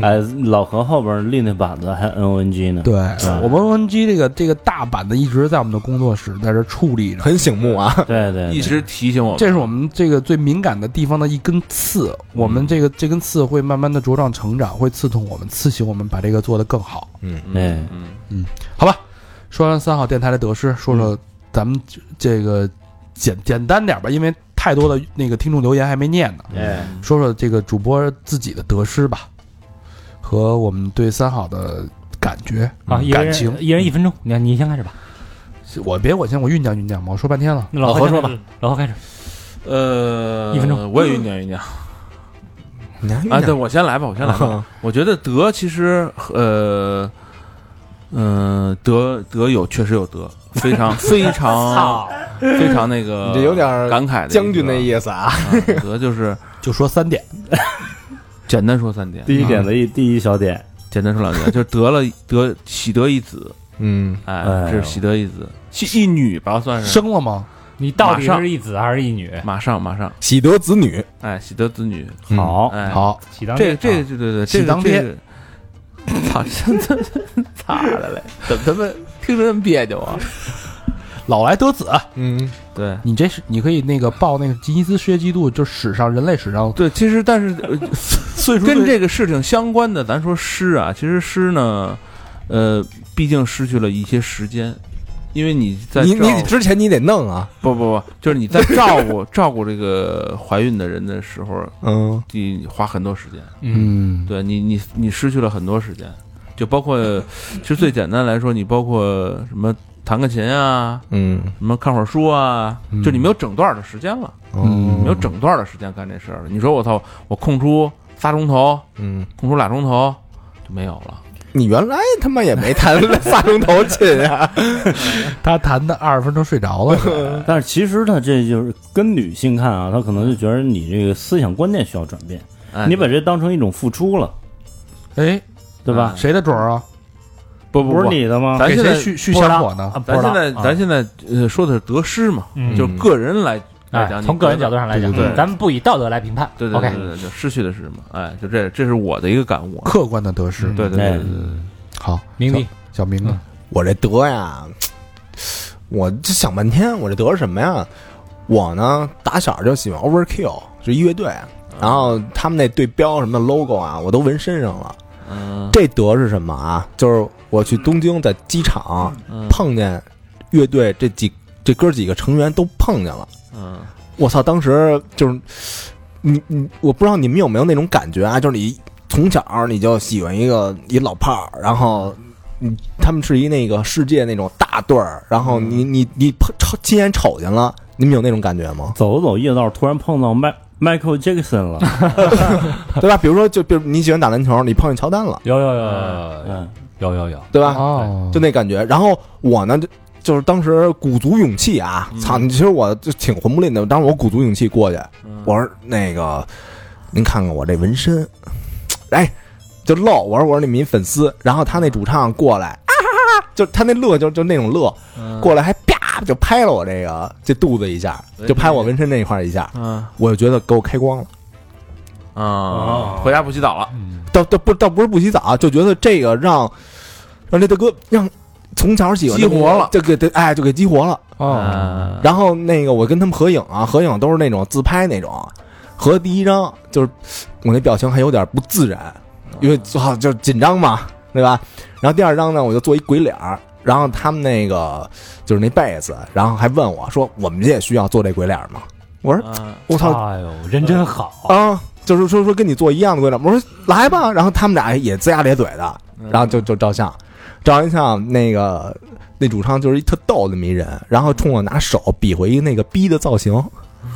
Speaker 5: 哎，老何后边立那板子还 N O N G 呢，
Speaker 2: 对，我们 N G 这个这个大版的一直在我们的工作室在这处理着，
Speaker 4: 很醒目啊！
Speaker 5: 对对，
Speaker 3: 一直提醒我们，
Speaker 2: 这是我们这个最敏感的地方的一根刺，我们这个这根刺会慢慢的茁壮成长，会刺痛我们，刺醒我们，把这个做得更好，
Speaker 5: 哎
Speaker 3: 嗯嗯，
Speaker 2: 好吧？说完三好电台的得失，说说咱们这个简简单点吧，因为太多的那个听众留言还没念呢，
Speaker 5: 哎，
Speaker 2: 说说这个主播自己的得失吧，和我们对三好的感觉
Speaker 8: 啊，一
Speaker 2: 感
Speaker 8: 人
Speaker 2: 情，
Speaker 8: 一人一分钟，你你先开始吧。
Speaker 2: 我别我先我酝酿酝酿吧，我说半天了。
Speaker 8: 那老何说嗯吧，老何开始。
Speaker 3: 呃，
Speaker 8: 一分钟
Speaker 3: 我也酝酿酝酿
Speaker 4: 你还
Speaker 3: 啊，对我先来吧，我先来吧，
Speaker 4: 啊
Speaker 3: 我觉得德其实呃。嗯，德德有确实有德，非常非常非常那个，
Speaker 4: 你这有点儿
Speaker 3: 感慨的一个
Speaker 4: 将军那意思啊！
Speaker 3: 啊德就是
Speaker 2: 就说三点，
Speaker 3: 简单说三点，
Speaker 5: 第一点的一第一小点，
Speaker 3: 简单说两 [LAUGHS] 点，就是得了得喜得一子，
Speaker 4: 嗯，
Speaker 3: 哎
Speaker 5: 哎，呦
Speaker 3: 这是喜得一子，喜一女吧，算是
Speaker 2: 生了吗？
Speaker 8: 你到底
Speaker 3: 马上
Speaker 8: 是一子还是一女？
Speaker 3: 马上马上，
Speaker 4: 喜得子女，
Speaker 3: 哎，喜得子女，
Speaker 5: 好，
Speaker 3: 哎，，
Speaker 2: 好，
Speaker 8: 喜当
Speaker 3: 这个
Speaker 8: 天
Speaker 3: 这个对对对，这
Speaker 2: 喜
Speaker 3: 个
Speaker 2: 当
Speaker 3: 这
Speaker 2: 爹
Speaker 3: 个， [LAUGHS] 操，真的 [LAUGHS] 咋的嘞？怎么他妈听着那么别扭 [LAUGHS] 啊？
Speaker 2: 老来得子，
Speaker 4: 嗯，
Speaker 3: 对
Speaker 2: 你这是你可以那个报那个吉尼斯世界纪录，就是史上人类史上
Speaker 3: 对，其实但是 [LAUGHS] 呃
Speaker 2: 岁数
Speaker 3: 跟
Speaker 2: 最
Speaker 3: 这个事情相关的，咱说诗啊，其实诗呢，呃，毕竟失去了一些时间，因为你在
Speaker 4: 你
Speaker 3: 照
Speaker 4: 你之前你得弄啊，
Speaker 3: 不不不，就是你在照顾照顾这个怀孕的人的时候，
Speaker 4: 嗯，
Speaker 3: 你花很多时间，
Speaker 2: 嗯，
Speaker 3: 对你你你失去了很多时间，就包括其实最简单来说，你包括什么弹个琴啊，
Speaker 4: 嗯，
Speaker 3: 什么看会儿书啊，
Speaker 2: 嗯
Speaker 3: 就你没有整段的时间了，
Speaker 4: 哦
Speaker 2: 嗯
Speaker 3: 没有整段的时间干这事儿了。你说我操，我空出仨钟头，
Speaker 4: 嗯，
Speaker 3: 空出俩钟头就没有了。
Speaker 4: 你原来他妈也没弹仨钟头琴
Speaker 3: [LAUGHS]
Speaker 4: 啊，
Speaker 2: 他弹的二十分钟睡着 [LAUGHS] 了，
Speaker 5: 但是其实他这就是跟女性看啊，他可能就觉得你这个思想观念需要转变，
Speaker 3: 哎、
Speaker 5: 你把这当成一种付出了，
Speaker 2: 哎，
Speaker 5: 对吧？
Speaker 2: 谁的种儿啊？
Speaker 3: 不不
Speaker 5: 不是你的吗？
Speaker 3: 咱
Speaker 2: 给
Speaker 3: 现
Speaker 2: 谁
Speaker 3: 在
Speaker 2: 续续
Speaker 5: 不知道
Speaker 2: 香火呢？
Speaker 5: 啊不知
Speaker 3: 咱
Speaker 5: 道
Speaker 3: 现在
Speaker 5: 啊？
Speaker 3: 咱现在呃说的是得失嘛，
Speaker 8: 嗯
Speaker 3: 就是个人来来
Speaker 8: 哎
Speaker 3: 讲，，你
Speaker 8: 从个人角度上来讲
Speaker 3: 对对，对
Speaker 8: 咱们不以道德来评判。
Speaker 3: 对对对
Speaker 8: OK，
Speaker 3: 对对，就失去的是什么？哎，就这，这是我的一个感悟啊。
Speaker 2: 客观的得失。嗯
Speaker 3: 对对对对对
Speaker 2: 好，
Speaker 8: 明帝
Speaker 2: 小小明呢？
Speaker 4: 我这德呀，我这想半天，我这德是什么呀？我呢，打小就喜欢 Overkill，就一乐队，啊
Speaker 3: 嗯
Speaker 4: 然后他们那队标什么 logo 啊，我都纹身上了。
Speaker 3: 嗯
Speaker 4: 这德是什么啊？就是我去东京，在机场
Speaker 3: 嗯
Speaker 4: 碰见乐队这几这哥几个成员都碰见了。
Speaker 3: 嗯
Speaker 4: 我操！当时就是你你，我不知道你们有没有那种感觉啊？就是你从小你就喜欢一个一老炮儿，然后你他们是一那个世界那种大队儿，然后你你你碰瞅亲眼瞅见了，你们有那种感觉吗
Speaker 5: 走着走夜道，突然碰到迈 Michael Jackson 了，
Speaker 4: 对吧？比如说，就比如你喜欢打篮球，你碰见乔丹了，
Speaker 8: 有有有
Speaker 5: 嗯，
Speaker 8: 有有有
Speaker 4: 对吧？
Speaker 2: 哦
Speaker 4: 就那感觉。然后我呢，就就是当时鼓足勇气啊，操！其实我就挺混不吝的，当时我鼓足勇气过去，我说那个，您看看我这纹身，哎，就露。我说我是你们一粉丝。然后他那主唱过来，啊哈哈，就他那乐就就那种乐，
Speaker 3: 嗯
Speaker 4: 过来还啪就拍了我这个这肚子一下，就拍我纹身那一块一下，
Speaker 3: 嗯
Speaker 4: 我就觉得给我开光了。
Speaker 3: 啊，回家不洗澡了。
Speaker 4: 倒倒不倒不是不洗澡，就觉得这个让让这大哥让从小喜欢
Speaker 3: 激活了
Speaker 4: 就给对哎就给激活了。啊
Speaker 2: 哦，
Speaker 3: 嗯
Speaker 4: 然后那个我跟他们合影啊，合影都是那种自拍那种，合第一张就是我那表情还有点不自然，因为好就是紧张嘛，对吧？然后第二张呢，我就做一鬼脸儿，然后他们那个就是那贝斯，然后还问我说我们也需要做这鬼脸儿吗？我说
Speaker 3: 嗯
Speaker 4: 我操
Speaker 8: 哎呦，人真好，
Speaker 4: 啊！就是说说跟你做一样的鬼脸儿，我说来吧，然后他们俩也龇牙咧嘴的，
Speaker 3: 嗯
Speaker 4: 然后就就照相，照完相那个那主唱就是一特逗的迷人，然后冲我拿手比划一那个逼的造型，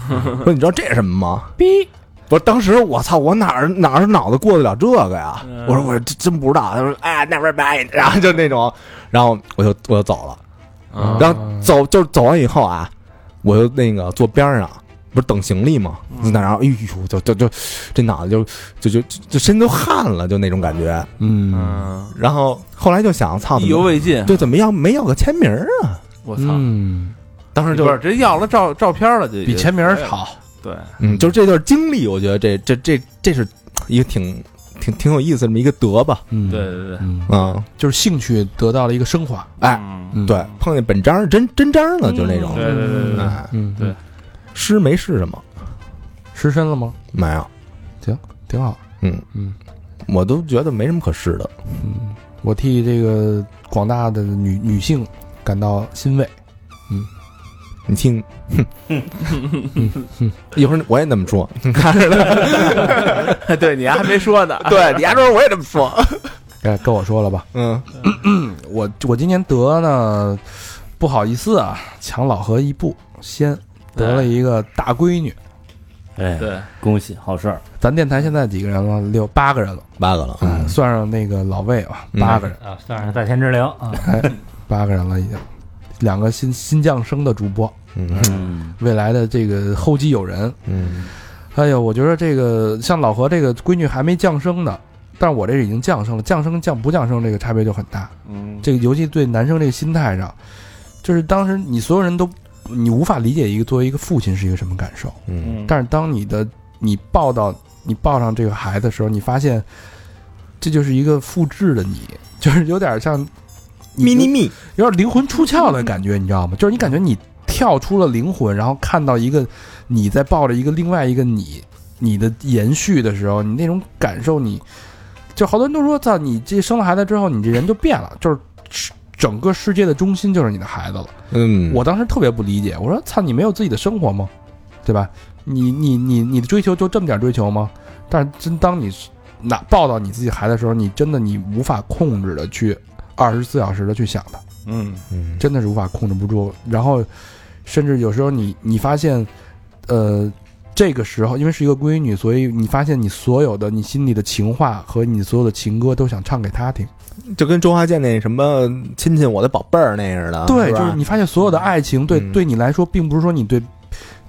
Speaker 4: 说你知道这是什么吗？逼。不是，当时我操，我哪儿哪儿脑子过得了这个呀？我说我这真不知道。他说哎，never mind，然后就那种，然后我就我就走了，
Speaker 3: 啊嗯
Speaker 4: 然后走就是走完以后啊，我就那个坐边上，不是等行李吗？
Speaker 3: 嗯
Speaker 4: 在那儿然后哎呦，就就就这脑子就就就就就身都汗了，就那种感觉。
Speaker 2: 嗯，
Speaker 3: 嗯，
Speaker 4: 然后后来就想，操，
Speaker 3: 意
Speaker 4: 怎
Speaker 3: 犹
Speaker 4: 么
Speaker 3: 未尽。
Speaker 4: 对怎么要没要个签名啊？
Speaker 3: 我操，
Speaker 2: 嗯，
Speaker 4: 当时就
Speaker 3: 不是这要了照照片了，就
Speaker 2: 比签名儿好。
Speaker 3: 对，
Speaker 4: 嗯，就是这段经历，我觉得这这这这是一个挺挺挺有意思的这么一个德吧，
Speaker 2: 嗯，
Speaker 3: 对，对对，
Speaker 2: 嗯，
Speaker 4: 嗯，
Speaker 2: 就是兴趣得到了一个升华。
Speaker 4: 哎，
Speaker 3: 嗯 [LAUGHS]
Speaker 2: 嗯，
Speaker 4: 对，碰见本章真真章了，就那种，
Speaker 3: 对对对对对，
Speaker 4: 哎，
Speaker 2: 嗯，
Speaker 3: 对
Speaker 4: 诗没是什么，
Speaker 2: 失身了吗？
Speaker 4: 没有，
Speaker 2: 挺好。
Speaker 4: 嗯
Speaker 2: 嗯，
Speaker 4: 我都觉得没什么可诗的，
Speaker 2: 我替这个广大的女女性感到欣慰。
Speaker 4: 你听，哼，一会儿我也那么说，你看着呢，，
Speaker 3: 对你还没说呢
Speaker 4: [LAUGHS] 对，你丫说我也这么说，
Speaker 2: 该哎跟我说了吧？
Speaker 4: 嗯，
Speaker 2: 我我今年得呢，不好意思啊，抢老何一步，先得了一个大闺女。
Speaker 5: 哎，
Speaker 3: 对，
Speaker 5: 恭喜，好事儿，
Speaker 2: 咱电台现在几个人了？六八个人了，
Speaker 4: 八个了，
Speaker 2: 哎算上那个老魏吧，
Speaker 4: 嗯
Speaker 2: 八个人，哎
Speaker 8: 啊，算是在天之灵啊，
Speaker 2: 八个人了已经。两个新新降生的主播，
Speaker 4: 嗯
Speaker 5: 嗯，
Speaker 2: 未来的这个后继有人。
Speaker 4: 嗯
Speaker 2: 哎呦，我觉得这个像老何这个闺女还没降生呢，但是我这已经降生了，降生降不降生这个差别就很大。
Speaker 3: 嗯，
Speaker 2: 这个尤其对男生这个心态上，就是当时你所有人都你无法理解一个作为一个父亲是一个什么感受，
Speaker 4: 嗯
Speaker 2: 但是当你的你抱到你抱上这个孩子的时候，你发现这就是一个复制的你， [LAUGHS] 就是有点像你
Speaker 4: ，mini me，
Speaker 2: 有点灵魂出窍的感觉，你知道吗？就是你感觉你跳出了灵魂，然后看到一个你在抱着一个另外一个你，你的延续的时候，你那种感受你，就好多人都说，操，你这生了孩子之后，你这人就变了，就是整个世界的中心就是你的孩子了。
Speaker 4: 嗯，
Speaker 2: 我当时特别不理解，我说：“操，你没有自己的生活吗？对吧？你你你你的追求就这么点追求吗？但是真当你是拿抱到你自己孩子的时候，你真的你无法控制的去二十四小时的去想他，
Speaker 3: 嗯
Speaker 4: [LAUGHS] 嗯
Speaker 2: 真的是无法控制不住。然后，甚至有时候你你发现，呃，这个时候因为是一个闺女，所以你发现你所有的你心里的情话和你所有的情歌都想唱给她听。
Speaker 4: 就跟周华健那什么亲亲我的宝贝儿那似的，
Speaker 2: 对，
Speaker 4: 啊是
Speaker 2: 就
Speaker 4: 吧
Speaker 2: 是你发现所有的爱情对、
Speaker 4: 嗯
Speaker 2: 对你来说，并不是说你对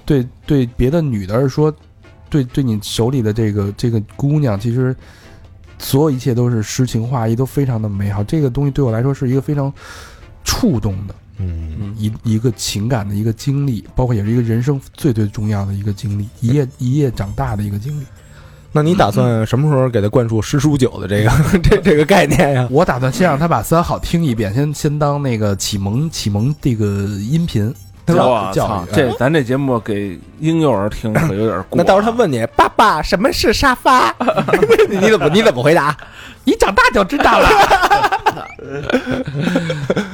Speaker 2: 对对别的女的，而是说对对你手里的这个这个姑娘，其实所有一切都是诗情画意，都非常的美好。这个东西对我来说是一个非常触动的，
Speaker 4: 嗯，
Speaker 2: 一一个情感的一个经历，包括也是一个人生最最重要的一个经历，一夜一夜长大的一个经历。
Speaker 4: 嗯那你打算什么时候给他灌输十输九的这个 [LAUGHS] 这这个概念呀？
Speaker 2: [LAUGHS] 我打算先让他把三好听一遍，先先当那个启蒙启蒙这个音频
Speaker 3: 我
Speaker 2: 教教，
Speaker 3: 操
Speaker 2: 育。
Speaker 3: 这咱这节目给婴幼儿听可有点过。
Speaker 4: 那到时候他问你爸爸什么是沙发， [LAUGHS] 你你怎么你怎么回答？
Speaker 2: 你长大就知道了。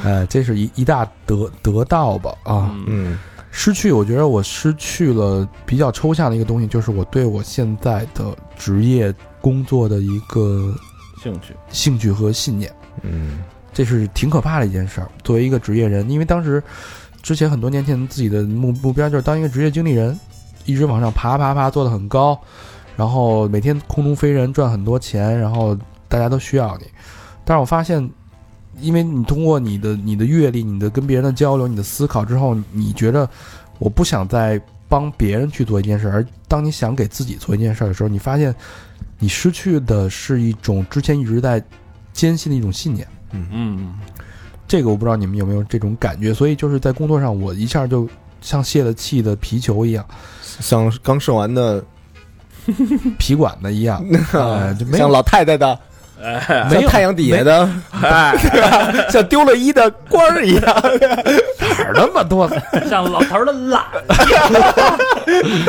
Speaker 2: 呃，这是一一大得得到吧啊，
Speaker 3: 嗯，
Speaker 4: 嗯
Speaker 2: 失去，我觉得我失去了比较抽象的一个东西，就是我对我现在的职业工作的一个
Speaker 3: 兴趣
Speaker 2: 兴趣和信念，
Speaker 4: 嗯
Speaker 2: 这是挺可怕的一件事儿。作为一个职业人，因为当时之前很多年前自己的目目标就是当一个职业经理人，一直往上爬爬爬，做得很高，然后每天空中飞人，赚很多钱，然后大家都需要你。但是我发现，因为你通过你的你的阅历、你的跟别人的交流、你的思考之后，你觉得我不想再帮别人去做一件事，而当你想给自己做一件事儿的时候，你发现你失去的是一种之前一直在坚信的一种信念。
Speaker 3: 嗯，
Speaker 2: 这个我不知道你们有没有这种感觉，所以就是在工作上，我一下就像泄了气的皮球一样，
Speaker 4: 像刚射完的，
Speaker 2: 皮管子一
Speaker 4: [LAUGHS]
Speaker 2: 样，呃、就没
Speaker 4: 像
Speaker 2: 有
Speaker 4: 老太太的，
Speaker 2: 没
Speaker 4: 像
Speaker 2: 有
Speaker 4: 太阳底下的，像丢了一的官儿一样。
Speaker 2: 哪儿那么多，
Speaker 8: 像老头的懒，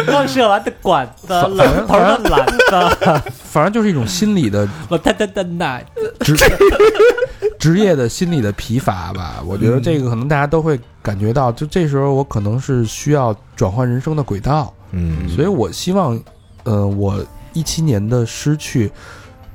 Speaker 8: 刚射完的管
Speaker 5: [LAUGHS]
Speaker 8: 子，
Speaker 2: 老头儿
Speaker 8: 的懒子，
Speaker 2: 反正就是一种心理的
Speaker 8: 我太太的奶，
Speaker 2: 职职业的心理的疲乏吧。我觉得这个可能大家都会感觉到，就这时候我可能是需要转换人生的轨道，
Speaker 4: 嗯
Speaker 2: 所以我希望，呃，我一七年的失去，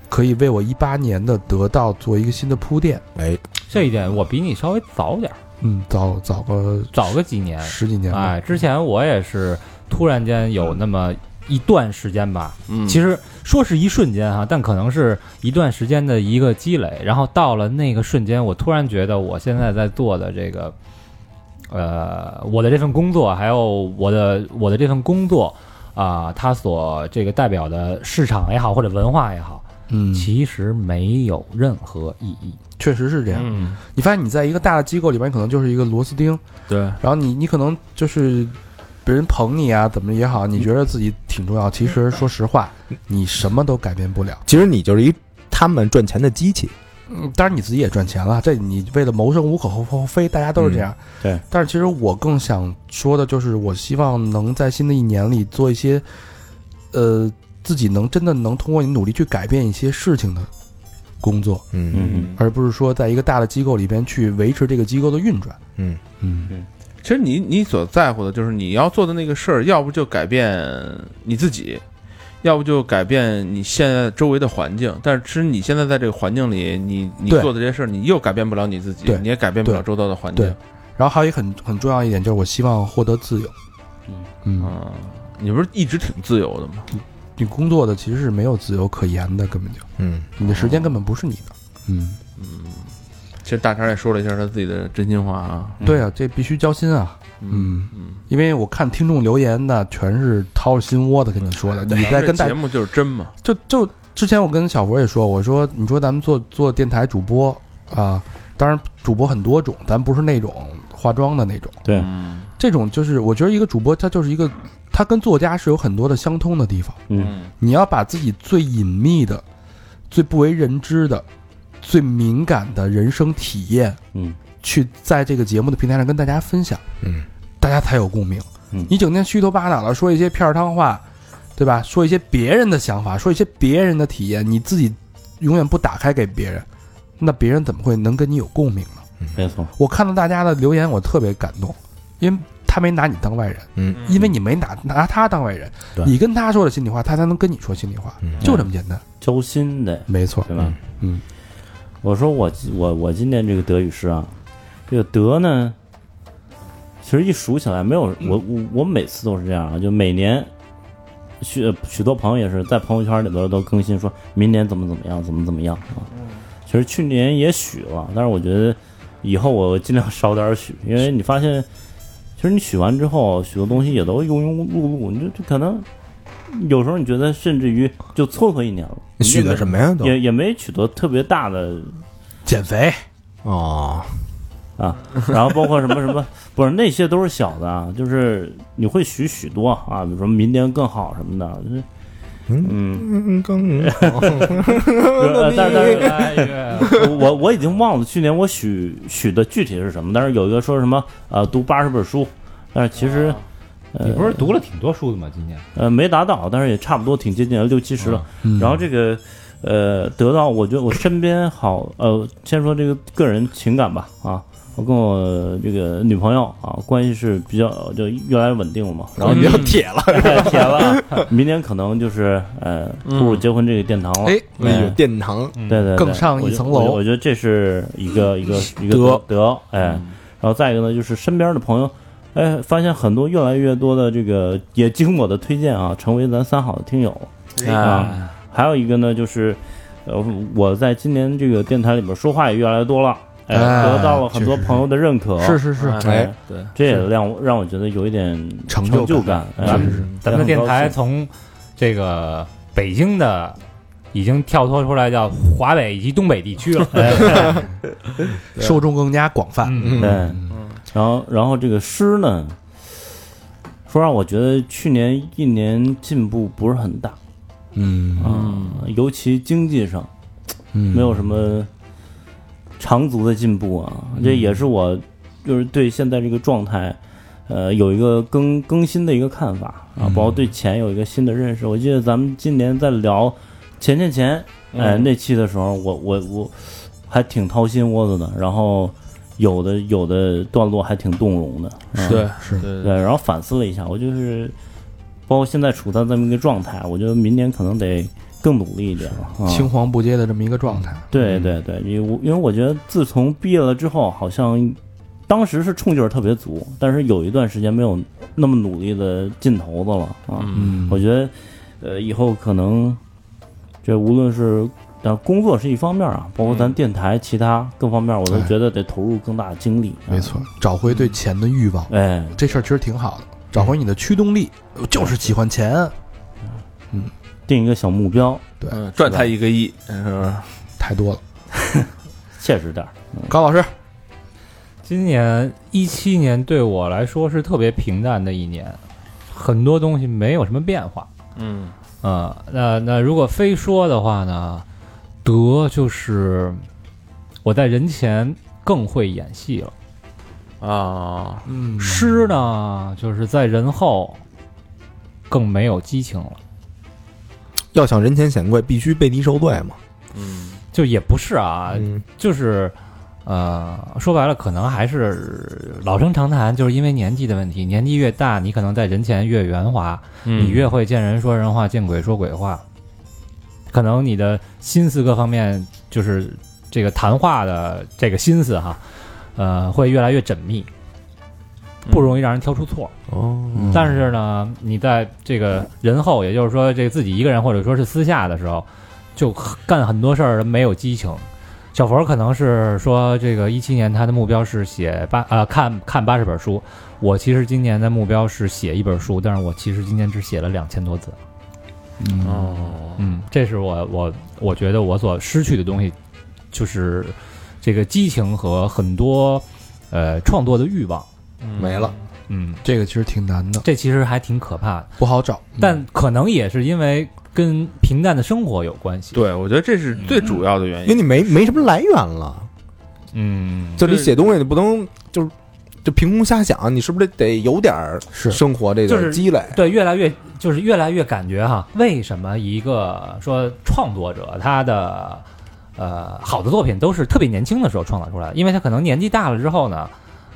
Speaker 2: 可以为我一八年的得到做一个新的铺垫。
Speaker 4: 哎，
Speaker 8: 这一点我比你稍微早点儿，
Speaker 2: 嗯，早早个
Speaker 8: 早个几年。
Speaker 2: 十几年吧。
Speaker 3: 嗯
Speaker 8: 哎，之前我也是突然间有那么一段时间吧，
Speaker 3: 嗯
Speaker 8: 其实说是一瞬间哈、但可能是一段时间的一个积累，然后到了那个瞬间，我突然觉得我现在在做的这个，呃，我的这份工作，还有我的我的这份工作啊、它所这个代表的市场也好，或者文化也好，
Speaker 2: 嗯，
Speaker 8: 其实没有任何意义。
Speaker 2: 确实是这样。
Speaker 3: 嗯，
Speaker 2: 你发现你在一个大的机构里边，你可能就是一个螺丝钉，
Speaker 3: 对，
Speaker 2: 然后你你可能就是别人捧你啊，怎么也好，你觉得自己挺重要，其实说实话，你什么都改变不了。
Speaker 4: 其实你就是一他们赚钱的机器。
Speaker 2: 嗯，当然你自己也赚钱了，这你为了谋生无可厚厚非，大家都是这样。
Speaker 5: 对，
Speaker 2: 但是其实我更想说的就是，我希望能在新的一年里做一些，呃，自己能真的能通过你努力去改变一些事情的工作，
Speaker 4: 嗯
Speaker 2: 而不是说在一个大的机构里边去维持这个机构的运转。
Speaker 4: 嗯
Speaker 2: 嗯。
Speaker 3: 其实你你所在乎的就是你要做的那个事儿，要不就改变你自己，要不就改变你现在周围的环境。但是，其实你现在在这个环境里，你你
Speaker 2: 对
Speaker 3: 做的这些事儿，你又改变不了你自己
Speaker 2: 对，
Speaker 3: 你也改变不了
Speaker 2: 对
Speaker 3: 周遭的环境
Speaker 2: 对。然后还有一个很很重要一点就是，我希望获得自由。嗯嗯，
Speaker 3: 嗯，你不是一直挺自由的吗？
Speaker 2: 你工作的其实是没有自由可言的，根本就
Speaker 4: 嗯，
Speaker 2: 你的时间根本不是你的。嗯，
Speaker 3: 其实大肠也说了一下他自己的真心话啊。
Speaker 2: 对啊，这必须交心啊。嗯
Speaker 3: 嗯，
Speaker 2: 因为我看听众留言的全是掏着心窝子跟你说的，你在
Speaker 3: 嗯这
Speaker 2: 跟大
Speaker 3: 节目就是真嘛？
Speaker 2: 就就之前我跟小佛也说，我说你说咱们做做电台主播啊，当然主播很多种，咱不是那种化妆的那种。
Speaker 5: 对
Speaker 3: 嗯
Speaker 2: 这种就是我觉得一个主播他就是一个，他跟作家是有很多的相通的地方。
Speaker 5: 嗯
Speaker 3: 嗯
Speaker 2: 你要把自己最隐秘的、最不为人知的、最敏感的人生体验，
Speaker 5: 嗯，
Speaker 2: 去在这个节目的平台上跟大家分享，
Speaker 4: 嗯，
Speaker 2: 大家才有共鸣。
Speaker 5: 嗯
Speaker 2: 你整天虚头巴脑的说一些片儿汤话，对吧？说一些别人的想法，说一些别人的体验，你自己永远不打开给别人，那别人怎么会能跟你有共鸣呢？
Speaker 5: 没错，
Speaker 2: 我看到大家的留言，我特别感动，因为他没拿你当外人，
Speaker 4: 嗯，
Speaker 2: 因为你没拿拿他当外人，
Speaker 5: 对
Speaker 2: 你跟他说了心里话，他才能跟你说心里话，
Speaker 4: 嗯
Speaker 2: 就这么简单。
Speaker 5: 交心的，
Speaker 2: 没错，
Speaker 5: 对吧？
Speaker 2: 嗯，
Speaker 5: 我说我我我今年这个德语诗啊，这个德呢，其实一数起来没有我我我每次都是这样啊，就每年许许多朋友也是在朋友圈里边都更新说明年怎么怎么样，怎么怎么样啊。
Speaker 2: 嗯
Speaker 5: 其实去年也许了，但是我觉得以后我尽量少点许，因为你发现，其实你许完之后，许多东西也都庸庸碌碌，你就就可能有时候你觉得甚至于就凑合一年了，
Speaker 4: 许的什么呀都？
Speaker 5: 也也没取得特别大的
Speaker 2: 减肥
Speaker 4: 哦，
Speaker 5: 啊，然后包括什么什么，不是那些都是小的啊，就是你会许许多啊，比如说明年更好什么的，就是嗯，
Speaker 4: 嗯，更
Speaker 5: 呃但是但是
Speaker 8: 越来越
Speaker 5: 我我已经忘了去年我许许的具体是什么，但是有一个说什么呃读八十本书，但是其实呃
Speaker 8: 你不是读了挺多书的吗？今年
Speaker 5: 呃没达到，但是也差不多挺接近了六七十了。然后这个呃得到，我觉得我身边好呃，先说这个个人情感吧啊。我跟我这个女朋友啊，关系是比较就越来越稳定了嘛，然后
Speaker 4: 比较铁了，
Speaker 5: 太甜了啊，明年可能就是呃步入结婚这个殿堂了。
Speaker 2: 哎
Speaker 4: 那个殿堂
Speaker 5: 对对，对
Speaker 2: 更上一层楼嗯
Speaker 5: 我觉得我觉得这是一个一个一个
Speaker 4: 德
Speaker 5: 德，哎，然后再一个呢，就是身边的朋友，哎，发现很多越来越多的这个也经我的推荐啊，成为咱三好的听友。
Speaker 2: 哎
Speaker 3: 啊，
Speaker 5: 还有一个呢，就是呃，我在今年这个电台里面说话也越来越多了，哎，
Speaker 2: 哎
Speaker 5: 得到了很多朋友的认可，
Speaker 2: 是是是，
Speaker 4: 哎，
Speaker 3: 对，
Speaker 5: 这也让我让我觉得有一点
Speaker 2: 成
Speaker 5: 就
Speaker 2: 就
Speaker 5: 感。哎
Speaker 2: 是是
Speaker 8: 咱们的电台从这个北京的已经跳脱出来叫华北以及东北地区了。
Speaker 2: 受众更加广泛。
Speaker 8: 嗯，
Speaker 5: 对，然后然后这个诗呢，说让我觉得去年一年进步不是很大，
Speaker 2: 嗯
Speaker 5: 嗯，尤其经济上
Speaker 2: 嗯，
Speaker 5: 没有什么长足的进步啊，
Speaker 2: 嗯
Speaker 5: 这也是我就是对现在这个状态。呃，有一个更更新的一个看法啊，
Speaker 2: 嗯
Speaker 5: 包括对钱有一个新的认识。我记得咱们今年在聊钱钱钱，哎、
Speaker 2: 嗯
Speaker 5: 那期的时候，我我我还挺掏心窝子的，然后有的有的段落还挺动容的，嗯、
Speaker 3: 对是，
Speaker 5: 对，
Speaker 3: 对
Speaker 5: 然后反思了一下，我就是包括现在处在这么一个状态，我觉得明年可能得更努力一点了。啊、
Speaker 2: 青黄不接的这么一个状态。
Speaker 5: 对对对，因为我因为我觉得自从毕业了之后，好像当时是冲劲儿特别足，但是有一段时间没有那么努力的劲头子了啊。
Speaker 2: 嗯
Speaker 5: 我觉得呃，以后可能这无论是但工作是一方面啊，包括咱电台其他各方面，我都
Speaker 2: 嗯哎
Speaker 5: 觉得得投入更大的精力。啊
Speaker 2: 没，错，嗯找回对钱的欲望，
Speaker 5: 哎，
Speaker 2: 这事儿其实挺好的，找回你的驱动力，我就是喜欢钱，
Speaker 5: 定一个小目标，
Speaker 3: 嗯，赚他一个亿，是不是？
Speaker 2: 太多了。
Speaker 5: 切实点儿。
Speaker 2: 高老师，
Speaker 8: 今年一七年对我来说是特别平淡的一年，很多东西没有什么变化。
Speaker 3: 嗯
Speaker 8: 啊、那那如果非说的话呢，德就是我在人前更会演戏了，
Speaker 3: 啊，
Speaker 2: 嗯
Speaker 8: 诗呢就是在人后更没有激情了。
Speaker 4: 要想人前显贵，必须背地受罪嘛。
Speaker 3: 嗯
Speaker 8: 就也不是啊，
Speaker 4: 嗯，
Speaker 8: 就是，呃，说白了，可能还是老生常谈，就是因为年纪的问题。年纪越大，你可能在人前越圆滑，
Speaker 3: 嗯
Speaker 8: 你越会见人说人话，见鬼说鬼话。可能你的心思各方面，就是这个谈话的这个心思哈，呃，会越来越缜密，
Speaker 3: 嗯
Speaker 8: 不容易让人挑出错。
Speaker 4: 哦，
Speaker 8: 但是呢，你在这个人后，也就是说这自己一个人或者说是私下的时候，就干很多事儿没有激情。小佛可能是说，这个一七年他的目标是写八呃看看八十本书，我其实今年的目标是写一本书，但是我其实今年只写了两千多字。
Speaker 3: 哦，
Speaker 8: 嗯，这是我我我觉得我所失去的东西，就是这个激情和很多呃创作的欲望。
Speaker 4: 没了。
Speaker 8: 嗯，
Speaker 2: 这个其实挺难的，
Speaker 8: 这其实还挺可怕的。
Speaker 2: 不好找。
Speaker 8: 但可能也是因为跟平淡的生活有关系。，
Speaker 3: 对，我觉得这是
Speaker 5: 嗯
Speaker 3: 最主要的原
Speaker 4: 哎因为
Speaker 3: 因。
Speaker 4: 你没没什么来源了，
Speaker 8: 嗯，
Speaker 4: 就你
Speaker 3: 对
Speaker 4: 写东西你不能就是就凭空瞎想，你是不是得有点儿
Speaker 2: 是
Speaker 4: 生活这
Speaker 8: 就是
Speaker 4: 个积累？
Speaker 8: 对，越来越就是越来越感觉哈，为什么一个说创作者他的呃好的作品都是特别年轻的时候创造出来的，因为他可能年纪大了之后呢，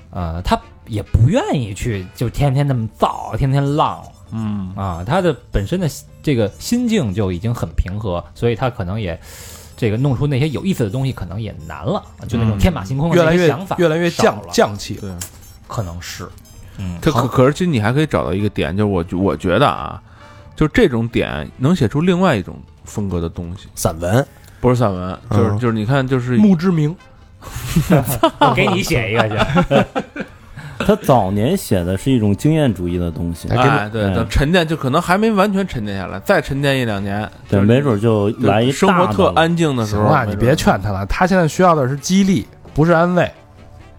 Speaker 8: 呃，他也不愿意去就天天那么造，天天浪。
Speaker 3: 嗯
Speaker 8: 啊，他的本身的这个心境就已经很平和，所以他可能也这个弄出那些有意思的东西可能也难了，就那种
Speaker 3: 嗯
Speaker 8: 天马行空的
Speaker 2: 越来
Speaker 8: 那些
Speaker 2: 越
Speaker 8: 想法
Speaker 2: 越来越
Speaker 8: 少
Speaker 2: 降
Speaker 8: 了
Speaker 2: 降气，
Speaker 3: 对，
Speaker 8: 可能是，嗯，
Speaker 3: 可可可是，其实你还可以找到一个点，就是我觉我觉得啊，就这种点能写出另外一种风格的东西，
Speaker 4: 散文
Speaker 3: 不是散文，就是
Speaker 4: 嗯
Speaker 3: 就是你看，就是
Speaker 2: 墓志铭
Speaker 8: 我给你写一个
Speaker 2: [LAUGHS]
Speaker 8: 去。
Speaker 5: 他早年写的是一种经验主义的东西，
Speaker 3: 哎，对，
Speaker 5: 哎
Speaker 3: 等沉淀就可能还没完全沉淀下来，再沉淀一两年，
Speaker 5: 对，
Speaker 3: 就是
Speaker 5: 没准就
Speaker 3: 就
Speaker 5: 来一
Speaker 3: 生活
Speaker 5: 大的
Speaker 3: 特
Speaker 5: 了
Speaker 3: 安静的时
Speaker 2: 行
Speaker 3: 候
Speaker 2: 了，
Speaker 3: 没
Speaker 2: 你
Speaker 3: 准
Speaker 2: 别劝他了，他现在需要的是激励，不是安慰。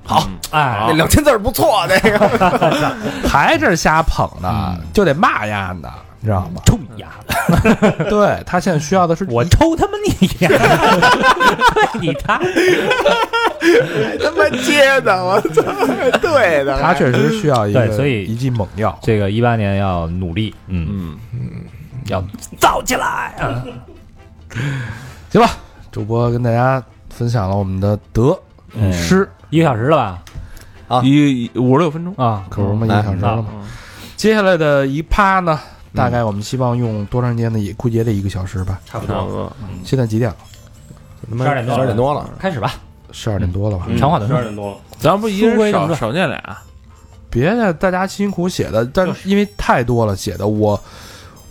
Speaker 4: 好，
Speaker 8: 哎，
Speaker 4: 那两千字儿不错，那个
Speaker 2: [LAUGHS] 还这儿瞎捧
Speaker 8: 嗯
Speaker 2: 呢，就得骂丫呢，你知道
Speaker 8: [LAUGHS]
Speaker 2: 吗？
Speaker 8: 冲你丫的！
Speaker 2: 对他现在需要的是
Speaker 8: 我抽他妈你丫的！ [LAUGHS] 对你他，
Speaker 4: 他妈接的，我操，对的，
Speaker 2: 他确实需要一个，
Speaker 8: 对所以
Speaker 2: 一剂猛药。
Speaker 8: 这个一八年要努力，嗯，
Speaker 3: 嗯，
Speaker 8: 要造起来。啊
Speaker 2: 行吧，主播跟大家分享了我们的德
Speaker 8: 嗯
Speaker 2: 与诗，
Speaker 8: 一个小时了吧？
Speaker 2: 啊
Speaker 3: 一五十六分钟，嗯
Speaker 8: 啊，
Speaker 2: 可不是嘛，一
Speaker 4: 嗯
Speaker 2: 个小时了嘛。接下来的一趴呢，
Speaker 4: 嗯
Speaker 2: 大概我们希望用多长时间呢？也估计也得一个小时吧。
Speaker 3: 差不多。
Speaker 4: 嗯
Speaker 2: 现在几点了？
Speaker 4: 他妈
Speaker 8: 12点多了
Speaker 4: 十二点多了，
Speaker 8: 开始吧，
Speaker 2: 十二点多了吧？
Speaker 3: 嗯
Speaker 8: 长话短
Speaker 5: 十二
Speaker 8: 说。
Speaker 5: 点多了，
Speaker 3: 咱不一人
Speaker 8: 书归正
Speaker 3: 少
Speaker 8: 传
Speaker 3: 少念俩，啊
Speaker 2: 别的大家辛苦写的，但是因为太多了写的，我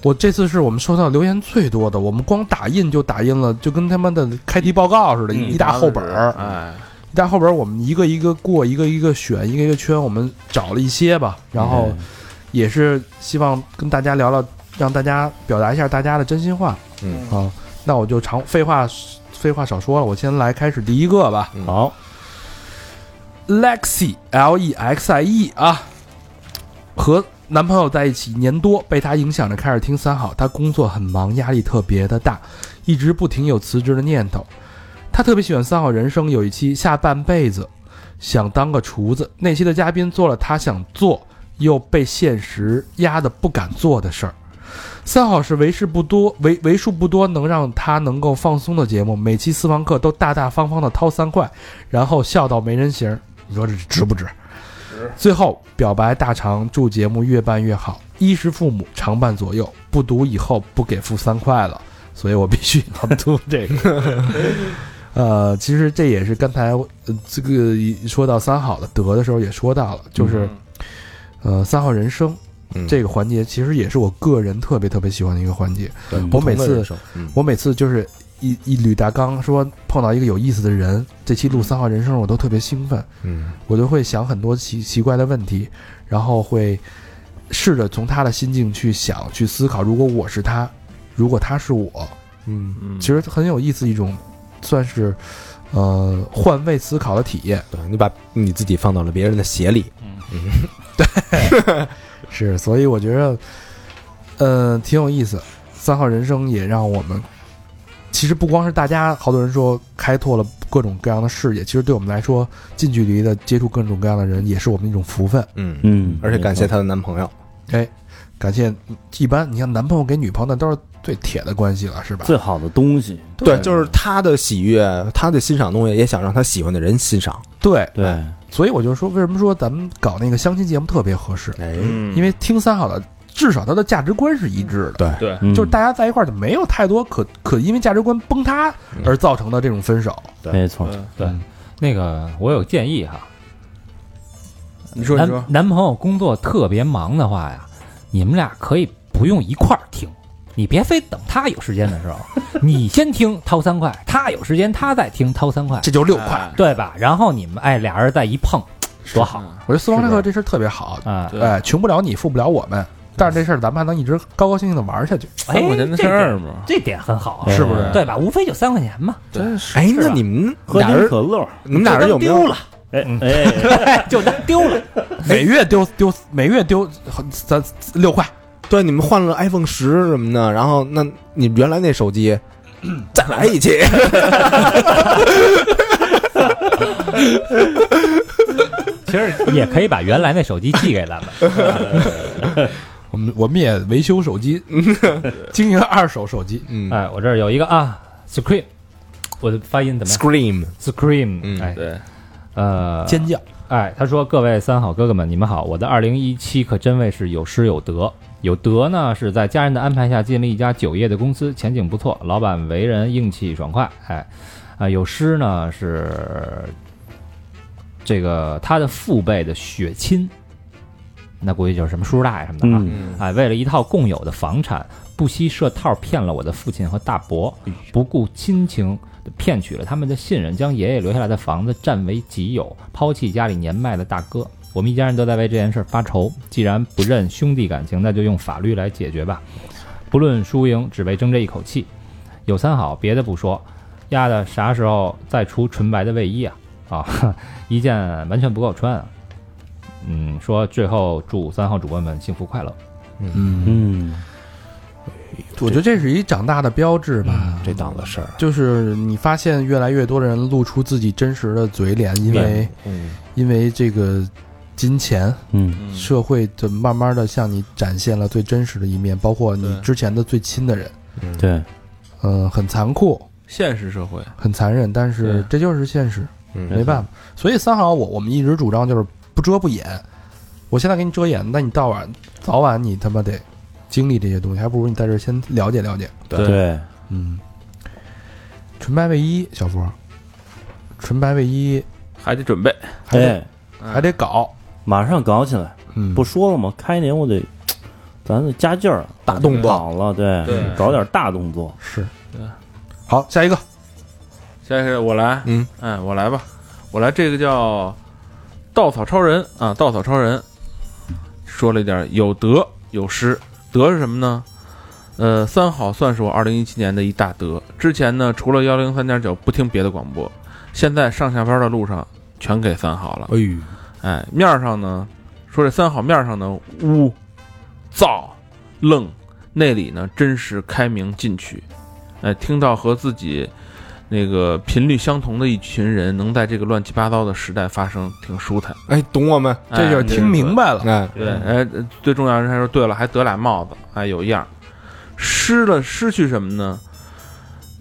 Speaker 2: 我这次是我们收到留言最多的，我们光打印就打印了，就跟他妈的开题报告似的，
Speaker 3: 嗯
Speaker 2: 一大厚本儿，
Speaker 3: 哎，
Speaker 2: 一大厚本儿，我们一个一个过，一个一个选，一个一个圈，我们找了一些吧，然后
Speaker 4: 哦
Speaker 2: 也是希望跟大家聊聊，让大家表达一下大家的真心话，
Speaker 4: 嗯
Speaker 2: 啊，那我就长废话废话少说了，我先来开始第一个吧，
Speaker 3: 嗯
Speaker 5: 好，
Speaker 2: Lexi L E X I E 啊，和男朋友在一起一年多，被他影响着开始听三好。他工作很忙，压力特别的大，一直不停有辞职的念头。他特别喜欢三好人生，有一期下半辈子想当个厨子，那期的嘉宾做了他想做又被现实压得不敢做的事儿。三好是为数不多为为数不多能让他能够放松的节目，每期私房课都大大方方的掏三块，然后笑到没人形儿。你说这值不值？最后表白大肠，祝节目越办越好，衣食父母常伴左右，不读以后不给付三块了，所以我必须要读 [LAUGHS] 这个。呃，其实这也是刚才我呃这个一说到三好的德的时候也说到了，就是、
Speaker 3: 嗯
Speaker 2: 呃三好人生。
Speaker 4: 嗯
Speaker 2: 这个环节其实也是我个人特别特别喜欢的一个环节。我每次
Speaker 4: 嗯
Speaker 2: 我每次就是一一捋大纲，说碰到一个有意思的人，这期录三号人生，我都特别兴奋，
Speaker 4: 嗯
Speaker 2: 我就会想很多奇奇怪的问题，然后会试着从他的心境去想、去思考，如果我是他，如果他是我，
Speaker 4: 嗯，
Speaker 3: 嗯
Speaker 2: 其实很有意思一种，算是呃换位思考的体验。
Speaker 4: 对你把你自己放到了别人的鞋里，
Speaker 2: 是，所以我觉得，呃，挺有意思。三号人生也让我们，其实不光是大家，好多人说开拓了各种各样的视野，其实对我们来说，近距离的接触各种各样的人，也是我们一种福分。
Speaker 4: 嗯，
Speaker 5: 嗯
Speaker 4: 而且感谢她的男朋友，
Speaker 2: 哎，感谢。一般你看，男朋友给女朋友那都是最铁的关系了，是吧？
Speaker 5: 最好的东西，
Speaker 4: 对，就是她的喜悦，她的欣赏东西，也想让她喜欢的人欣赏，
Speaker 2: 对，
Speaker 5: 对，
Speaker 4: 哎
Speaker 2: 所以我就说，为什么说咱们搞那个相亲节目特别合适？
Speaker 4: 哎，
Speaker 3: 嗯
Speaker 2: 因为听三好的，至少他的价值观是一致的。
Speaker 4: 对，
Speaker 3: 对，
Speaker 5: 嗯
Speaker 2: 就是大家在一块儿就没有太多可可因为价值观崩塌而造成的这种分手。
Speaker 5: 没错，
Speaker 4: 呃
Speaker 3: 嗯
Speaker 8: 对，那个我有建议哈，
Speaker 3: 你说你
Speaker 8: 男
Speaker 3: 说，
Speaker 8: 男朋友工作特别忙的话呀，你们俩可以不用一块儿听，你别非等他有时间的时 [LAUGHS] 候，你先听掏三块，他有时间他再听掏三块，
Speaker 2: 这就六块。
Speaker 3: 哎，
Speaker 8: 对吧？然后你们哎俩人再一碰，多好
Speaker 2: 我觉得私房课这事儿特别好，
Speaker 8: 啊！
Speaker 3: 对
Speaker 2: 哎，穷不了你，富不了我们，但是这事儿咱们还能一直高高兴兴的玩下去。
Speaker 8: 哎
Speaker 3: 三块钱的
Speaker 8: 这
Speaker 3: 事儿
Speaker 8: 点
Speaker 3: 嘛，
Speaker 8: 这点很好啊，
Speaker 5: 是不是
Speaker 8: 对吧？无非就三块钱 [LAUGHS] 嘛，
Speaker 3: 真
Speaker 4: 是，哎，那你们
Speaker 5: 喝
Speaker 4: 俩
Speaker 5: 点
Speaker 4: 人，嗯
Speaker 5: 可乐，
Speaker 4: 你们俩人有没有
Speaker 5: 丢了？哎
Speaker 3: 嗯
Speaker 5: 哎，
Speaker 8: 就当丢了。
Speaker 2: 每月丢丢，每月丢咱六块，
Speaker 4: 对，你们换了 iPhone 十什么的，然后那你原来那手机再来一期，
Speaker 8: 其实也可以把原来那手机寄给咱们，
Speaker 2: 我们我们也维修手
Speaker 4: [LAUGHS]
Speaker 2: 机，经营二手手机。
Speaker 4: 嗯
Speaker 8: [LAUGHS] 哎，我这儿有一个啊，scream，我的发音怎么样
Speaker 4: ，Scream，
Speaker 8: ？scream，、
Speaker 4: 嗯
Speaker 8: 哎，
Speaker 3: 对，
Speaker 8: 呃，
Speaker 2: 尖叫，
Speaker 8: 哎，他说：“各位三好哥哥们，你们好！我的二零一七可真谓是有失有得。有得呢，是在家人的安排下进了一家酒业的公司，前景不错，老板为人硬气爽快。哎，啊、有失呢是这个他的父辈的血亲，那估计就是什么叔叔大爷什么的啊。
Speaker 5: 嗯，
Speaker 8: 哎，为了一套共有的房产，不惜设套骗了我的父亲和大伯，不顾亲情地骗取了他们的信任，将爷爷留下来的房子占为己有，抛弃家里年迈的大哥。我们一家人都在为这件事发愁。既然不认兄弟感情，那就用法律来解决吧，不论输赢，只为争这一口气。有三好，别的不说，丫的啥时候再出纯白的卫衣啊？啊， [LAUGHS] 一件完全不够穿啊。嗯，说最后祝三号主播们幸福快乐。
Speaker 2: 嗯，
Speaker 5: 嗯，
Speaker 2: 我觉得这是一长大的标志吧。
Speaker 4: 这档子事儿，
Speaker 2: 嗯就是你发现越来越多的人露出自己真实的嘴脸，因为
Speaker 4: 嗯，
Speaker 2: 因为这个金钱，
Speaker 5: 嗯，
Speaker 2: 社会的慢慢的向你展现了最真实的一面，包括你
Speaker 3: 对
Speaker 2: 之前的最亲的人，
Speaker 5: 对，
Speaker 2: 嗯，很残酷，
Speaker 3: 现实社会，
Speaker 2: 很残忍，但是这就是现实，
Speaker 4: 嗯
Speaker 2: 没办法。所以三好我我们一直主张就是不遮不掩，我现在给你遮掩，那你到晚早晚你他妈得经历这些东西，还不如你在这儿先了解了解。
Speaker 5: 对，
Speaker 2: 嗯，纯白卫衣，小佛，纯白卫衣
Speaker 3: 还得准备，
Speaker 2: 还得、
Speaker 5: 哎，
Speaker 2: 还得搞，
Speaker 5: 马上搞起来，
Speaker 2: 嗯，
Speaker 5: 不说了吗？开年我得，咱得加劲儿，
Speaker 4: 大动作
Speaker 5: 搞了，对，
Speaker 3: 对
Speaker 5: 搞点大动作。
Speaker 2: 是
Speaker 3: 对，
Speaker 2: 好，下一个，
Speaker 3: 下一个我来，
Speaker 4: 嗯，
Speaker 3: 哎，我来吧，我来这个叫稻草超人啊，稻草超人说了一点有得有失，得是什么呢？呃，三好算是我二零一七年的一大得。之前呢，除了幺零三点九不听别的广播，现在上下班的路上全给三好了。
Speaker 2: 哎呦，
Speaker 3: 哎，面儿上呢，说这三好面儿上呢，污、燥、愣，内里呢真实、开明、进取。哎，听到和自己那个频率相同的一群人能在这个乱七八糟的时代发生，挺舒坦。
Speaker 4: 哎，懂我们，
Speaker 2: 这就是听明白了，
Speaker 4: 哎，
Speaker 3: 对，哎，最重要的是还说对了，还得俩帽子，哎，有样儿。失了，失去什么呢？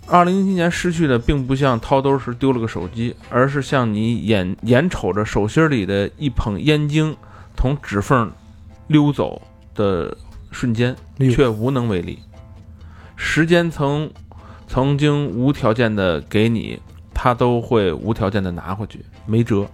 Speaker 3: 二零一七年失去的，并不像掏兜时丢了个手机，而是像你眼眼瞅着手心里的一捧烟晶从指缝溜走的瞬间，
Speaker 4: 哎呦
Speaker 3: 却无能为力。时间曾曾经无条件的给你，他都会无条件的拿回去，没辙。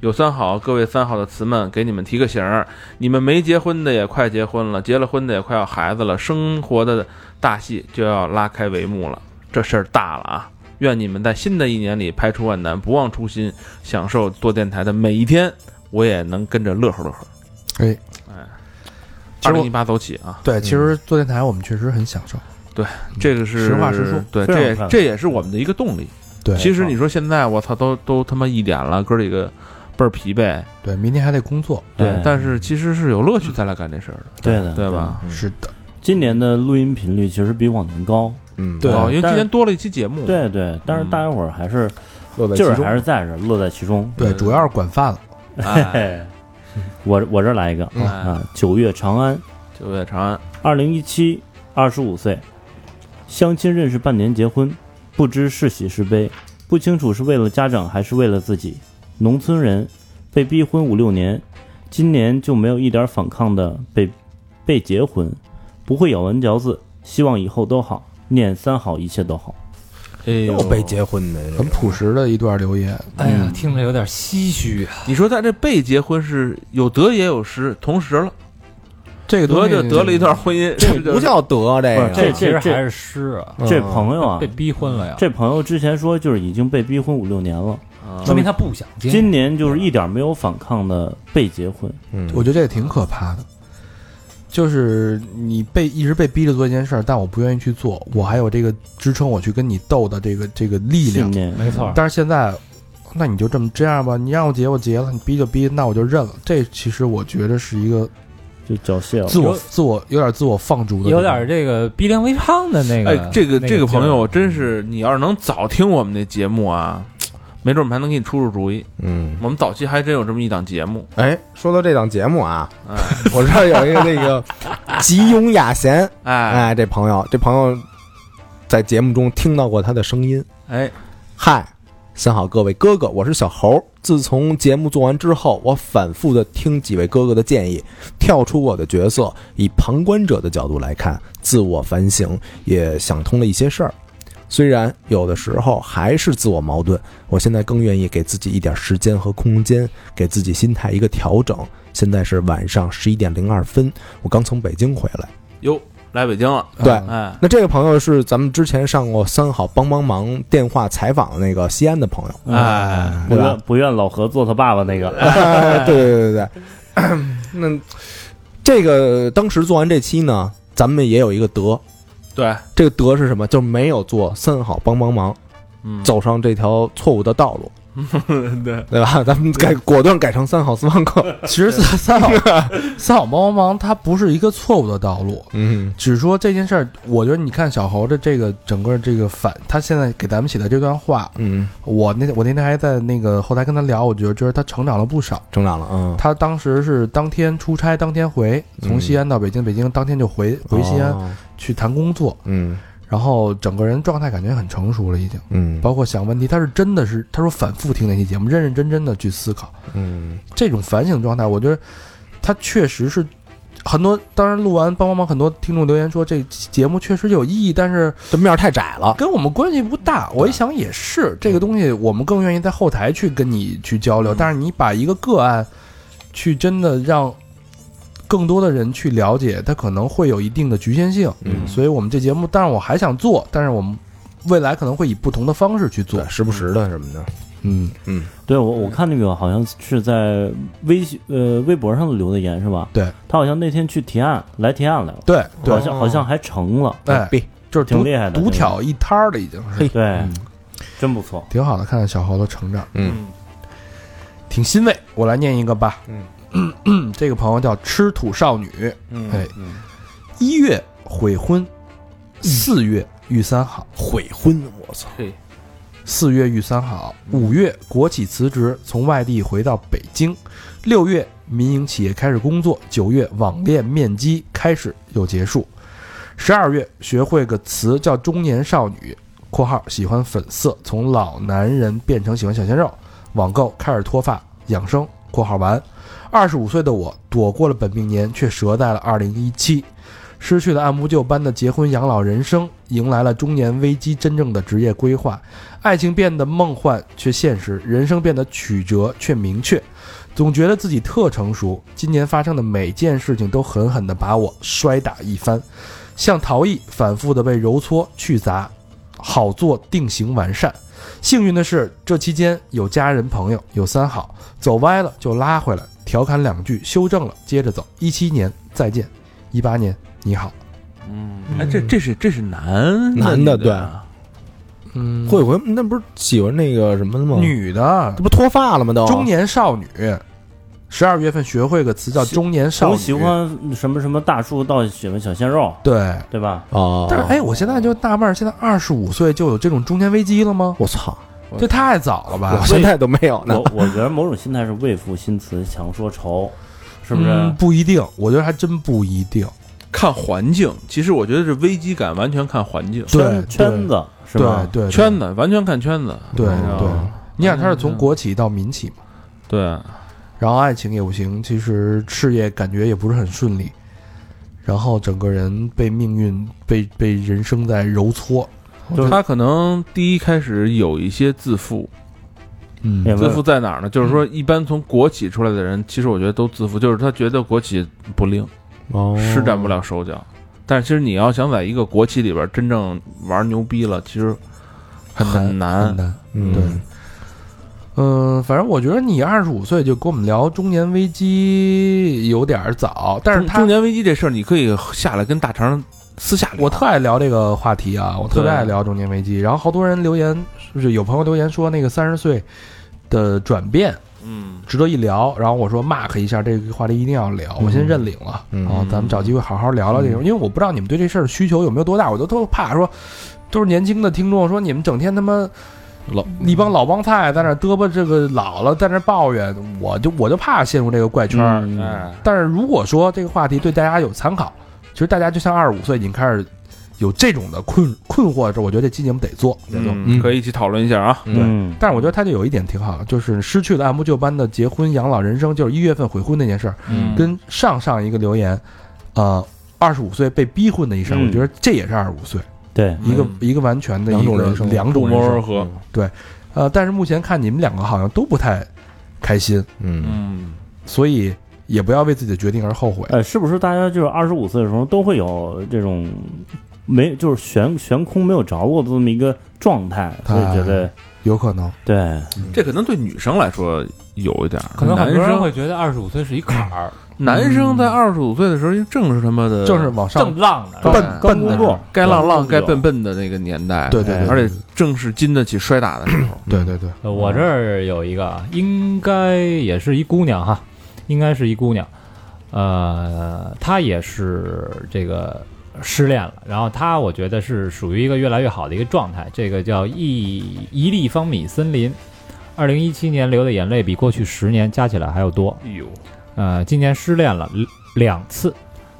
Speaker 3: 有三好，各位三好的词们，给你们提个醒儿：你们没结婚的也快结婚了，结了婚的也快要孩子了，生活的大戏就要拉开帷幕了，这事儿大了啊！愿你们在新的一年里排除万难，不忘初心，享受做电台的每一天。我也能跟着乐呵乐呵。
Speaker 2: 哎，其实我
Speaker 3: 二零一八走起啊！
Speaker 2: 对，其实做电台我们确实很享受，
Speaker 3: 这个是
Speaker 2: 实话实说，
Speaker 3: 对，
Speaker 5: 非
Speaker 3: 这
Speaker 5: 常
Speaker 3: 也
Speaker 5: 看
Speaker 3: 这也是我们的一个动力。
Speaker 2: 对，
Speaker 3: 其实你说现在我操，都都他妈一点了，哥几个倍儿疲惫，
Speaker 2: 对，明天还得工作，
Speaker 5: 哎
Speaker 3: 但是其实是有乐趣才来干这事儿的，
Speaker 5: 对的，
Speaker 3: 对吧？
Speaker 2: 是的，
Speaker 5: 今年的录音频率其实比往年高，
Speaker 4: 嗯，
Speaker 2: 对
Speaker 3: 哦因为今
Speaker 5: 但是
Speaker 3: 年多了一期节目，
Speaker 5: 对对，但是
Speaker 3: 嗯
Speaker 5: 大家伙儿还是
Speaker 4: 乐在
Speaker 5: 劲儿
Speaker 4: 其中
Speaker 5: 还是在这儿，乐在其中。
Speaker 2: 对，
Speaker 3: 对
Speaker 2: 主要是管饭了，
Speaker 3: 哎，
Speaker 5: 我我这儿来一个
Speaker 3: 哎，
Speaker 5: 啊，九月长安，
Speaker 3: 就在长安，
Speaker 5: 二零一七，二十五岁，相亲认识半年结婚，不知是喜是悲，不清楚是为了家长还是为了自己。农村人被逼婚五六年，今年就没有一点反抗的被被结婚，不会咬文嚼字，希望以后都好。念三好，一切都好。
Speaker 3: 哎呦
Speaker 4: 又被结婚的，
Speaker 2: 很朴实的一段留言，
Speaker 8: 哎呀，听着有点唏嘘啊。
Speaker 3: 你说他这被结婚是有得也有失，同时了，
Speaker 2: 这个东
Speaker 3: 得
Speaker 2: 西
Speaker 3: 就得了一段婚姻，
Speaker 4: 这不叫啊德，这
Speaker 5: 不
Speaker 4: 个
Speaker 5: 是
Speaker 8: 其实
Speaker 5: 这
Speaker 8: 还是诗啊，
Speaker 5: 这朋友啊
Speaker 8: 被，逼婚了呀，
Speaker 5: 这朋友之前说就是已经被逼婚五六年了，
Speaker 3: 啊
Speaker 8: 说明他不想结。
Speaker 5: 今年就是一点没有反抗的被结婚。
Speaker 4: 嗯
Speaker 2: 我觉得这也挺可怕的，就是你被一直被逼着做一件事儿，但我不愿意去做，我还有这个支撑我去跟你斗的这个这个力量
Speaker 5: 信，念
Speaker 8: 没错，
Speaker 2: 但是现在，那你就这么这样吧，你让我结我结了，你逼就逼，那我就认了。这其实我觉得是一个
Speaker 5: 就缴械了。
Speaker 2: 自我
Speaker 8: 有
Speaker 2: 自我有点自我放逐的地方，
Speaker 8: 有点这个逼良为娼的那个。
Speaker 3: 哎，这个
Speaker 8: 那
Speaker 3: 这
Speaker 8: 劲
Speaker 3: 个
Speaker 8: 儿
Speaker 3: 朋友真是，你要是能早听我们那节目啊，没准我们还能给你出出主意。
Speaker 4: 嗯，
Speaker 3: 我们早期还真有这么一档节目，
Speaker 4: 哎，说到这档节目啊，
Speaker 3: 哎
Speaker 4: 我这儿有一个那个吉永雅贤，
Speaker 3: 哎
Speaker 4: 哎，这朋友，这朋友在节目中听到过他的声音，
Speaker 3: 哎，
Speaker 4: 嗨，三好各位哥哥，我是小猴。自从节目做完之后，我反复的听几位哥哥的建议，跳出我的角色，以旁观者的角度来看，自我反省，也想通了一些事儿。虽然有的时候还是自我矛盾，我现在更愿意给自己一点时间和空间，给自己心态一个调整。现在是晚上十一点零二分，我刚从北京回来。
Speaker 3: 哟，来北京了，
Speaker 4: 对
Speaker 2: 嗯
Speaker 3: 哎，
Speaker 4: 那这个朋友是咱们之前上过三好帮帮忙电话采访的那个西安的朋友，
Speaker 3: 哎，
Speaker 5: 嗯不
Speaker 4: 对吧
Speaker 5: 愿？不愿老何做他爸爸那个，
Speaker 4: 啊， [LAUGHS] 对对对对，
Speaker 2: [LAUGHS]
Speaker 4: 那这个当时做完这期呢，咱们也有一个德，
Speaker 3: 对，
Speaker 4: 这个德是什么？就没有做三好帮帮忙，
Speaker 3: 嗯，
Speaker 2: [LAUGHS]
Speaker 4: 走上这条错误的道路。
Speaker 3: 对，
Speaker 4: 对吧？ [LAUGHS] 咱们改果断改成三好四方
Speaker 2: [LAUGHS]
Speaker 4: 客。
Speaker 2: 其实三三好 [LAUGHS] 三好帮帮忙，它不是一个错误的道路，
Speaker 4: 嗯
Speaker 2: 只是说这件事儿，我觉得你看小猴的这个整个这个反，他现在给咱们写的这段话，
Speaker 4: 嗯，
Speaker 2: 我那我那天还在那个后台跟他聊，我觉得觉得他成长了不少。
Speaker 4: 成长了，嗯，
Speaker 2: 他当时是当天出差，当天回，从西安到北京，北京当天就回回西安
Speaker 4: 哦，
Speaker 2: 去谈工作，
Speaker 4: 嗯
Speaker 2: 然后整个人状态感觉很成熟了，已经，
Speaker 4: 嗯
Speaker 2: 包括想问题，他是真的是他说反复听那期节目，认认真真的去思考
Speaker 4: 嗯
Speaker 2: 这种反省状态，我觉得他确实是很多。当然录完帮帮忙，很多听众留言说这节目确实有意义，但是
Speaker 4: 这面儿太窄了，
Speaker 2: 跟我们关系不大。我一想也是，这个东西我们更愿意在后台去跟你去交
Speaker 5: 嗯
Speaker 2: 流。但是你把一个个案，去真的让更多的人去了解，它可能会有一定的局限性。
Speaker 4: 嗯
Speaker 2: 所以我们这节目，但是我还想做，但是我们未来可能会以不同的方式去做
Speaker 4: 对，。时不时的什么的，
Speaker 2: 嗯，
Speaker 5: 对我我看那个好像是在微信呃微博上留的言是吧？
Speaker 2: 对，
Speaker 5: 他好像那天去提案来提案来了，
Speaker 2: 对
Speaker 5: 好
Speaker 2: 对，
Speaker 5: 像好像还成了，
Speaker 2: 哎，就是
Speaker 5: 挺
Speaker 2: 独
Speaker 5: 厉害的
Speaker 2: 独挑一摊儿的已经是
Speaker 5: 对，真不错。
Speaker 2: 挺好的，看看小豪的成长，
Speaker 4: 嗯，
Speaker 2: 挺欣慰。我来念一个吧，
Speaker 4: 嗯
Speaker 2: 嗯，这个朋友叫吃土少女，
Speaker 4: 嗯
Speaker 2: 哎，一月悔婚，四月遇三好，
Speaker 4: 悔婚，我操，
Speaker 2: 四月遇三好，五月国企辞职，从外地回到北京，六月民营企业开始工作，九月网恋面基开始又结束，十二月学会个词叫中年少女（括号喜欢粉色，从老男人变成喜欢小鲜肉），网购开始脱发养生（括号完）。二十五岁的我躲过了本命年，却折在了二零一七，失去了按部就班的结婚养老人生，迎来了中年危机真正的职业规划。爱情变得梦幻却现实，人生变得曲折却明确，总觉得自己特成熟。今年发生的每件事情都狠狠地把我摔打一番，像陶艺反复的被揉搓去杂，好做定型完善。幸运的是，这期间有家人朋友，有三好，走歪了就拉回来，调侃两句，修正了接着走。一七年再见，一八年你好，
Speaker 3: 嗯，哎，这这是这是男
Speaker 4: 男的对
Speaker 3: 啊
Speaker 2: 嗯
Speaker 4: 悔婚那不是喜欢那个什么的吗？，
Speaker 2: 女的
Speaker 4: 这不脱发了吗？
Speaker 5: 哦
Speaker 4: 都
Speaker 2: 中年少女，十二月份学会个词叫
Speaker 5: 喜
Speaker 2: 中年少
Speaker 5: 从
Speaker 2: 女。
Speaker 5: 喜欢什么什么大叔到喜欢小鲜肉，
Speaker 2: 对，
Speaker 5: 对吧？
Speaker 4: 哦，
Speaker 2: 但是哎，我现在就纳闷儿，现在二十五岁就有这种中年危机了吗？
Speaker 4: 我操，
Speaker 2: 这太早了吧
Speaker 4: 我？现在都没有呢
Speaker 5: 我。我觉得某种心态是为赋新词强说愁，是不是？
Speaker 2: 嗯不一定，我觉得还真不一定。
Speaker 3: 看环境，其实我觉得这危机感完全看环境，
Speaker 2: 对，
Speaker 5: 圈子嗯是
Speaker 2: 对
Speaker 5: 吧？
Speaker 2: 对对
Speaker 3: 圈子完全看圈子，
Speaker 2: 对
Speaker 3: 嗯
Speaker 2: 对，你想他是从国企到民企嘛，
Speaker 3: 对，
Speaker 2: 然后爱情也不行，其实事业感觉也不是很顺利，然后整个人被命运被被人生在揉搓，
Speaker 3: 他可能第一开始有一些自负，
Speaker 2: 嗯
Speaker 5: 也
Speaker 3: 自负在哪儿呢？就是说，一般从国企出来的人，其实我觉得都自负，就是他觉得国企不灵，
Speaker 4: 哦
Speaker 3: 施展不了手脚。但是其实你要想在一个国企里边真正玩牛逼了，其实很难
Speaker 2: 很。难。
Speaker 4: 嗯
Speaker 2: 对嗯，反正我觉得你二十五岁就跟我们聊中年危机有点儿早，但是
Speaker 3: 中
Speaker 2: 他
Speaker 3: 中年危机这事儿，你可以下来跟大肠私下聊。
Speaker 2: 我特爱聊这个话题啊，我特别爱聊中年危机。然后好多人留言，就是有朋友留言说那个三十岁的转变
Speaker 3: 嗯，
Speaker 2: 值得一聊。然后我说 mark 一下这个话题一定要聊，我先认领了。
Speaker 4: 嗯
Speaker 2: 然后哦咱们找机会好好聊聊这种，因为我不知道你们对这事儿需求有没有多大，我都特怕说都是年轻的听众说你们整天他妈。老一帮老帮菜在那儿嘚吧，这个老了在那儿抱怨，我就我就怕陷入这个怪圈
Speaker 5: 嗯
Speaker 2: 儿。
Speaker 3: 哎，
Speaker 2: 但是如果说这个话题对大家有参考，其实大家就像二十五岁已经开始有这种的困困惑的时候，我觉得这期节目得做。
Speaker 3: 嗯，可以一起讨论一下啊。
Speaker 5: 嗯，
Speaker 2: 但是我觉得他就有一点挺好，就是失去了按部就班的结婚养老人生，就是一月份悔婚那件事儿，
Speaker 3: 嗯
Speaker 2: 跟上上一个留言，呃，二十五岁被逼婚的一事儿，
Speaker 5: 嗯
Speaker 2: 我觉得这也是二十五岁
Speaker 5: 对，
Speaker 2: 一个
Speaker 3: 嗯
Speaker 2: 一个完全的
Speaker 4: 两
Speaker 2: 一
Speaker 4: 种
Speaker 2: 个
Speaker 4: 人生
Speaker 2: 两
Speaker 3: 不
Speaker 2: 种
Speaker 3: 谋
Speaker 2: 人
Speaker 3: 而
Speaker 2: 生。
Speaker 3: 合。
Speaker 2: 呃，但是目前看你们两个好像都不太开心，
Speaker 4: 嗯，
Speaker 3: 嗯，
Speaker 2: 所以也不要为自己的决定而后悔。
Speaker 5: 呃，是不是大家就是二十五岁的时候都会有这种没就是悬悬空没有掌握的这么一个状态，所以觉
Speaker 2: 哎
Speaker 5: 得
Speaker 2: 有可能，
Speaker 5: 对
Speaker 3: 这可能对女生来说有一点儿，
Speaker 8: 可能很
Speaker 3: 男
Speaker 8: 多人
Speaker 3: 生
Speaker 8: 会觉得二十五岁是一坎儿，
Speaker 3: 男生在二十五岁的时候，正嗯是他妈的，
Speaker 2: 就是往上
Speaker 8: 正浪呢，
Speaker 3: 对
Speaker 2: 奔奔
Speaker 5: 工
Speaker 2: 的
Speaker 5: 作，
Speaker 3: 该浪浪、
Speaker 5: 工作
Speaker 3: 该奔奔的那个年代，
Speaker 2: 对对对
Speaker 3: 哎而且正是经得起摔打的时候。
Speaker 2: 对对对，
Speaker 8: 呃，我这儿有一个，啊应该也是一姑娘哈，应该是一姑娘，呃，她也是这个失恋了，然后她我觉得是属于一个越来越好的一个状态，这个叫一一立方米森林，二零一七年流的眼泪比过去十年加起来还要多，
Speaker 3: 哎呦，
Speaker 8: 呃，今年失恋了两两次，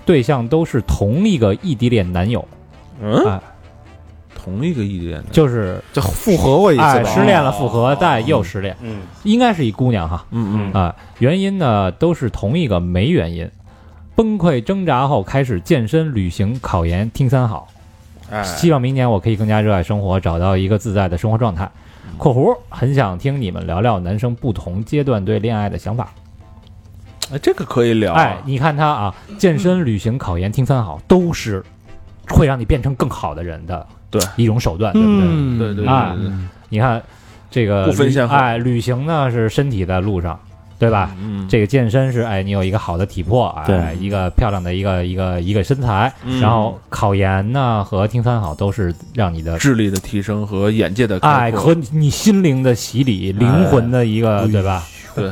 Speaker 8: 对象都是同一个异地恋男友，
Speaker 3: 嗯，
Speaker 8: 哎
Speaker 3: 同一个异地恋的，
Speaker 8: 就是
Speaker 4: 就复合过一次
Speaker 8: 哎
Speaker 4: 吧。
Speaker 8: 失恋了复
Speaker 3: 哦
Speaker 8: 合，再又失恋，
Speaker 5: 嗯，
Speaker 8: 应该是一姑娘哈。
Speaker 3: 嗯
Speaker 8: 啊，原因呢都是同一个没原因。崩溃挣扎后开始健身、旅行、考研、听三好，
Speaker 3: 嗯，哎，
Speaker 8: 希望明年我可以更加热爱生活，找到一个自在的生活状态。
Speaker 3: 嗯
Speaker 8: （括弧很想听你们聊聊男生不同阶段对恋爱的想法。
Speaker 3: 哎这个可以聊、）啊，
Speaker 8: 哎，你看他啊，健身、旅行、考研、听三好都是会让你变成更好的人的
Speaker 3: 对
Speaker 8: 一种手段，对不对？
Speaker 3: 对对对
Speaker 8: 哎
Speaker 3: 对对，
Speaker 8: 你看这个
Speaker 3: 不分
Speaker 8: 旅
Speaker 3: 先后
Speaker 8: 哎，旅行呢是身体在路上，对吧？
Speaker 3: 嗯，
Speaker 8: 这个健身是哎，你有一个好的体魄，哎，
Speaker 5: 对
Speaker 8: 一个漂亮的一个一个一个身材，
Speaker 3: 嗯
Speaker 8: 然后考研呢和听三好都是让你的
Speaker 3: 智力的提升和眼界的
Speaker 8: 哎
Speaker 3: 开阔，
Speaker 8: 和你心灵的洗礼、灵魂的一个对吧
Speaker 3: 对，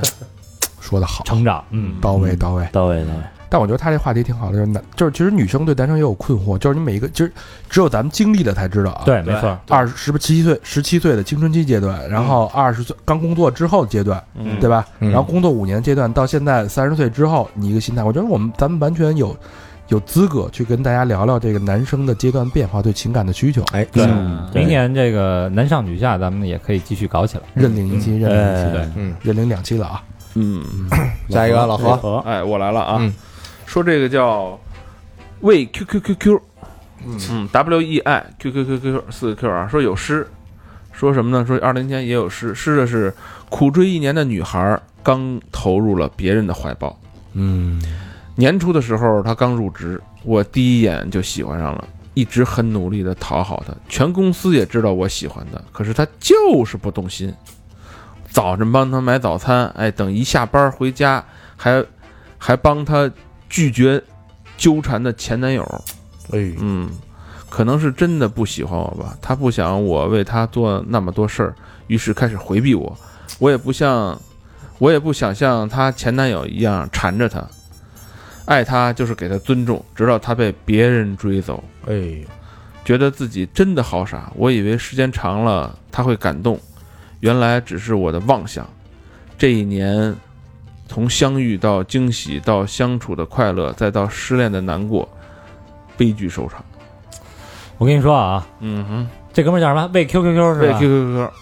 Speaker 2: 说的好，
Speaker 8: 哎成长，嗯，
Speaker 2: 到位到位。
Speaker 5: 到位到位，
Speaker 2: 但我觉得他这话题挺好的，就是男，就是其实女生对男生也有困惑，就是你每一个，就是只有咱们经历了才知道啊。，
Speaker 8: 对，没错，
Speaker 2: 二十不七岁，十七岁的青春期阶段，然后二十岁刚工作之后的阶段，
Speaker 3: 嗯
Speaker 2: 对吧？
Speaker 4: 嗯
Speaker 2: 然后工作五年阶段到现在三十岁之后，你一个心态，我觉得我们咱们完全有有资格去跟大家聊聊这个男生的阶段变化对情感的需求，
Speaker 4: 哎，
Speaker 5: 对
Speaker 3: 嗯
Speaker 8: 明年这个男上女下，咱们也可以继续搞起来。
Speaker 2: 认领一期，认领一期，
Speaker 5: 哎，
Speaker 4: 嗯，
Speaker 2: 认领两期了啊。
Speaker 3: 嗯，
Speaker 4: 下一个老何，
Speaker 5: 何
Speaker 3: 哎，我来了啊，
Speaker 4: 嗯
Speaker 3: 说这个叫为 Q Q Q Q，嗯，W E I Q Q Q Q 四个 Q 啊，说有诗，说什么呢？说二零年也有诗，诗的是苦追一年的女孩刚投入了别人的怀抱。
Speaker 4: 嗯，
Speaker 3: 年初的时候，她刚入职，我第一眼就喜欢上了，一直很努力的讨好她，全公司也知道我喜欢她，可是她就是不动心。早晨帮她买早餐，哎，等一下班回家，还还帮她拒绝纠缠的前男友。
Speaker 4: 哎，
Speaker 3: 嗯，可能是真的不喜欢我吧，他不想我为他做那么多事儿，于是开始回避我。我也不像，我也不想像她前男友一样缠着她，爱她就是给她尊重，直到她被别人追走。
Speaker 4: 哎，
Speaker 3: 觉得自己真的好傻，我以为时间长了他会感动，原来只是我的妄想。这一年，从相遇到惊喜，到相处的快乐，再到失恋的难过，悲剧收场。
Speaker 8: 我跟你说啊，
Speaker 3: 嗯哼，
Speaker 8: 这哥们儿叫什么？为 QQQ 是
Speaker 3: 对
Speaker 8: 吧
Speaker 3: Q？Q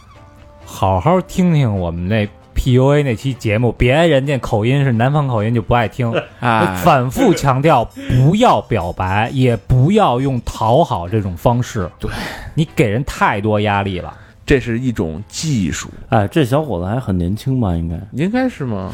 Speaker 8: 好好听听我们那 PUA 那期节目，别人家口音是南方口音就不爱听。
Speaker 3: Q，哎，
Speaker 8: 反复强调不要表白，也不要用讨好这种方式。
Speaker 3: 对，
Speaker 8: 你给人太多压力了。
Speaker 3: 这是一种技术，
Speaker 5: 哎，这小伙子还很年轻吧？应该
Speaker 3: 应该是吗？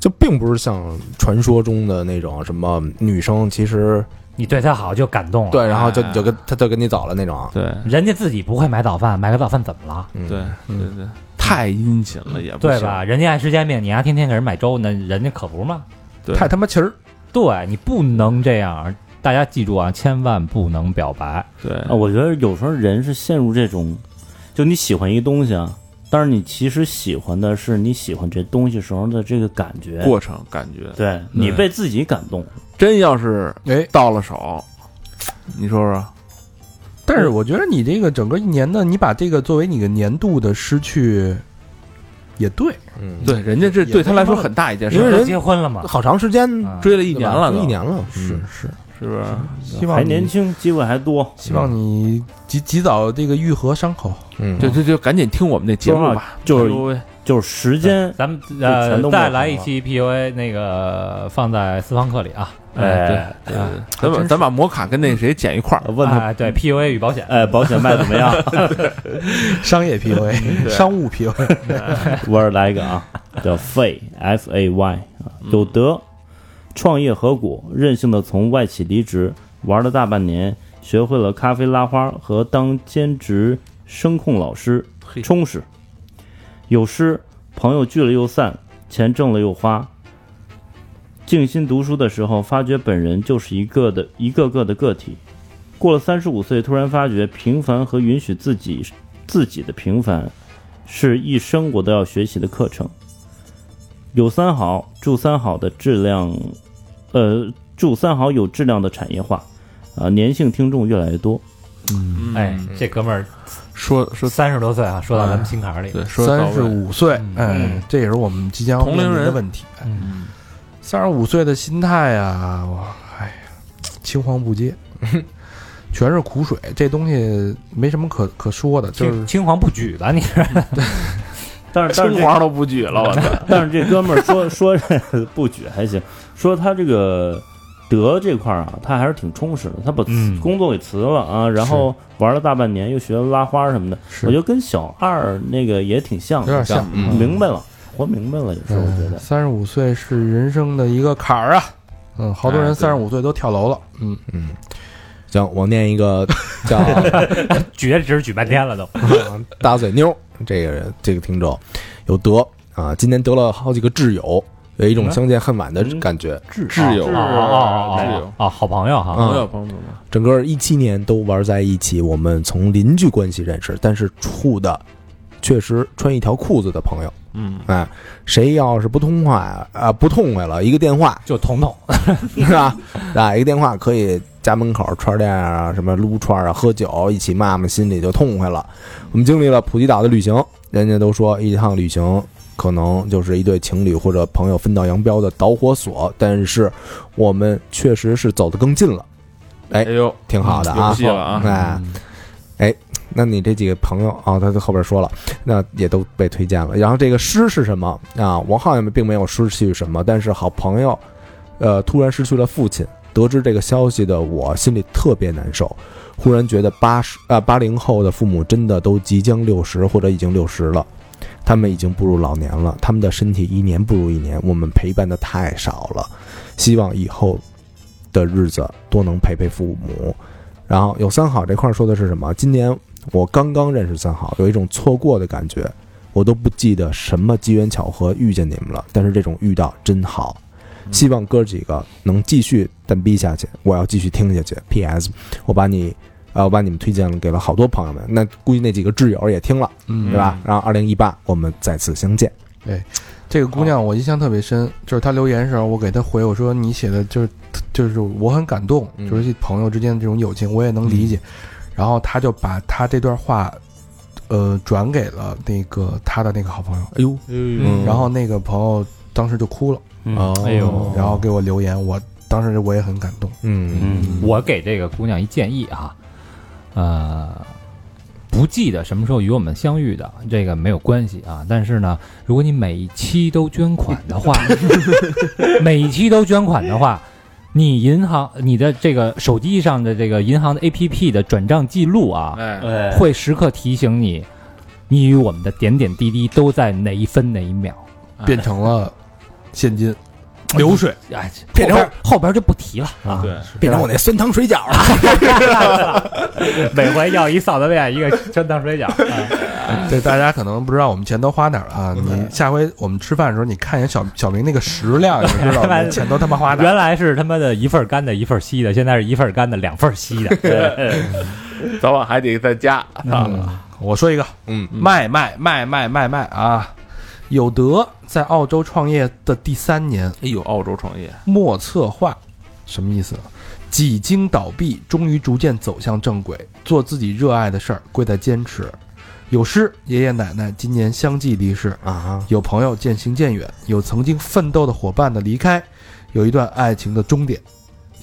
Speaker 4: 就并不是像传说中的那种什么女生，其实
Speaker 8: 你对他好就感动了，
Speaker 4: 对，然后就就跟他就跟你走了那种。啊
Speaker 3: 对
Speaker 8: 人家自己不会买早饭，买个早饭怎么了？
Speaker 4: 嗯
Speaker 3: 对对对，太殷勤了也不
Speaker 8: 对
Speaker 3: 行
Speaker 8: 吧？？人家爱吃煎饼，你还天天给人买粥，那人家可不嘛？
Speaker 3: 对
Speaker 2: 太他妈气儿，
Speaker 8: 对你不能这样，大家记住啊，千万不能表白。
Speaker 3: 对，
Speaker 5: 啊，我觉得有时候人是陷入这种，就你喜欢一个东西啊，但是你其实喜欢的是你喜欢这东西时候的这个感觉，
Speaker 3: 过程感觉
Speaker 5: 对你被自己感动，
Speaker 3: 真要是
Speaker 2: 哎。
Speaker 3: 到了手，你说说，
Speaker 2: 但是我觉得你这个整个一年的，你把这个作为你的年度的失去，也对，
Speaker 4: 嗯，，
Speaker 3: 对，人家这
Speaker 2: 也
Speaker 3: 对他来说
Speaker 2: 他妈
Speaker 3: 很大一件事
Speaker 4: 因为
Speaker 3: 儿，
Speaker 8: 都
Speaker 4: 人
Speaker 8: 结婚了嘛，
Speaker 4: 好长时间，
Speaker 8: 啊
Speaker 3: 追了一年嗯
Speaker 4: 对吧
Speaker 3: 了都，
Speaker 4: 一年了，
Speaker 2: 是是，
Speaker 3: 是不是？
Speaker 2: 希望
Speaker 5: 还
Speaker 2: 你
Speaker 5: 年轻，机会还多，
Speaker 2: 希望你及及早这个愈合伤口。
Speaker 4: 嗯，
Speaker 3: 就
Speaker 4: 嗯，
Speaker 3: 就就赶紧听我们这节目吧，
Speaker 5: 就是
Speaker 3: 是
Speaker 5: 就是时间，
Speaker 8: 咱们
Speaker 5: 就
Speaker 8: 呃
Speaker 5: 全都抹
Speaker 8: 再
Speaker 5: 平
Speaker 8: 来一
Speaker 5: 了
Speaker 8: 期 PUA 那个放在私房课里啊，
Speaker 5: 哎，
Speaker 3: 对，咱把咱把摩卡跟那谁剪一块儿，
Speaker 5: 问他，
Speaker 8: 哎对 PUA 与保险。
Speaker 5: 哎，保险卖怎么样？
Speaker 2: 商业
Speaker 4: [LAUGHS]
Speaker 2: PUA，商务 PUA，
Speaker 5: 我是来一个啊，叫 Fay F A Y 啊，有德，创业合股，任性的从外企离职，玩了大半年，学会了咖啡拉花和当兼职声控老师，充实。有诗，朋友聚了又散，钱挣了又花，静心读书的时候，发觉本人就是一个的一个个的个体。过了三十五岁，突然发觉平凡和允许自己自己的平凡，是一生我都要学习的课程。有三好，祝三好的质量，呃，祝三好有质量的产业化，啊、粘性听众越来越多。
Speaker 3: 嗯
Speaker 8: 哎，这哥们儿
Speaker 3: 说说
Speaker 8: 三十多岁啊，说到咱们心坎儿里
Speaker 3: 对，
Speaker 8: 了。
Speaker 3: 说
Speaker 2: 三十
Speaker 3: 到位
Speaker 2: 五岁，
Speaker 8: 嗯
Speaker 2: 哎，这也是我们即将
Speaker 3: 同龄
Speaker 2: 面临的
Speaker 3: 人
Speaker 2: 问题。哎
Speaker 8: 嗯，
Speaker 2: 三十五岁的心态啊，我哎呀，青黄不接，全是苦水，这东西没什么可可说的，就
Speaker 8: 青
Speaker 2: 是
Speaker 8: 青黄不举吧，你是
Speaker 5: 但是但是这
Speaker 6: 都不举了，我操！
Speaker 5: [LAUGHS] 但是这哥们儿说 [LAUGHS] 说不举还行，说他这个德这块儿啊，他还是挺充实的。他把
Speaker 8: 嗯
Speaker 5: 工作给辞了啊，然后玩了大半年，又学了拉花什么的。
Speaker 2: 是
Speaker 5: 我觉得跟小二那个也挺像
Speaker 2: 有
Speaker 5: 的，
Speaker 2: 点像。嗯
Speaker 3: 嗯
Speaker 5: 明白了，活明白了也是，我觉得。
Speaker 2: 三十五岁是人生的一个坎儿啊，嗯，好多人
Speaker 3: 哎对
Speaker 2: 三十五岁都跳楼了，嗯，
Speaker 4: 行，我念一个叫
Speaker 8: [LAUGHS]
Speaker 2: [LAUGHS]
Speaker 8: 举也只是举半天了都。
Speaker 4: 大嘴妞这个人这个听众有德啊，今年得了好几个挚友，有一种
Speaker 3: 嗯
Speaker 4: 相见恨晚的感觉。
Speaker 3: 挚友
Speaker 1: 啊
Speaker 8: 哦哦
Speaker 3: 挚
Speaker 8: 哦
Speaker 3: 友，
Speaker 8: 哦，好朋友哈，
Speaker 3: 朋友
Speaker 4: 嗯，
Speaker 3: 朋友嘛，
Speaker 4: 整个一七年都玩在一起，我们从邻居关系认识，但是处的确实穿一条裤子的朋友。
Speaker 3: 嗯，
Speaker 4: 哎，谁要是不痛快啊、不痛快了，一个电话
Speaker 8: 就彤彤，
Speaker 4: [LAUGHS] 是吧？啊，一个电话可以家门口串店啊，什么撸串啊，喝酒一起骂骂，心里就痛快了。我们经历了普吉岛的旅行，人家都说一趟旅行可能就是一对情侣或者朋友分道扬镳的导火索，但是我们确实是走得更近了，哎
Speaker 3: 哎呦，
Speaker 4: 挺好的
Speaker 3: 有
Speaker 4: 啊。
Speaker 3: 戏了啊，
Speaker 4: 哎，哎，那你这几个朋友啊、他在后边说了，那也都被推荐了。然后这个诗是什么啊？我好像并没有失去什么，但是好朋友，呃，突然失去了父亲。得知这个消息的我心里特别难受，忽然觉得八十啊八零后的父母真的都即将六十或者已经六十了，他们已经步入老年了，他们的身体一年不如一年，我们陪伴的太少了。希望以后的日子多能陪陪父母。然后有三好这块儿说的是什么？今年我刚刚认识三好，有一种错过的感觉，我都不记得什么机缘巧合遇见你们了，但是这种遇到真好。希望哥几个能继续蛋逼下去，我要继续听下去。P.S. 我把你，呃，我把你们推荐了给了好多朋友们，那估计那几个挚友也听了，
Speaker 2: 嗯
Speaker 4: 对吧？然后二零一八我们再次相见，
Speaker 2: 这个姑娘我印象特别深，就是她留言时候，我给她回我说你写的就是就是我很感动，
Speaker 4: 嗯
Speaker 2: 就是这朋友之间的这种友情我也能理解。然后她就把她这段话，呃，转给了那个她的那个好朋友，哎呦，
Speaker 4: 嗯
Speaker 2: 然后那个朋友当时就哭了，
Speaker 6: 哦
Speaker 5: 嗯
Speaker 8: 哎呦
Speaker 2: 然后给我留言，我当时我也很感动。
Speaker 4: 嗯
Speaker 5: 嗯，
Speaker 8: 我给这个姑娘一建议啊，呃，不记得什么时候与我们相遇的，这个没有关系啊。但是呢，如果你每一期都捐款的话，每一期都捐款的话，你银行你的这个手机上的这个银行的 APP 的转账记录啊，
Speaker 3: 哎，
Speaker 5: 哎，
Speaker 8: 会时刻提醒你，你与我们的点点滴滴都在哪一分哪一秒。
Speaker 2: 变成了现金，
Speaker 7: 流水，
Speaker 8: 哎，
Speaker 4: 变
Speaker 8: 后
Speaker 4: 成
Speaker 8: 边后边就不提了。
Speaker 4: 啊，
Speaker 3: 对，
Speaker 4: 变成我那酸汤水饺了。
Speaker 8: [LAUGHS] 每回要一臊子啊面，一个酸汤水饺。
Speaker 2: [LAUGHS]
Speaker 8: 啊
Speaker 2: 对大家可能不知道我们钱都花哪儿了啊！你下回我们吃饭的时候，你看一眼小小明那个食量，你就知道我们钱都他妈花哪儿了。
Speaker 8: 原来是他妈的一份干的，一份稀的，现在是一份干的，两份稀的。嗯
Speaker 3: 早晚还得再加，
Speaker 2: 嗯，我说一个，
Speaker 4: 嗯
Speaker 2: 卖卖卖卖卖卖啊！有德在澳洲创业的第三年，
Speaker 3: 哎呦，澳洲创业，
Speaker 2: 莫策划，什么意思啊？几经倒闭，终于逐渐走向正轨，做自己热爱的事儿，贵在坚持。有师爷爷奶奶今年相继离世，
Speaker 4: 啊，
Speaker 2: 有朋友渐行渐远，有曾经奋斗的伙伴的离开，有一段爱情的终点，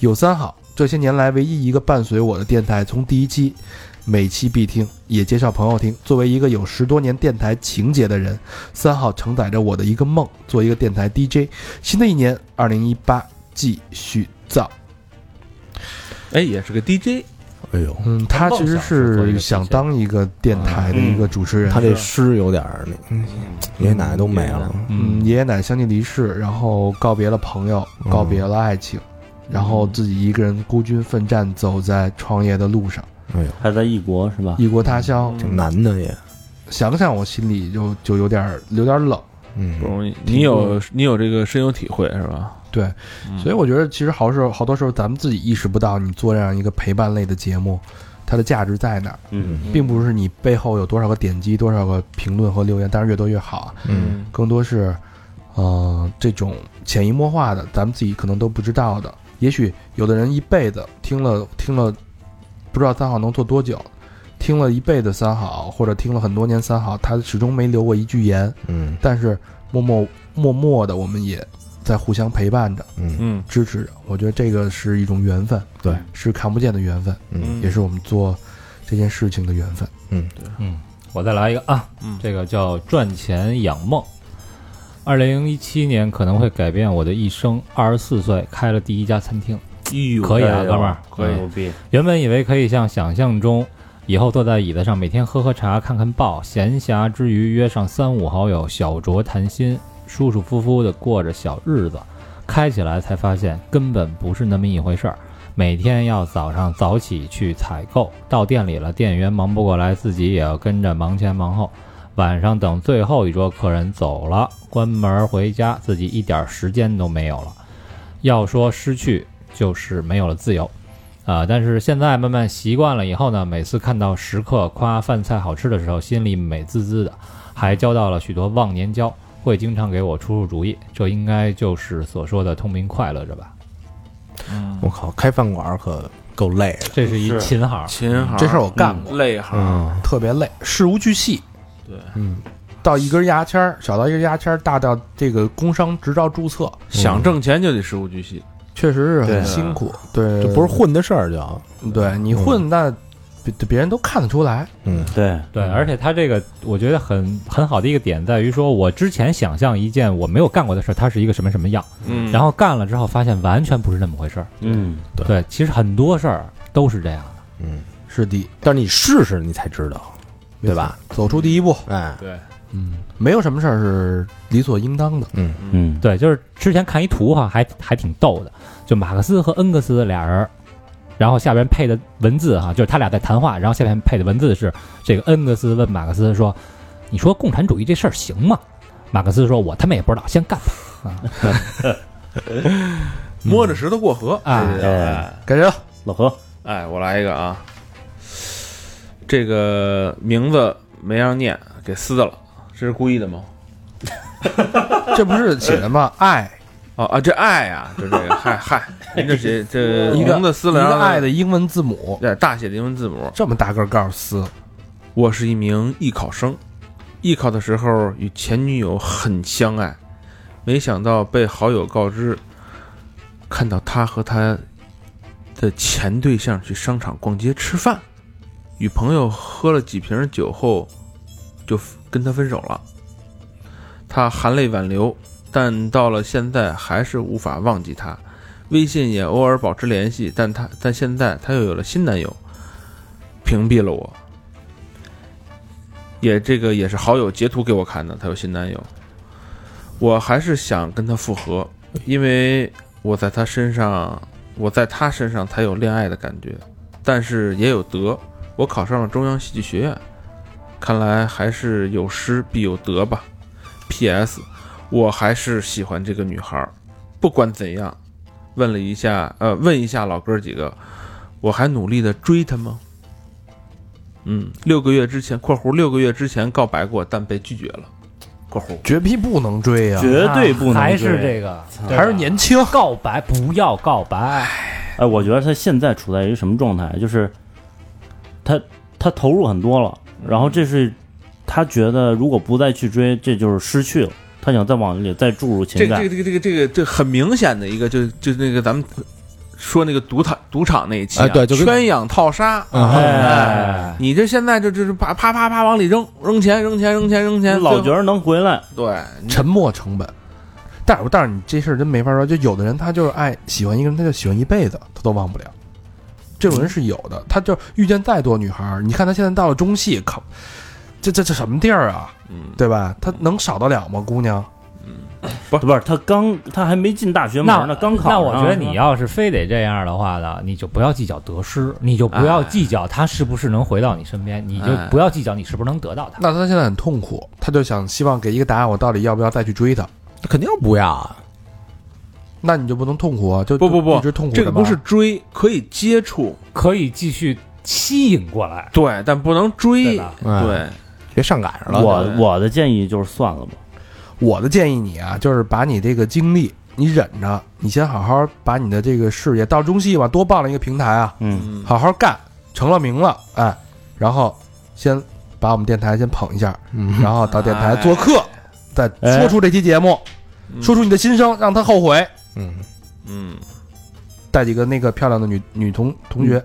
Speaker 2: 有三好。这些年来，唯一一个伴随我的电台，从第一期，每期必听，也介绍朋友听。作为一个有十多年电台情节的人，三好承载着我的一个梦，做一个电台 DJ。新的一年，二零一八，继续造。
Speaker 3: 哎，也是个 DJ，
Speaker 4: 哎呦，
Speaker 2: 嗯，他其实是想当一个电台的一个主持人。
Speaker 4: 他这诗有点儿那，嗯爷爷奶奶都没了。
Speaker 2: 嗯，爷爷奶奶相继离世，然后告别了朋友，
Speaker 4: 嗯
Speaker 2: 告别了爱情，然后自己一个人孤军奋战，走在创业的路上，
Speaker 4: 哎呦，
Speaker 5: 还在异国是吧？
Speaker 2: 异国他
Speaker 3: 嗯
Speaker 2: 乡，
Speaker 4: 挺难的也，
Speaker 2: 想想我心里就就有点儿有点儿冷。
Speaker 4: 嗯
Speaker 3: 不容易。你有你有这个深有体会是吧？
Speaker 2: 对，所以我觉得其实好时候好多时候咱们自己意识不到，你做这样一个陪伴类的节目，它的价值在哪儿，
Speaker 5: 嗯，
Speaker 2: 并不是你背后有多少个点击、多少个评论和留言，当然越多越好，啊
Speaker 4: 嗯，
Speaker 2: 更多是，呃，这种潜移默化的，咱们自己可能都不知道的。也许有的人一辈子听了听了，不知道三好能做多久，听了一辈子三好，或者听了很多年三好，他始终没留过一句言，
Speaker 4: 嗯
Speaker 2: 但是默默默默的，我们也在互相陪伴着。
Speaker 4: 嗯
Speaker 3: 嗯
Speaker 2: 支持着。我觉得这个是一种缘分，
Speaker 4: 对，
Speaker 2: 是看不见的缘分，
Speaker 4: 嗯
Speaker 2: 也是我们做这件事情的缘分。
Speaker 8: 我再来一个啊，
Speaker 3: 嗯
Speaker 8: 这个叫赚钱养梦。二零一七年可能会改变我的一生。二十四岁开了第一家餐厅，可以
Speaker 5: 哎
Speaker 3: 哎
Speaker 8: 啊，哥们儿。
Speaker 5: 可以牛逼，
Speaker 8: 原本以为可以像想象中，以后坐在椅子上每天喝喝茶、看看报，闲暇之余约上三五好友小酌谈心，舒舒服服的过着小日子。开起来才发现根本不是那么一回事儿。每天要早上早起去采购，到店里了，店员忙不过来，自己也要跟着忙前忙后。晚上等最后一桌客人走了，关门回家，自己一点时间都没有了。要说失去，就是没有了自由。啊、但是现在慢慢习惯了以后呢，每次看到食客夸饭菜好吃的时候，心里美滋滋的，还交到了许多忘年交，会经常给我出出主意。这应该就是所说的通明快乐着吧？
Speaker 4: 嗯我靠，开饭馆可够累的，
Speaker 8: 这是一
Speaker 5: 是
Speaker 8: 琴行，
Speaker 3: 琴行
Speaker 2: 这事儿我干过，
Speaker 3: 累行，
Speaker 4: 嗯
Speaker 2: 特别累，事无巨细。
Speaker 3: 对，
Speaker 4: 嗯，
Speaker 2: 到一根牙签儿，小到一根牙签儿，大到这个工商执照注册，
Speaker 3: 想挣钱就得事无巨细，
Speaker 2: 确实是
Speaker 4: 对嗯
Speaker 2: 很辛苦。对，
Speaker 4: 这不是混的事儿就，
Speaker 2: 对你混那别别人都看得出来。
Speaker 4: 嗯
Speaker 5: 对，
Speaker 8: 对，而且他这个我觉得很很好的一个点在于说，我之前想象一件我没有干过的事儿，它是一个什么什么样，
Speaker 3: 嗯
Speaker 8: 然后干了之后发现完全不是那么回事儿。
Speaker 5: 嗯，
Speaker 8: 对，其实很多事儿都是这样的。
Speaker 4: 嗯，
Speaker 2: 是的，
Speaker 4: 但是你试试你才知道，对吧？
Speaker 2: 走出第一步，
Speaker 4: 哎，
Speaker 3: 对，
Speaker 2: 嗯，没有什么事儿是理所应当的。
Speaker 5: 嗯，
Speaker 8: 对，就是之前看一图哈，还还挺逗的，就马克思和恩格斯俩人儿，然后下边配的文字哈，就是他俩在谈话，然后下面配的文字是这个恩格斯问马克思说：“你说共产主义这事儿行吗？”马克思说：“我他妈也不知道，先干吧。
Speaker 3: 摸着石头过河”
Speaker 8: 啊，
Speaker 5: 哎，
Speaker 2: 该谁了？
Speaker 5: 老何，
Speaker 3: 哎，我来一个啊，这个名字没让念，给撕了，这是故意的吗？
Speaker 2: 这不是写的
Speaker 4: [LAUGHS]
Speaker 2: 吗？
Speaker 4: 哎
Speaker 2: 爱
Speaker 3: 哦啊，这爱啊，就这个嗨嗨，您这写
Speaker 2: [LAUGHS]
Speaker 3: 这
Speaker 2: 一个
Speaker 3: 名字撕
Speaker 2: 一
Speaker 3: 了，然
Speaker 2: 个
Speaker 3: 后
Speaker 2: 爱的英文字母，
Speaker 3: 对大写的英文字母。
Speaker 2: 这么大个儿告诉撕，
Speaker 3: 我是一名艺考生，艺考的时候与前女友很相爱，没想到被好友告知，看到她和她的前对象去商场逛街吃饭，与朋友喝了几瓶酒后，就跟她分手了。她含泪挽留，但到了现在还是无法忘记他。微信也偶尔保持联系，但她但现在她又有了新男友，屏蔽了我。也这个也是好友截图给我看的，她有新男友。我还是想跟她复合，因为我在她身上，我在她身上才有恋爱的感觉，但是也有得。我考上了中央戏剧学院，看来还是有失必有得吧。P.S. 我还是喜欢这个女孩儿，不管怎样。问了一下，呃，问一下老哥几个，我还努力的追她吗？嗯，六个月之前（括弧六个月之前告白过，但被拒绝了）。括弧
Speaker 2: 绝逼不能追
Speaker 4: 啊
Speaker 2: 呀、
Speaker 5: 绝对不能
Speaker 8: 还是
Speaker 5: 追
Speaker 8: 这个，对吧
Speaker 2: 还是年轻。
Speaker 8: 告白，不要告白，
Speaker 5: 哎，我觉得他现在处在一个什么状态？就是他他投入很多了，
Speaker 3: 嗯
Speaker 5: 然后这是他觉得如果不再去追，这就是失去了。他想再往里再注入情
Speaker 3: 这个
Speaker 5: 感
Speaker 3: 这，个这个这个这个这很明显的一个，就就那个咱们说那个赌场赌场那一期、啊
Speaker 4: 哎对就跟
Speaker 3: 圈养套杀。
Speaker 8: 啊
Speaker 5: 哎，
Speaker 3: 你这现在就就是啪啪啪啪往里扔，扔钱，扔钱，扔钱，扔钱，
Speaker 5: 老
Speaker 3: 最
Speaker 5: 觉
Speaker 3: 后
Speaker 5: 得能回来，
Speaker 8: 啊
Speaker 3: 对，你
Speaker 2: 沉默成本。但是，但是你这事儿真没法说。就有的人他就是爱喜欢一个人，他就喜欢一辈子，他都忘不了。这种人是有的。他就遇见再多女孩儿，你看他现在到了中戏，靠，这这这什么地儿啊，
Speaker 3: 嗯，
Speaker 2: 对吧？他能少得了吗？姑娘，
Speaker 5: 不是他刚他还没进大学
Speaker 8: 那
Speaker 5: 门呢，刚考
Speaker 8: 那
Speaker 5: 上。
Speaker 8: 我觉得你要是非得这样的话呢，你就不要计较得失，你就不要
Speaker 3: 哎
Speaker 8: 计较他是不是能回到你身边，你就
Speaker 3: 哎
Speaker 8: 不要计较你是不是能得到他。
Speaker 2: 那他现在很痛苦，他就想希望给一个答案，我到底要不要再去追他？
Speaker 4: 肯定不要啊，
Speaker 2: 那你就不能痛苦啊，就
Speaker 3: 不不不
Speaker 2: 就一直痛苦
Speaker 3: 这
Speaker 2: 着吧
Speaker 3: 个不是追，可以接触，
Speaker 8: 可以继续吸引过来，
Speaker 3: 对，但不能追
Speaker 8: 对，吧？
Speaker 4: 哎，
Speaker 3: 对，
Speaker 4: 别上赶上了。
Speaker 3: 嗯
Speaker 5: 我我的建议就是算了吧，
Speaker 2: 我的建议你啊，就是把你这个经历你忍着，你先好好把你的这个事业到中戏嘛，多报了一个平台啊，
Speaker 5: 嗯，
Speaker 3: 嗯，
Speaker 2: 好好干，成了名了，哎，然后先把我们电台先捧一下，
Speaker 4: 嗯，
Speaker 2: 然后到电台做客，再说出这期节目，
Speaker 3: 嗯
Speaker 2: 说出你的心声，让他后悔。
Speaker 4: 嗯，
Speaker 3: 嗯，
Speaker 2: 带几个那个漂亮的女女同同学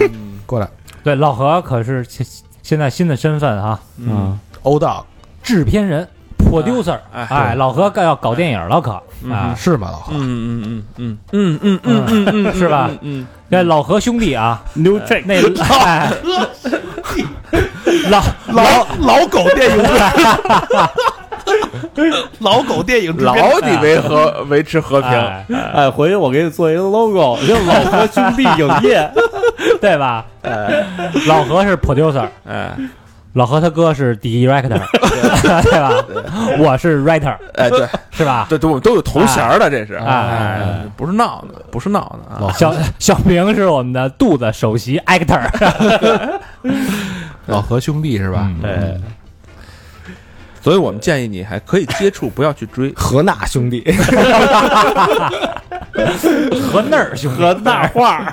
Speaker 3: 嗯
Speaker 2: 过来，
Speaker 8: 对，老何可是现现在新的身份啊，
Speaker 3: 嗯，
Speaker 2: 欧道
Speaker 8: 制片人 producer，
Speaker 3: 哎
Speaker 8: 哎，老何要搞电影了，可啊，
Speaker 2: 是吗？老何，
Speaker 3: 嗯嗯嗯嗯嗯嗯嗯嗯嗯，
Speaker 8: 是吧
Speaker 3: 嗯，
Speaker 8: 这老何兄弟啊，
Speaker 5: 牛 trick
Speaker 8: 那哎，老
Speaker 2: 老老狗电影，老狗电影制片
Speaker 3: 老得维和维持和平，
Speaker 8: 哎
Speaker 5: 哎，回去我给你做一个 logo，叫老何兄弟影业。
Speaker 8: [LAUGHS] 对吧？老何是 producer，
Speaker 3: 哎
Speaker 8: 老何他哥是 director，对啊吧？我是 writer，
Speaker 3: 哎，对
Speaker 8: [LAUGHS] 是吧？
Speaker 3: 对，都都有头衔儿的，这是，
Speaker 8: 哎
Speaker 3: 哎，不是闹的，不是闹的啊，
Speaker 8: 小小明是我们的肚子首席 actor，
Speaker 2: 老何兄弟是吧？
Speaker 5: 哎，
Speaker 3: 所以我们建议你还可以接触，不要去追。
Speaker 4: 何纳兄弟， [LAUGHS]
Speaker 8: 何那儿兄弟，
Speaker 5: 和大画儿，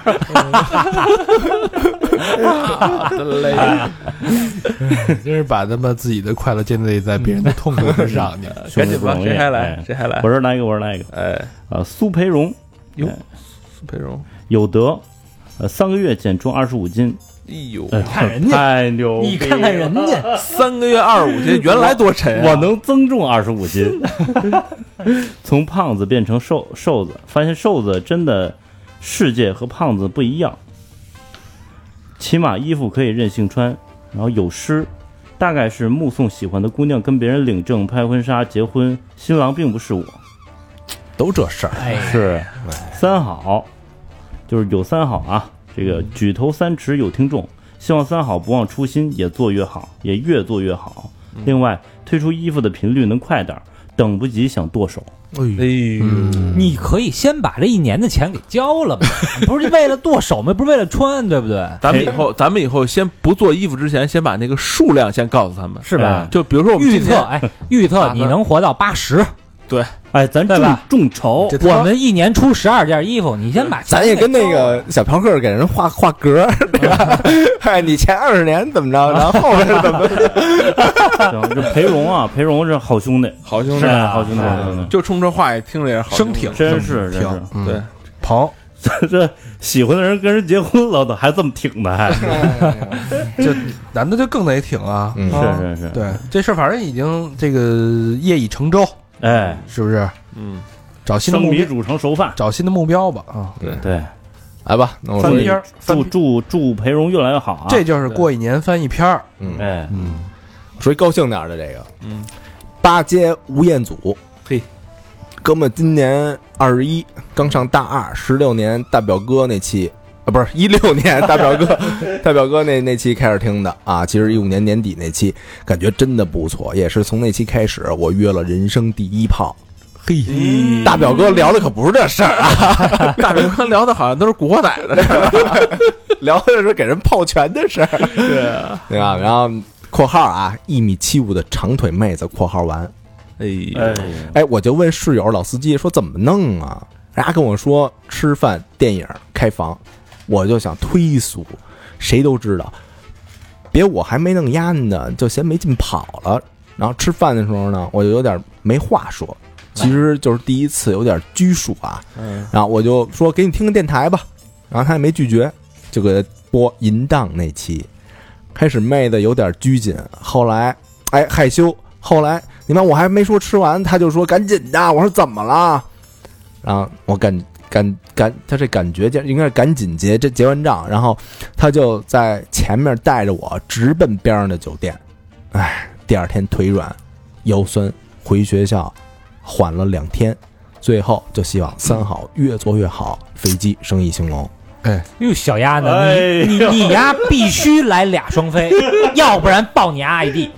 Speaker 3: 哎
Speaker 2: 真是把他们自己的快乐建立在别人的痛苦之 [LAUGHS] 上，你
Speaker 3: 赶紧吧，
Speaker 5: 兄弟不容易
Speaker 3: 谁还来？
Speaker 5: 哎
Speaker 3: 谁还来
Speaker 5: 我？这儿来一个，我这儿来一个。
Speaker 3: 哎，
Speaker 5: 啊，苏培荣
Speaker 3: 哟
Speaker 5: 哎，
Speaker 3: 苏培荣，
Speaker 5: 有德，呃，三个月减重二十五斤，
Speaker 3: 哎呦，
Speaker 5: 哎，
Speaker 8: 看人家
Speaker 5: 太牛逼了，
Speaker 8: 你看看人
Speaker 3: 哦
Speaker 8: 家，
Speaker 3: 三个月二十五斤，原来多沉
Speaker 5: 我
Speaker 3: 啊！
Speaker 5: 能增重二十五
Speaker 8: [LAUGHS]
Speaker 5: 斤，从胖子变成瘦瘦子，发现瘦子真的世界和胖子不一样。起码衣服可以任性穿，然后有诗，大概是目送喜欢的姑娘跟别人领证、拍婚纱、结婚，新郎并不是我，
Speaker 4: 都这事儿。
Speaker 8: 哎，
Speaker 5: 是三好，就是有三好啊。这个举头三尺有听众，希望三好不忘初心，也做越好，也越做越好。另外，推出衣服的频率能快点儿，等不及想剁手。
Speaker 3: 哎呦，
Speaker 8: 你可以先把这一年的钱给交了嘛， [LAUGHS] 不是为了剁手吗？不是为了穿，对不对？
Speaker 3: 咱们以后，咱们以后先不做衣服之前，先把那个数量先告诉他们，
Speaker 8: 是吧
Speaker 3: 就比如说我们
Speaker 8: 预
Speaker 3: 今
Speaker 8: 测，
Speaker 3: 天，
Speaker 8: 哎，预测你能活到八十，
Speaker 5: 哎，咱
Speaker 8: 对
Speaker 5: 众
Speaker 8: 吧
Speaker 5: 众筹，
Speaker 2: 这
Speaker 8: 我们一年出十二件衣服，你先把钱
Speaker 4: 咱也跟那
Speaker 8: 给交了
Speaker 4: 个小嫖客给人画画格儿，对吧？ [LAUGHS] 哎，你前二十年怎么着，然后后边怎 [LAUGHS] 么？
Speaker 5: 行这裴荣啊，裴荣是好兄弟，
Speaker 3: 好兄
Speaker 5: 是
Speaker 3: 弟，
Speaker 5: 啊好兄弟，好兄弟
Speaker 3: 就冲这话也听着也是好兄弟，
Speaker 5: 真是真是
Speaker 2: 挺，
Speaker 3: 对，
Speaker 2: 鹏
Speaker 5: 这 [LAUGHS] 这喜欢的人跟人结婚了，都还这么挺的，还是
Speaker 2: 这男的就更得挺啊。
Speaker 4: 嗯
Speaker 2: 啊
Speaker 5: 是是，
Speaker 2: 对，这事儿反正已经这个业已成舟，
Speaker 5: 哎，
Speaker 2: 是不是？
Speaker 3: 嗯，
Speaker 2: 找新的
Speaker 5: 生
Speaker 2: 目
Speaker 5: 米
Speaker 2: 标，
Speaker 5: 煮成熟饭，
Speaker 2: 找新的目标吧啊！
Speaker 5: 对，
Speaker 4: 来吧，那我
Speaker 5: 翻
Speaker 4: 说
Speaker 5: 篇儿，祝祝祝裴荣越来越好啊！
Speaker 2: 这就是过一年翻一篇儿。
Speaker 4: 嗯，
Speaker 5: 哎，
Speaker 4: 说一高兴点儿的这个，
Speaker 3: 嗯，
Speaker 4: 八街吴彦祖，
Speaker 3: 嘿，
Speaker 4: 哥们儿今年二十一，刚上大二，十六年大表哥那期。啊，不是一六年大表哥，大表哥那那期开始听的啊，其实一五年年底那期感觉真的不错，也是从那期开始，我约了人生第一炮。
Speaker 2: 嘿，
Speaker 4: 大表哥聊的可不是这事儿 [LAUGHS] 啊，
Speaker 3: 大明哥聊的好像都是古惑仔的，
Speaker 4: 聊的是给人泡拳的事儿，对吧？然后括号啊，一米七五的长腿妹子（括号完
Speaker 3: 哎呦，
Speaker 5: 哎，
Speaker 4: 哎，我就问室友老司机说怎么弄啊？人家跟我说吃饭、电影、开房，我就想推俗，谁都知道，别我还没弄烟呢，就嫌没劲跑了。然后吃饭的时候呢，我就有点没话说，其实就是第一次有点拘束啊。
Speaker 3: 嗯
Speaker 4: 然后我就说给你听个电台吧，然后他也没拒绝，就给他播淫荡那期。开始妹子有点拘谨，后来哎害羞，后来你们我还没说吃完，他就说赶紧的，我说怎么了？然后我感感感，他这感觉就应该是赶紧结这结完账，然后他就在前面带着我直奔边上的酒店，哎，第二天腿软腰酸，回学校缓了两天。最后就希望三好越做越好，飞机生意兴隆。
Speaker 8: 哟，小丫呢？
Speaker 5: 哎呦
Speaker 8: 你你你丫必须来俩
Speaker 5: [LAUGHS]
Speaker 8: 双飞，要不然爆你丫一地。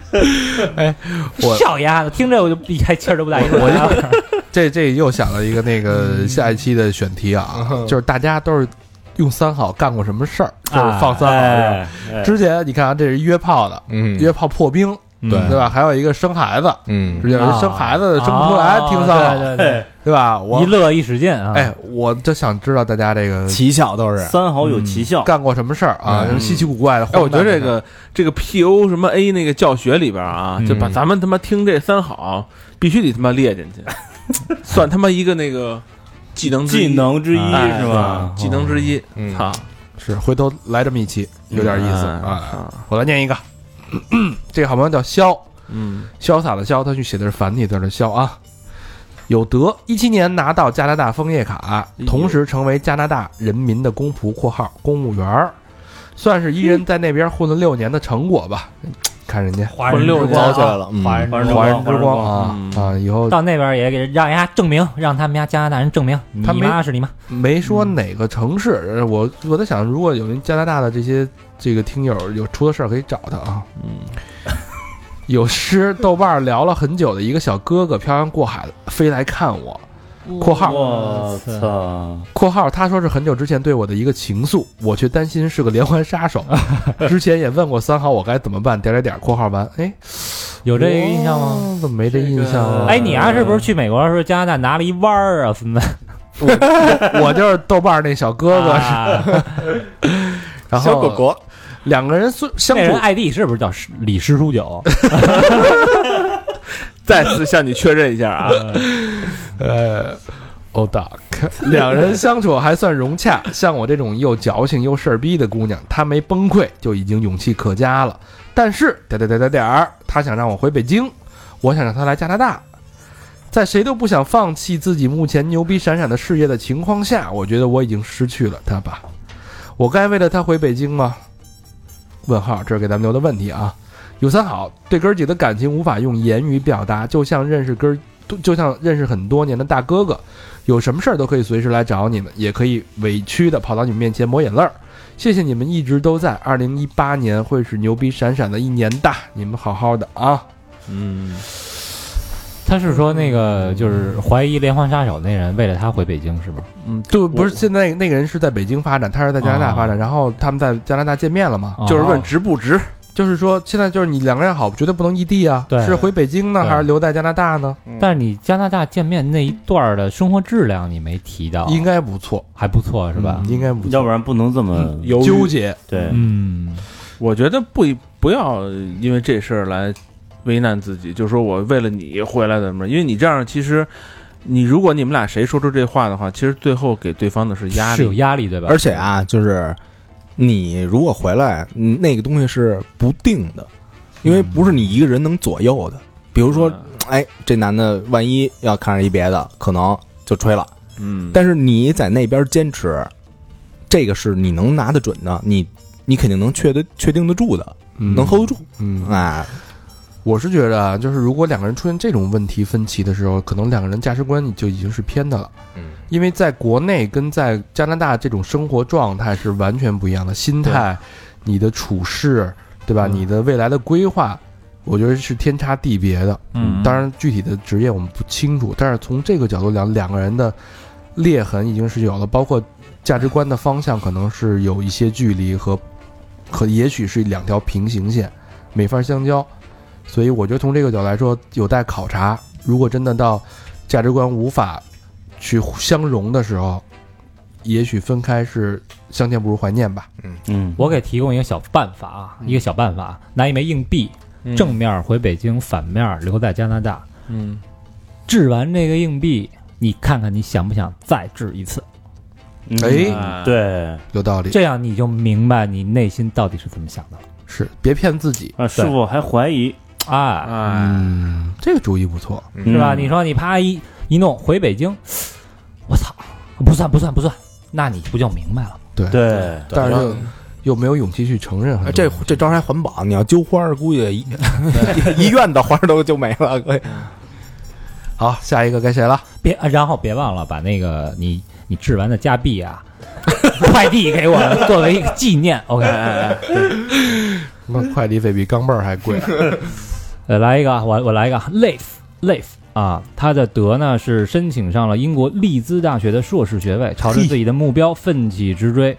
Speaker 8: 哎，
Speaker 2: 我
Speaker 8: 小丫呢？听着我就比还气儿都不带一个。我
Speaker 2: 这这又想了一个那个下一期的选题啊，就是大家都是用三好干过什么事儿，就是放三好的事儿。
Speaker 5: 哎，哎
Speaker 2: 之前你看啊，这是约炮的，
Speaker 4: 嗯
Speaker 2: 约炮破冰，
Speaker 4: 对
Speaker 2: 嗯对吧？还有一个生孩子，
Speaker 4: 嗯
Speaker 2: 之前有人生孩子生不
Speaker 9: 啊
Speaker 2: 出来，听
Speaker 8: 到
Speaker 2: 三好，
Speaker 8: 哦对
Speaker 5: 哎
Speaker 8: 对
Speaker 2: 对吧？
Speaker 8: 对，一
Speaker 2: 我
Speaker 8: 乐一使劲啊！
Speaker 2: 哎，我就想知道大家这个
Speaker 4: 奇巧都是
Speaker 5: 三好有奇效，
Speaker 2: 嗯干过什么事儿啊，
Speaker 4: 嗯
Speaker 2: 稀奇古怪的。
Speaker 3: 哎，我觉得这
Speaker 2: 荒诞的
Speaker 3: 个这个 P O 什么 A 那个教学里边啊，就把
Speaker 2: 嗯
Speaker 3: 咱们他妈听这三好必须得他妈列进去，算他妈一个那个技能之一
Speaker 5: 技能之一
Speaker 3: 哎
Speaker 5: 是吧？
Speaker 3: 技能之一，
Speaker 4: 嗯
Speaker 3: 操，
Speaker 2: 是回头来这么一期，有点意思
Speaker 3: 嗯
Speaker 2: 啊。我来念一个，这个好朋友叫潇，嗯，潇洒的潇，他去写的是繁体字的潇啊。有德，一七年拿到加拿大枫叶卡，同时成为加拿大人民的公仆（括号公务员儿），算是一人在那边混了六年的成果吧。看人家
Speaker 7: 华人之
Speaker 4: 糟
Speaker 7: 光
Speaker 4: 碎了，嗯
Speaker 8: 华人
Speaker 5: 华人
Speaker 2: 华人
Speaker 5: 人
Speaker 2: 之嗯光
Speaker 5: 光，
Speaker 2: 啊
Speaker 3: 嗯
Speaker 2: 啊！以后
Speaker 8: 到那边也给让人家证明，让他们家加拿大人证明你
Speaker 2: 他没
Speaker 8: 妈是你妈。
Speaker 2: 没说哪个城市，呃我我在想，如果有加拿大的这些这个听友有出了事儿，可以找他啊。嗯，有诗豆瓣儿聊了很久的一个小哥哥漂洋过海飞来看我（括号
Speaker 5: 我操！
Speaker 2: 括号他说是很久之前对我的一个情愫，我却担心是个连环杀
Speaker 8: [LAUGHS]
Speaker 2: 手。之前也问过三好我该怎么办，点点点（括号完）哎，
Speaker 8: 有这个印象吗？
Speaker 2: 哦？怎么没这印象啊？
Speaker 8: 哎，你啊，是不是去美国的时候加拿大拿了一弯儿啊，孙子？
Speaker 2: 我就是豆瓣儿那小哥哥，
Speaker 8: 啊
Speaker 2: 然后
Speaker 4: 小狗狗，
Speaker 2: 两个人虽相
Speaker 8: 那
Speaker 2: 处
Speaker 8: 人 ID 是不是叫石李师叔九？
Speaker 3: 再次向你确认一下啊，
Speaker 2: 呃，old duck，两 [LAUGHS] 人相处还算融洽。像我这种又矫情又事儿逼的姑娘，她没崩溃就已经勇气可嘉了。但是点点点点点儿，她想让我回北京，我想让她来加拿大。在谁都不想放弃自己目前牛逼闪闪的事业的情况下，我觉得我已经失去了她吧。我该为了她回北京吗？问号，这是给咱们留的问题啊。有三好，对哥儿几的感情无法用言语表达，就像认识哥儿都就像认识很多年的大哥哥，有什么事儿都可以随时来找你们，也可以委屈的跑到你们面前抹眼泪儿。谢谢你们一直都在，二零一八年会是牛逼闪闪的一年的，你们好好的啊！
Speaker 3: 嗯，
Speaker 8: 他是说那个就是怀疑连环杀手那人为了他回北京是吗？
Speaker 2: 就不是现在那个人是在北京发展，他是在加拿大发展，然后他们在加拿大见面了嘛？
Speaker 3: 就是问
Speaker 8: 哦
Speaker 3: 值不值，
Speaker 2: 就是说现在就是你两个人好，绝对不能异地啊，
Speaker 8: 对
Speaker 2: 是回北京呢
Speaker 8: 对
Speaker 2: 还是留在加拿大呢？
Speaker 8: 但是你加拿大见面那一段儿的生活质量你没提到，
Speaker 2: 应该不错
Speaker 8: 还不错是吧
Speaker 2: 嗯？应该不错，
Speaker 5: 要不然不能这么
Speaker 3: 有
Speaker 2: 纠结
Speaker 5: 对，
Speaker 8: 嗯，
Speaker 3: 我觉得不不要因为这事儿来为难自己，就说我为了你回来怎么着，因为你这样其实，你如果你们俩谁说出这话的话，其实最后给对方的是压
Speaker 8: 是有
Speaker 3: 力。
Speaker 8: 压力对吧？
Speaker 4: 而且啊，就是你如果回来，嗯那个东西是不定的，因为不是你一个人能左右的。比如说，哎，这男的万一要看上一别的，可能就吹了。
Speaker 3: 嗯，
Speaker 4: 但是你在那边坚持，这个是你能拿得准的，你你肯定能确得确定得住的，能 hold 得住。
Speaker 2: 嗯
Speaker 4: 哎，
Speaker 2: 我是觉得啊，就是如果两个人出现这种问题分歧的时候，可能两个人价值观就已经是偏的了。
Speaker 4: 嗯，
Speaker 2: 因为在国内跟在加拿大这种生活状态是完全不一样的，心态、你的处事，对吧？你的未来的规划，我觉得是天差地别的。
Speaker 3: 嗯
Speaker 2: 当然具体的职业我们不清楚，但是从这个角度讲，两个人的裂痕已经是有了，包括价值观的方向可能是有一些距离和和也许是两条平行线，没法相交。所以我觉得从这个角度来说，有待考察。如果真的到价值观无法去相融的时候，也许分开是相见不如怀念吧。
Speaker 5: 嗯，
Speaker 8: 我给提供一个小办法啊，一个小办法，
Speaker 2: 嗯
Speaker 8: 拿一枚硬币，正面回北京，反面留在加拿大。
Speaker 3: 嗯，
Speaker 8: 掷完这个硬币，你看看你想不想再掷一次？
Speaker 5: 嗯
Speaker 2: 哎，
Speaker 5: 对，
Speaker 2: 有道理，
Speaker 8: 这样你就明白你内心到底是怎么想的了。
Speaker 2: 是别骗自己。
Speaker 5: 啊，是否还怀疑？
Speaker 2: 啊
Speaker 8: 哎，
Speaker 3: 哎，
Speaker 2: 嗯，这个主意不错。
Speaker 5: 嗯
Speaker 8: 是吧？你说你啪一一弄回北京，我操，不算不算不算，那你不就明白了吗？
Speaker 5: 对，
Speaker 2: 但是又又没有勇气去承认很多
Speaker 4: 哎这
Speaker 2: 东西。
Speaker 4: 这招还环保，你要揪花儿，估计 [LAUGHS] 一一院子花儿都就没了。各位
Speaker 2: 好，下一个该谁了？
Speaker 8: 别，啊然后别忘了把那个你你制完的加币啊， [LAUGHS] 快递给我们作为一个纪念。OK，
Speaker 2: 他妈快递费比钢镚儿还贵。啊 [LAUGHS]
Speaker 8: 啊呃，来一个，我我来一个 l i f e l i f e 啊，他的德呢是申请上了英国利兹大学的硕士学位，朝着自己的目标奋起直追，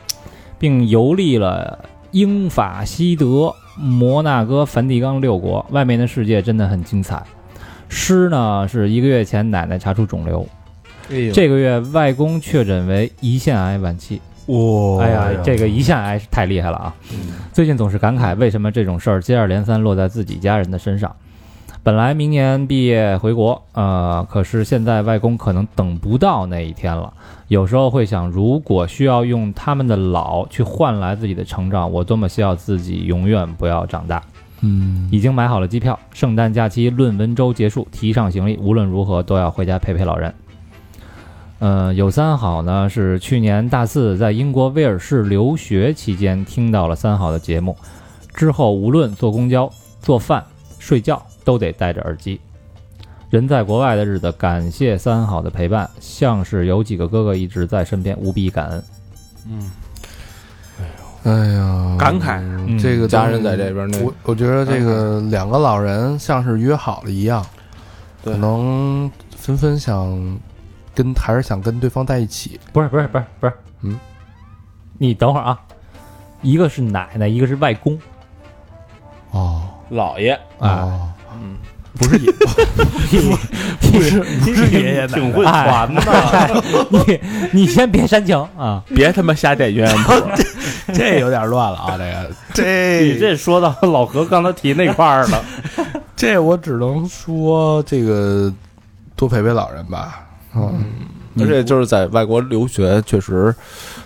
Speaker 8: 并游历了英法西德、摩纳哥、梵蒂冈六国。外面的世界真的很精彩。诗呢是一个月前奶奶查出肿瘤，这个月外公确诊为胰腺癌晚期。
Speaker 10: 哇
Speaker 8: 哎呀，这个胰腺癌是太厉害了啊！最近总是感慨，为什么这种事儿接二连三落在自己家人的身上？本来明年毕业回国，呃，可是现在外公可能等不到那一天了。有时候会想，如果需要用他们的老去换来自己的成长，我多么希望自己永远不要长大。
Speaker 10: 嗯，
Speaker 8: 已经买好了机票，圣诞假期论文周结束，提上行李，无论如何都要回家陪陪老人。呃，有三好呢是去年大四在英国威尔士留学期间听到了三好的节目，之后无论坐公交、做饭、睡觉都得戴着耳机。人在国外的日子，感谢三好的陪伴，像是有几个哥哥一直在身边，无比感恩。
Speaker 2: 哎呀，
Speaker 3: 感慨
Speaker 8: 嗯
Speaker 2: 这个
Speaker 4: 家人在这边那
Speaker 2: 我我觉得这个两个老人像是约好了一样，可能纷纷想跟还是想跟对方在一起。
Speaker 8: 不是不是不是不是，
Speaker 2: 嗯，
Speaker 8: 你等会儿啊，一个是奶奶，一个是外公
Speaker 2: 哦
Speaker 3: 姥爷，
Speaker 8: 啊。
Speaker 2: 哦，
Speaker 10: 不是也
Speaker 8: 不是不是爷爷
Speaker 5: 挺会传的，
Speaker 8: 你你先别煽情啊！
Speaker 3: 别他妈瞎点鸳鸯谱，
Speaker 10: 这有点乱了啊，这个
Speaker 5: 你
Speaker 10: 这
Speaker 5: 这说到老何刚才提那块儿了，
Speaker 2: 这我只能说这个多陪陪老人吧。嗯，
Speaker 4: 而且就是在外国留学，确实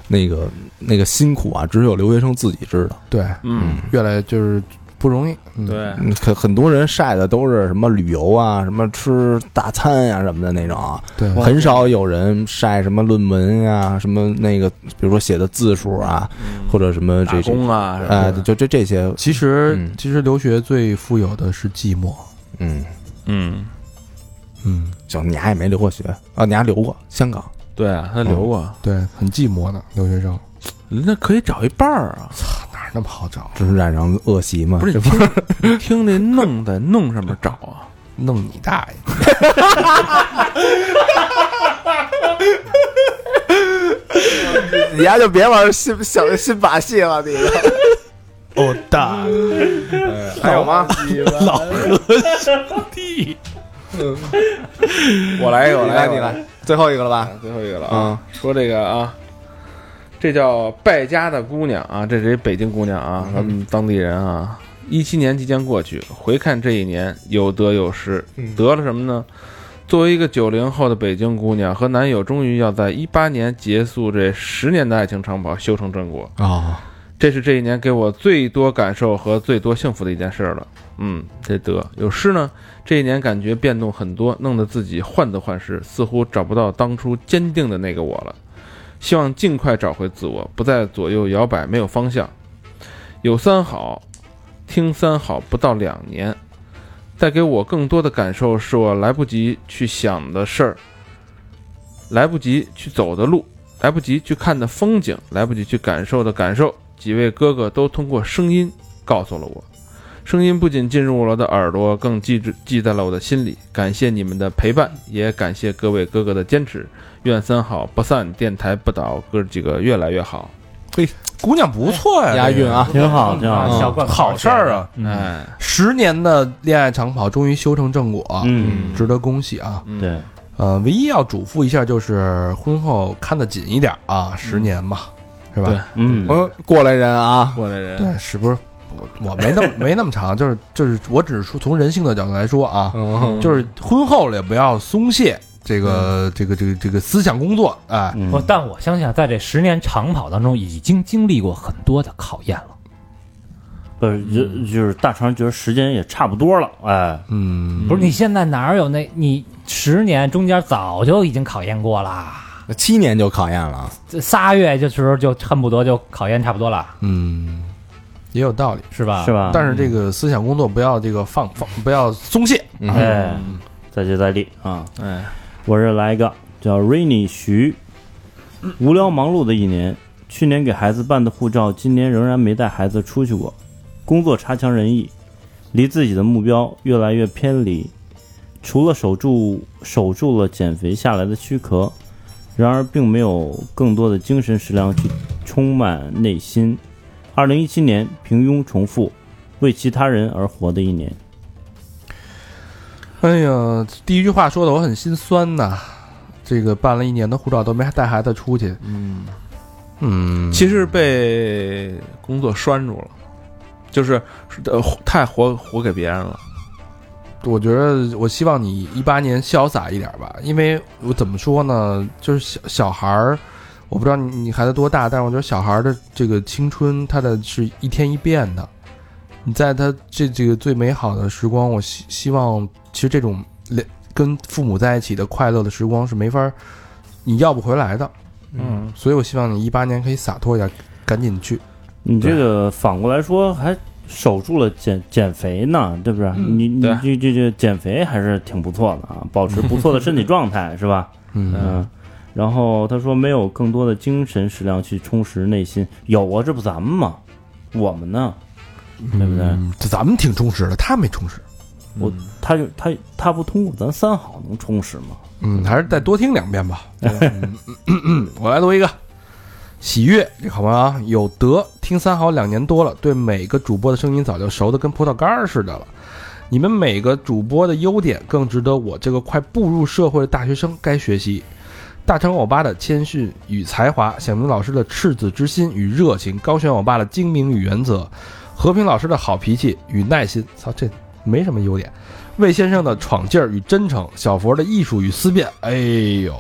Speaker 4: 那个那个辛苦啊，只有留学生自己知道。
Speaker 2: 对，
Speaker 3: 嗯，
Speaker 2: 越来就是不容易。嗯，
Speaker 3: 对，
Speaker 4: 嗯很很多人晒的都是什么旅游啊，什么吃大餐呀、什么的那种啊，
Speaker 2: 对，
Speaker 4: 很少有人晒什么论文呀、什么那个，比如说写的字数啊，或者什么
Speaker 3: 嗯打
Speaker 4: 这种，
Speaker 3: 工啊，什么
Speaker 4: 哎，就这这些，
Speaker 2: 其实
Speaker 4: 嗯
Speaker 2: 其实留学最富有的是寂寞。
Speaker 4: 嗯，
Speaker 3: 嗯，
Speaker 2: 嗯，
Speaker 4: 就你还也没留过学啊，你还留过香港，
Speaker 3: 对啊，他留过，
Speaker 2: 对，很寂寞的留学生
Speaker 3: 那可以找一伴儿啊，
Speaker 2: 哪儿那么好找？
Speaker 4: 这是染上恶习吗？
Speaker 3: 不是你听，你听那弄在弄上面找啊，
Speaker 2: 弄你大爷！
Speaker 4: 你丫就别玩新小新把戏了，你。
Speaker 2: 哦大，
Speaker 4: 还有吗？老何兄弟，嗯我来一个，我来，你来，最后一个了吧？
Speaker 3: 最后一个了
Speaker 4: 嗯
Speaker 3: 啊，说这个啊，这叫败家的姑娘啊，这是一北京姑娘啊，咱们当地人啊。一七年即将过去，回看这一年，有得有失，得了什么呢？作为一个九零后的北京姑娘，和男友终于要在一八年结束这十年的爱情长跑，修成正果。
Speaker 4: 啊，
Speaker 3: 这是这一年给我最多感受和最多幸福的一件事儿了。嗯，这得有失呢。这一年感觉变动很多，弄得自己患得患失，似乎找不到当初坚定的那个我了。希望尽快找回自我，不再左右摇摆，没有方向。有三好，听三好不到两年，带给我更多的感受是我来不及去想的事儿，来不及去走的路，来不及去看的风景，来不及去感受的感受。几位哥哥都通过声音告诉了我，声音不仅进入了我的耳朵，更记住记在了我的心里。感谢你们的陪伴，也感谢各位哥哥的坚持。愿三好不散，电台不倒，哥几个越来越好。
Speaker 2: 姑娘不错呀，
Speaker 4: 押
Speaker 2: 这个
Speaker 4: 韵啊，
Speaker 5: 挺好，挺
Speaker 9: 嗯
Speaker 2: 嗯
Speaker 5: 好，
Speaker 8: 小罐头
Speaker 2: 好事儿啊！
Speaker 8: 嗯
Speaker 3: 哎，
Speaker 2: 十年的恋爱长跑终于修成正果，
Speaker 5: 嗯，
Speaker 2: 值得恭喜啊！
Speaker 3: 嗯
Speaker 5: 对，
Speaker 2: 呃，唯一要嘱咐一下就是婚后看得紧一点啊，十年嘛，是吧？
Speaker 5: 嗯，
Speaker 4: 嗯，过来人啊，
Speaker 3: 过来人，
Speaker 2: 对，是不是？我我没那么没那么长，就是就是，我只是说从人性的角度来说啊，
Speaker 4: 嗯
Speaker 2: 就是婚后了也不要松懈这个、这个这个这个思想工作，哎，
Speaker 5: 嗯
Speaker 8: 我但我相信，啊，在这十年长跑当中，已经经历过很多的考验了。
Speaker 5: 不是，就就是大肠觉得时间也差不多了，哎，
Speaker 2: 嗯，
Speaker 8: 不是，你现在哪儿有那？你十年中间早就已经考验过啦，
Speaker 4: 七年就考验了，啊
Speaker 8: 这仨月这时候就恨不得就考验差不多了，
Speaker 2: 嗯，也有道理，
Speaker 8: 是
Speaker 9: 啊
Speaker 8: 吧？
Speaker 5: 是？吧？
Speaker 2: 但是这个思想工作不要这个放放，不要松懈，
Speaker 5: 哎，再接再厉啊！
Speaker 3: 哎，
Speaker 5: 我这来一个叫 Rainy 徐，无聊忙碌的一年，去年给孩子办的护照，今年仍然没带孩子出去过，工作差强人意，离自己的目标越来越偏离，除了守住守住了减肥下来的躯壳，然而并没有更多的精神食粮去充满内心。二零一七年，平庸重复，为其他人而活的一年。
Speaker 2: 哎呀，第一句话说的我很心酸呐。这个办了一年的护照都没带孩子出去，
Speaker 3: 嗯，
Speaker 2: 嗯，
Speaker 4: 其实被工作拴住了，就是呃太活活给别人了。
Speaker 2: 我觉得我希望你一八年潇洒一点吧，因为我怎么说呢，就是小小孩儿，我不知道你你孩子多大，但是我觉得小孩儿的这个青春，他的是一天一变的。你在他这这个最美好的时光，我希希望其实这种连跟父母在一起的快乐的时光是没法儿你要不回来的，
Speaker 11: 嗯，
Speaker 2: 所以我希望你一八年可以洒脱一点，赶紧去。
Speaker 5: 你这个反过来说还守住了减减肥呢，对不是？你你
Speaker 4: 对
Speaker 5: 这这这减肥还是挺不错的啊，保持不错的身体状态是吧？
Speaker 2: 嗯，
Speaker 5: 嗯。然后他说没有更多的精神食粮去充实内心，有啊，这不咱们吗？我们呢？对不对？
Speaker 2: 嗯这咱们挺充实的，他没充实。
Speaker 5: 我他就他他不通过咱三好能充实吗？
Speaker 2: 嗯，还是再多听两遍吧。嗯我来读一个，喜悦，这好吗？啊，有德，听三好两年多了，对每个主播的声音早就熟的跟葡萄干儿似的了。你们每个主播的优点更值得我这个快步入社会的大学生该学习。大成欧巴的谦逊与才华，小明老师的赤子之心与热情，高璇欧巴的精明与原则，和平老师的好脾气与耐心。操，这没什么优点。魏先生的闯劲儿与真诚，小佛的艺术与思辨，哎呦，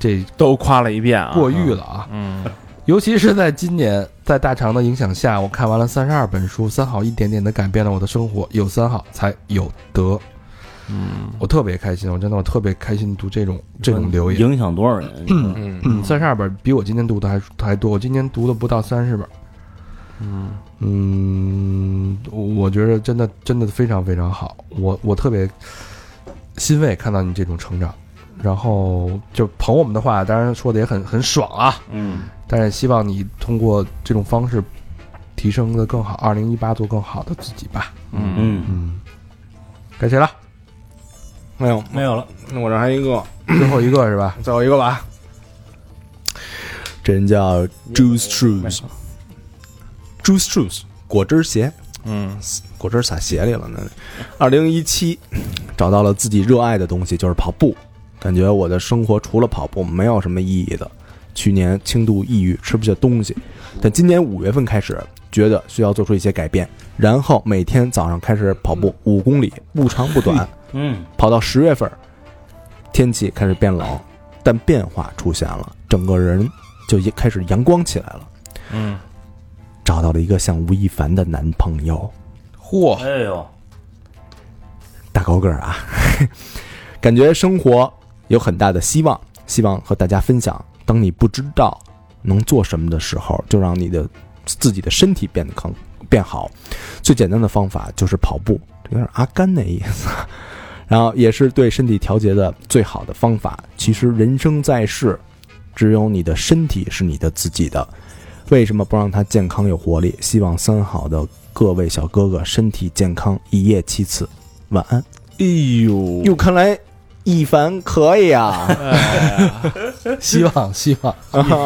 Speaker 2: 这
Speaker 3: 都夸了一遍啊，
Speaker 2: 过誉了啊！
Speaker 3: 嗯，
Speaker 2: 尤其是在今年，在大肠的影响下，我看完了三十二本书，三好一点点的改变了我的生活，有三好才有德。嗯，我特别开心，我真的我特别开心读这种这种留言。
Speaker 5: 影响多少人？嗯
Speaker 4: 嗯，
Speaker 2: 嗯，三十二本比我今天读的还还多，我今天读了不到三十本。嗯我我觉得真的真的非常非常好，我我特别欣慰看到你这种成长，然后就捧我们的话，当然说的也很很爽啊，
Speaker 5: 嗯，
Speaker 2: 但是希望你通过这种方式提升的更好，二零一八做更好的自己吧。
Speaker 5: 嗯，
Speaker 2: 嗯，该谁了？
Speaker 4: 没有，
Speaker 12: 没有了，
Speaker 4: 那我这还一个，
Speaker 2: 最后一个是 [LAUGHS] 吧？
Speaker 4: 最后一个吧。这人叫 Juice Shoes，Juice Shoes 果汁鞋，
Speaker 3: 嗯，
Speaker 4: 果汁撒鞋里了呢。二零一七，找到了自己热爱的东西，就是跑步。感觉我的生活除了跑步没有什么意义的。去年轻度抑郁，吃不下东西，但今年五月份开始觉得需要做出一些改变，然后每天早上开始跑步五公里，不长不短。
Speaker 5: 嗯，
Speaker 4: 跑到十月份儿，天气开始变冷，但变化出现了，整个人就也开始阳光起来了。
Speaker 3: 嗯，
Speaker 4: 找到了一个像吴亦凡的男朋友，
Speaker 2: 嚯，
Speaker 5: 哎
Speaker 2: [LAUGHS]
Speaker 5: 呦，
Speaker 4: 大高个儿啊， [LAUGHS] 感觉生活有很大的希望，希望和大家分享。当你不知道能做什么的时候，就让你的自己的身体变得更变好。最简单的方法就是跑步，有点阿甘那意思。 [LAUGHS] 然后也是对身体调节的最好的方法。其实人生在世，只有你的身体是你的自己的，为什么不让它健康有活力？希望三好的各位小哥哥身体健康，一夜七次。晚安。
Speaker 3: 哎呦，
Speaker 4: 哟，看来一凡可以啊，
Speaker 2: 希望希望，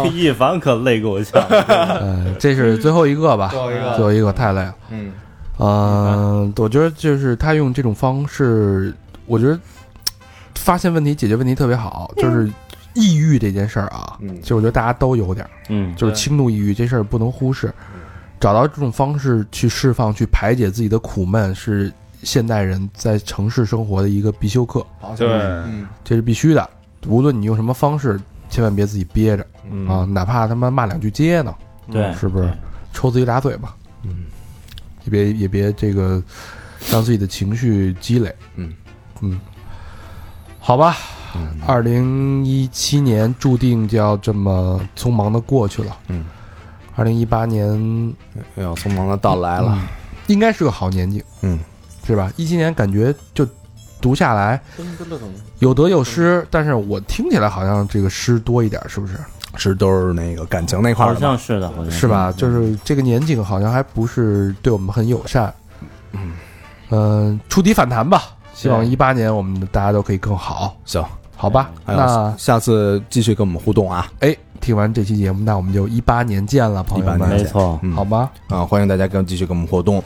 Speaker 5: 一一凡可累够呛。
Speaker 2: 呃，这是最后一个吧？最后一个，最后一个太累了。
Speaker 4: 嗯，
Speaker 2: 嗯，我觉得就是他用这种方式，我觉得发现问题、解决问题特别好。就是抑郁这件事儿啊，
Speaker 4: 嗯
Speaker 2: 就我觉得大家都有点儿，
Speaker 5: 嗯，
Speaker 2: 就是轻度抑郁这事儿不能忽视。找到这种方式去释放、去排解自己的苦闷，是现代人在城市生活的一个必修课，
Speaker 3: 对，
Speaker 2: 这是必须的。无论你用什么方式，千万别自己憋着
Speaker 3: 嗯
Speaker 2: 啊，哪怕他妈骂两句街呢，
Speaker 5: 对，
Speaker 2: 是不是？抽自己俩嘴巴，
Speaker 4: 嗯，
Speaker 2: 也别也别这个让自己的情绪积累，
Speaker 4: 嗯
Speaker 2: 嗯，好吧，二零一七年注定就要这么匆忙的过去了，
Speaker 4: 嗯，
Speaker 2: 二零一八年
Speaker 4: 哎呦，匆忙的到来了，
Speaker 2: 应该是个好年景，
Speaker 4: 嗯，
Speaker 2: 是吧？一七年感觉就读下来有得有失，但是我听起来好像这个失多一点，是不是？
Speaker 4: 是都是那个感情那块
Speaker 5: 好
Speaker 4: 儿的吧，
Speaker 5: 像是的，好像
Speaker 2: 是？吧？就是这个年景嗯好像还不是对我们很友善。嗯，呃，触底反弹吧，希望一八年我们大家都可以更好，
Speaker 4: 行，
Speaker 2: 好吧？
Speaker 4: 还有
Speaker 2: 那
Speaker 4: 下次继续跟我们互动啊，
Speaker 2: 哎，听完这期节目，那我们就一八年见了，朋友
Speaker 4: 18
Speaker 2: 们
Speaker 4: 年
Speaker 5: 没，错，
Speaker 4: 嗯
Speaker 2: 好吧？
Speaker 4: 啊，欢迎大家跟继续跟我们互动。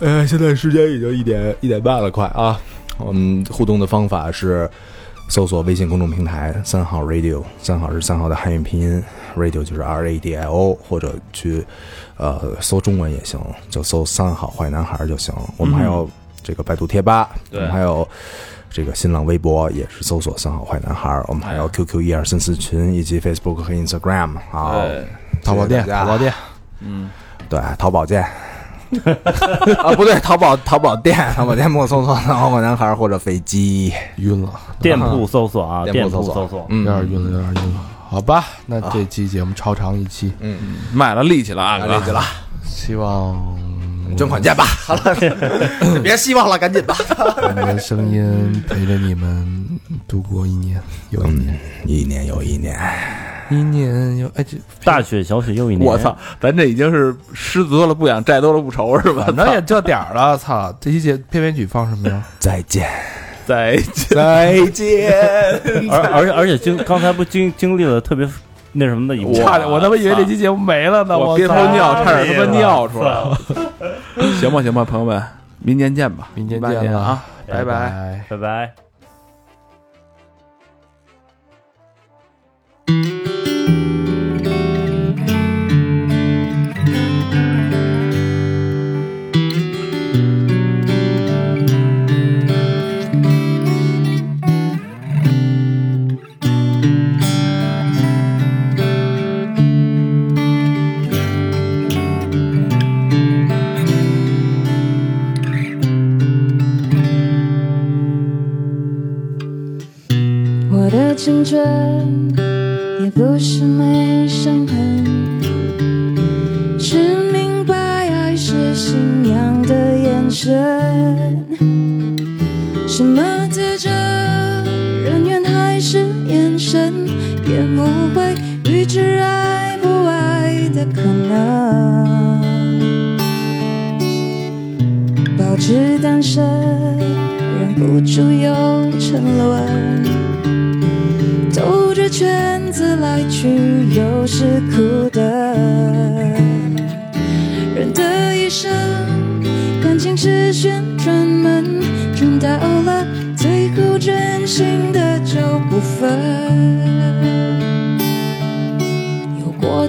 Speaker 4: 呃，现在时间已经一点一点半了，快啊！我们互动的方法是搜索微信公众平台“三好 radio”，三好是三好的汉语拼音，radio 就是 R A D I O，或者去呃搜中文也行，就搜“三好坏男孩”就行。我们还有这个百度贴吧，我们还有。这个新浪微博也是搜索“三好坏男孩”，我们还有 QQ 一二三四群，以及 Facebook 和 Instagram 好，
Speaker 2: 淘宝店，
Speaker 4: 谢谢大家
Speaker 2: 淘宝店，
Speaker 4: 对，淘宝见。 [LAUGHS] 啊，不对，淘宝淘宝店，淘宝店莫搜索“淘宝男孩”或者飞机，
Speaker 2: 晕了，
Speaker 5: 店铺搜索啊，
Speaker 4: 店
Speaker 5: 店
Speaker 4: 铺搜
Speaker 5: 铺
Speaker 4: 索
Speaker 5: 搜索，
Speaker 2: 有
Speaker 4: 嗯
Speaker 2: 点晕了，有点晕了。好吧，那这期节目超长一期，
Speaker 3: 卖了力气了啊，
Speaker 4: 啊，
Speaker 3: 哥
Speaker 4: 理解了，
Speaker 2: 希望
Speaker 4: 捐款见吧。好了， [LAUGHS] 别希望了，赶紧吧。
Speaker 2: 我们的声音陪着你们度过一年又一年，
Speaker 4: 嗯一年又一年，
Speaker 2: 一年又哎这
Speaker 5: 大雪小雪又一年，
Speaker 3: 我操，咱这已经是狮子多了不痒，债多了不愁是吧？
Speaker 2: 反正也这点儿了，操！这期节片尾曲放什么
Speaker 3: [LAUGHS]
Speaker 2: 呀？
Speaker 4: 再见，
Speaker 3: 再
Speaker 4: 再见。
Speaker 5: 而而且而且经刚才不经经历了特别那什么的一幕，
Speaker 2: 差点，我他妈以为这期节目没了呢！
Speaker 3: 我
Speaker 2: 我
Speaker 3: 憋
Speaker 2: 操
Speaker 3: 头尿，差点他妈尿出来了。哎 [LAUGHS] 行吧，行吧，朋友们，明年见吧，
Speaker 2: 明天
Speaker 3: 18
Speaker 2: 见
Speaker 3: 年
Speaker 2: 了
Speaker 3: 啊，拜拜。
Speaker 2: 拜。
Speaker 5: 拜拜。
Speaker 9: 我的青春也不是没伤痕，只明白爱是信仰的眼神。什么自责，人缘还是眼神，也不会预知爱不爱的可能。保持单身，忍不住又沉沦。兜着圈子来去，又是苦的。人的一生，感情是旋转门，转到了最后，真心的就不分。有过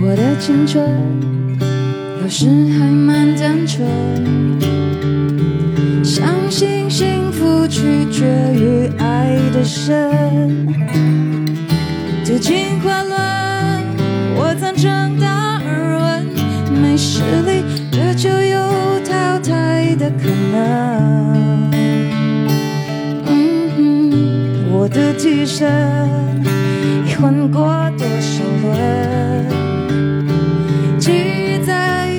Speaker 9: 我的青春有时还蛮单纯，相信幸福取决于爱的深。究竟快乐，我赞成达尔文，没实力这就有淘汰的可能。嗯哼，我的替身也换过多少轮？记忆在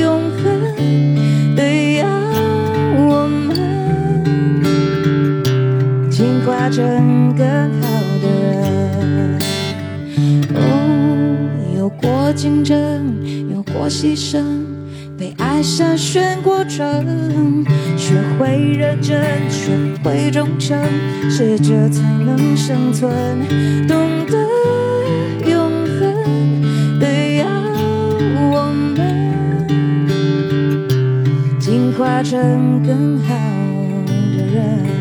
Speaker 9: 永恒，得要我们。进化成更好的人。哦，有过竞争，有过牺牲，被爱筛选过程，学会认真，学会忠诚，适者才能生存，懂得永恒，得要我们。成更好的人。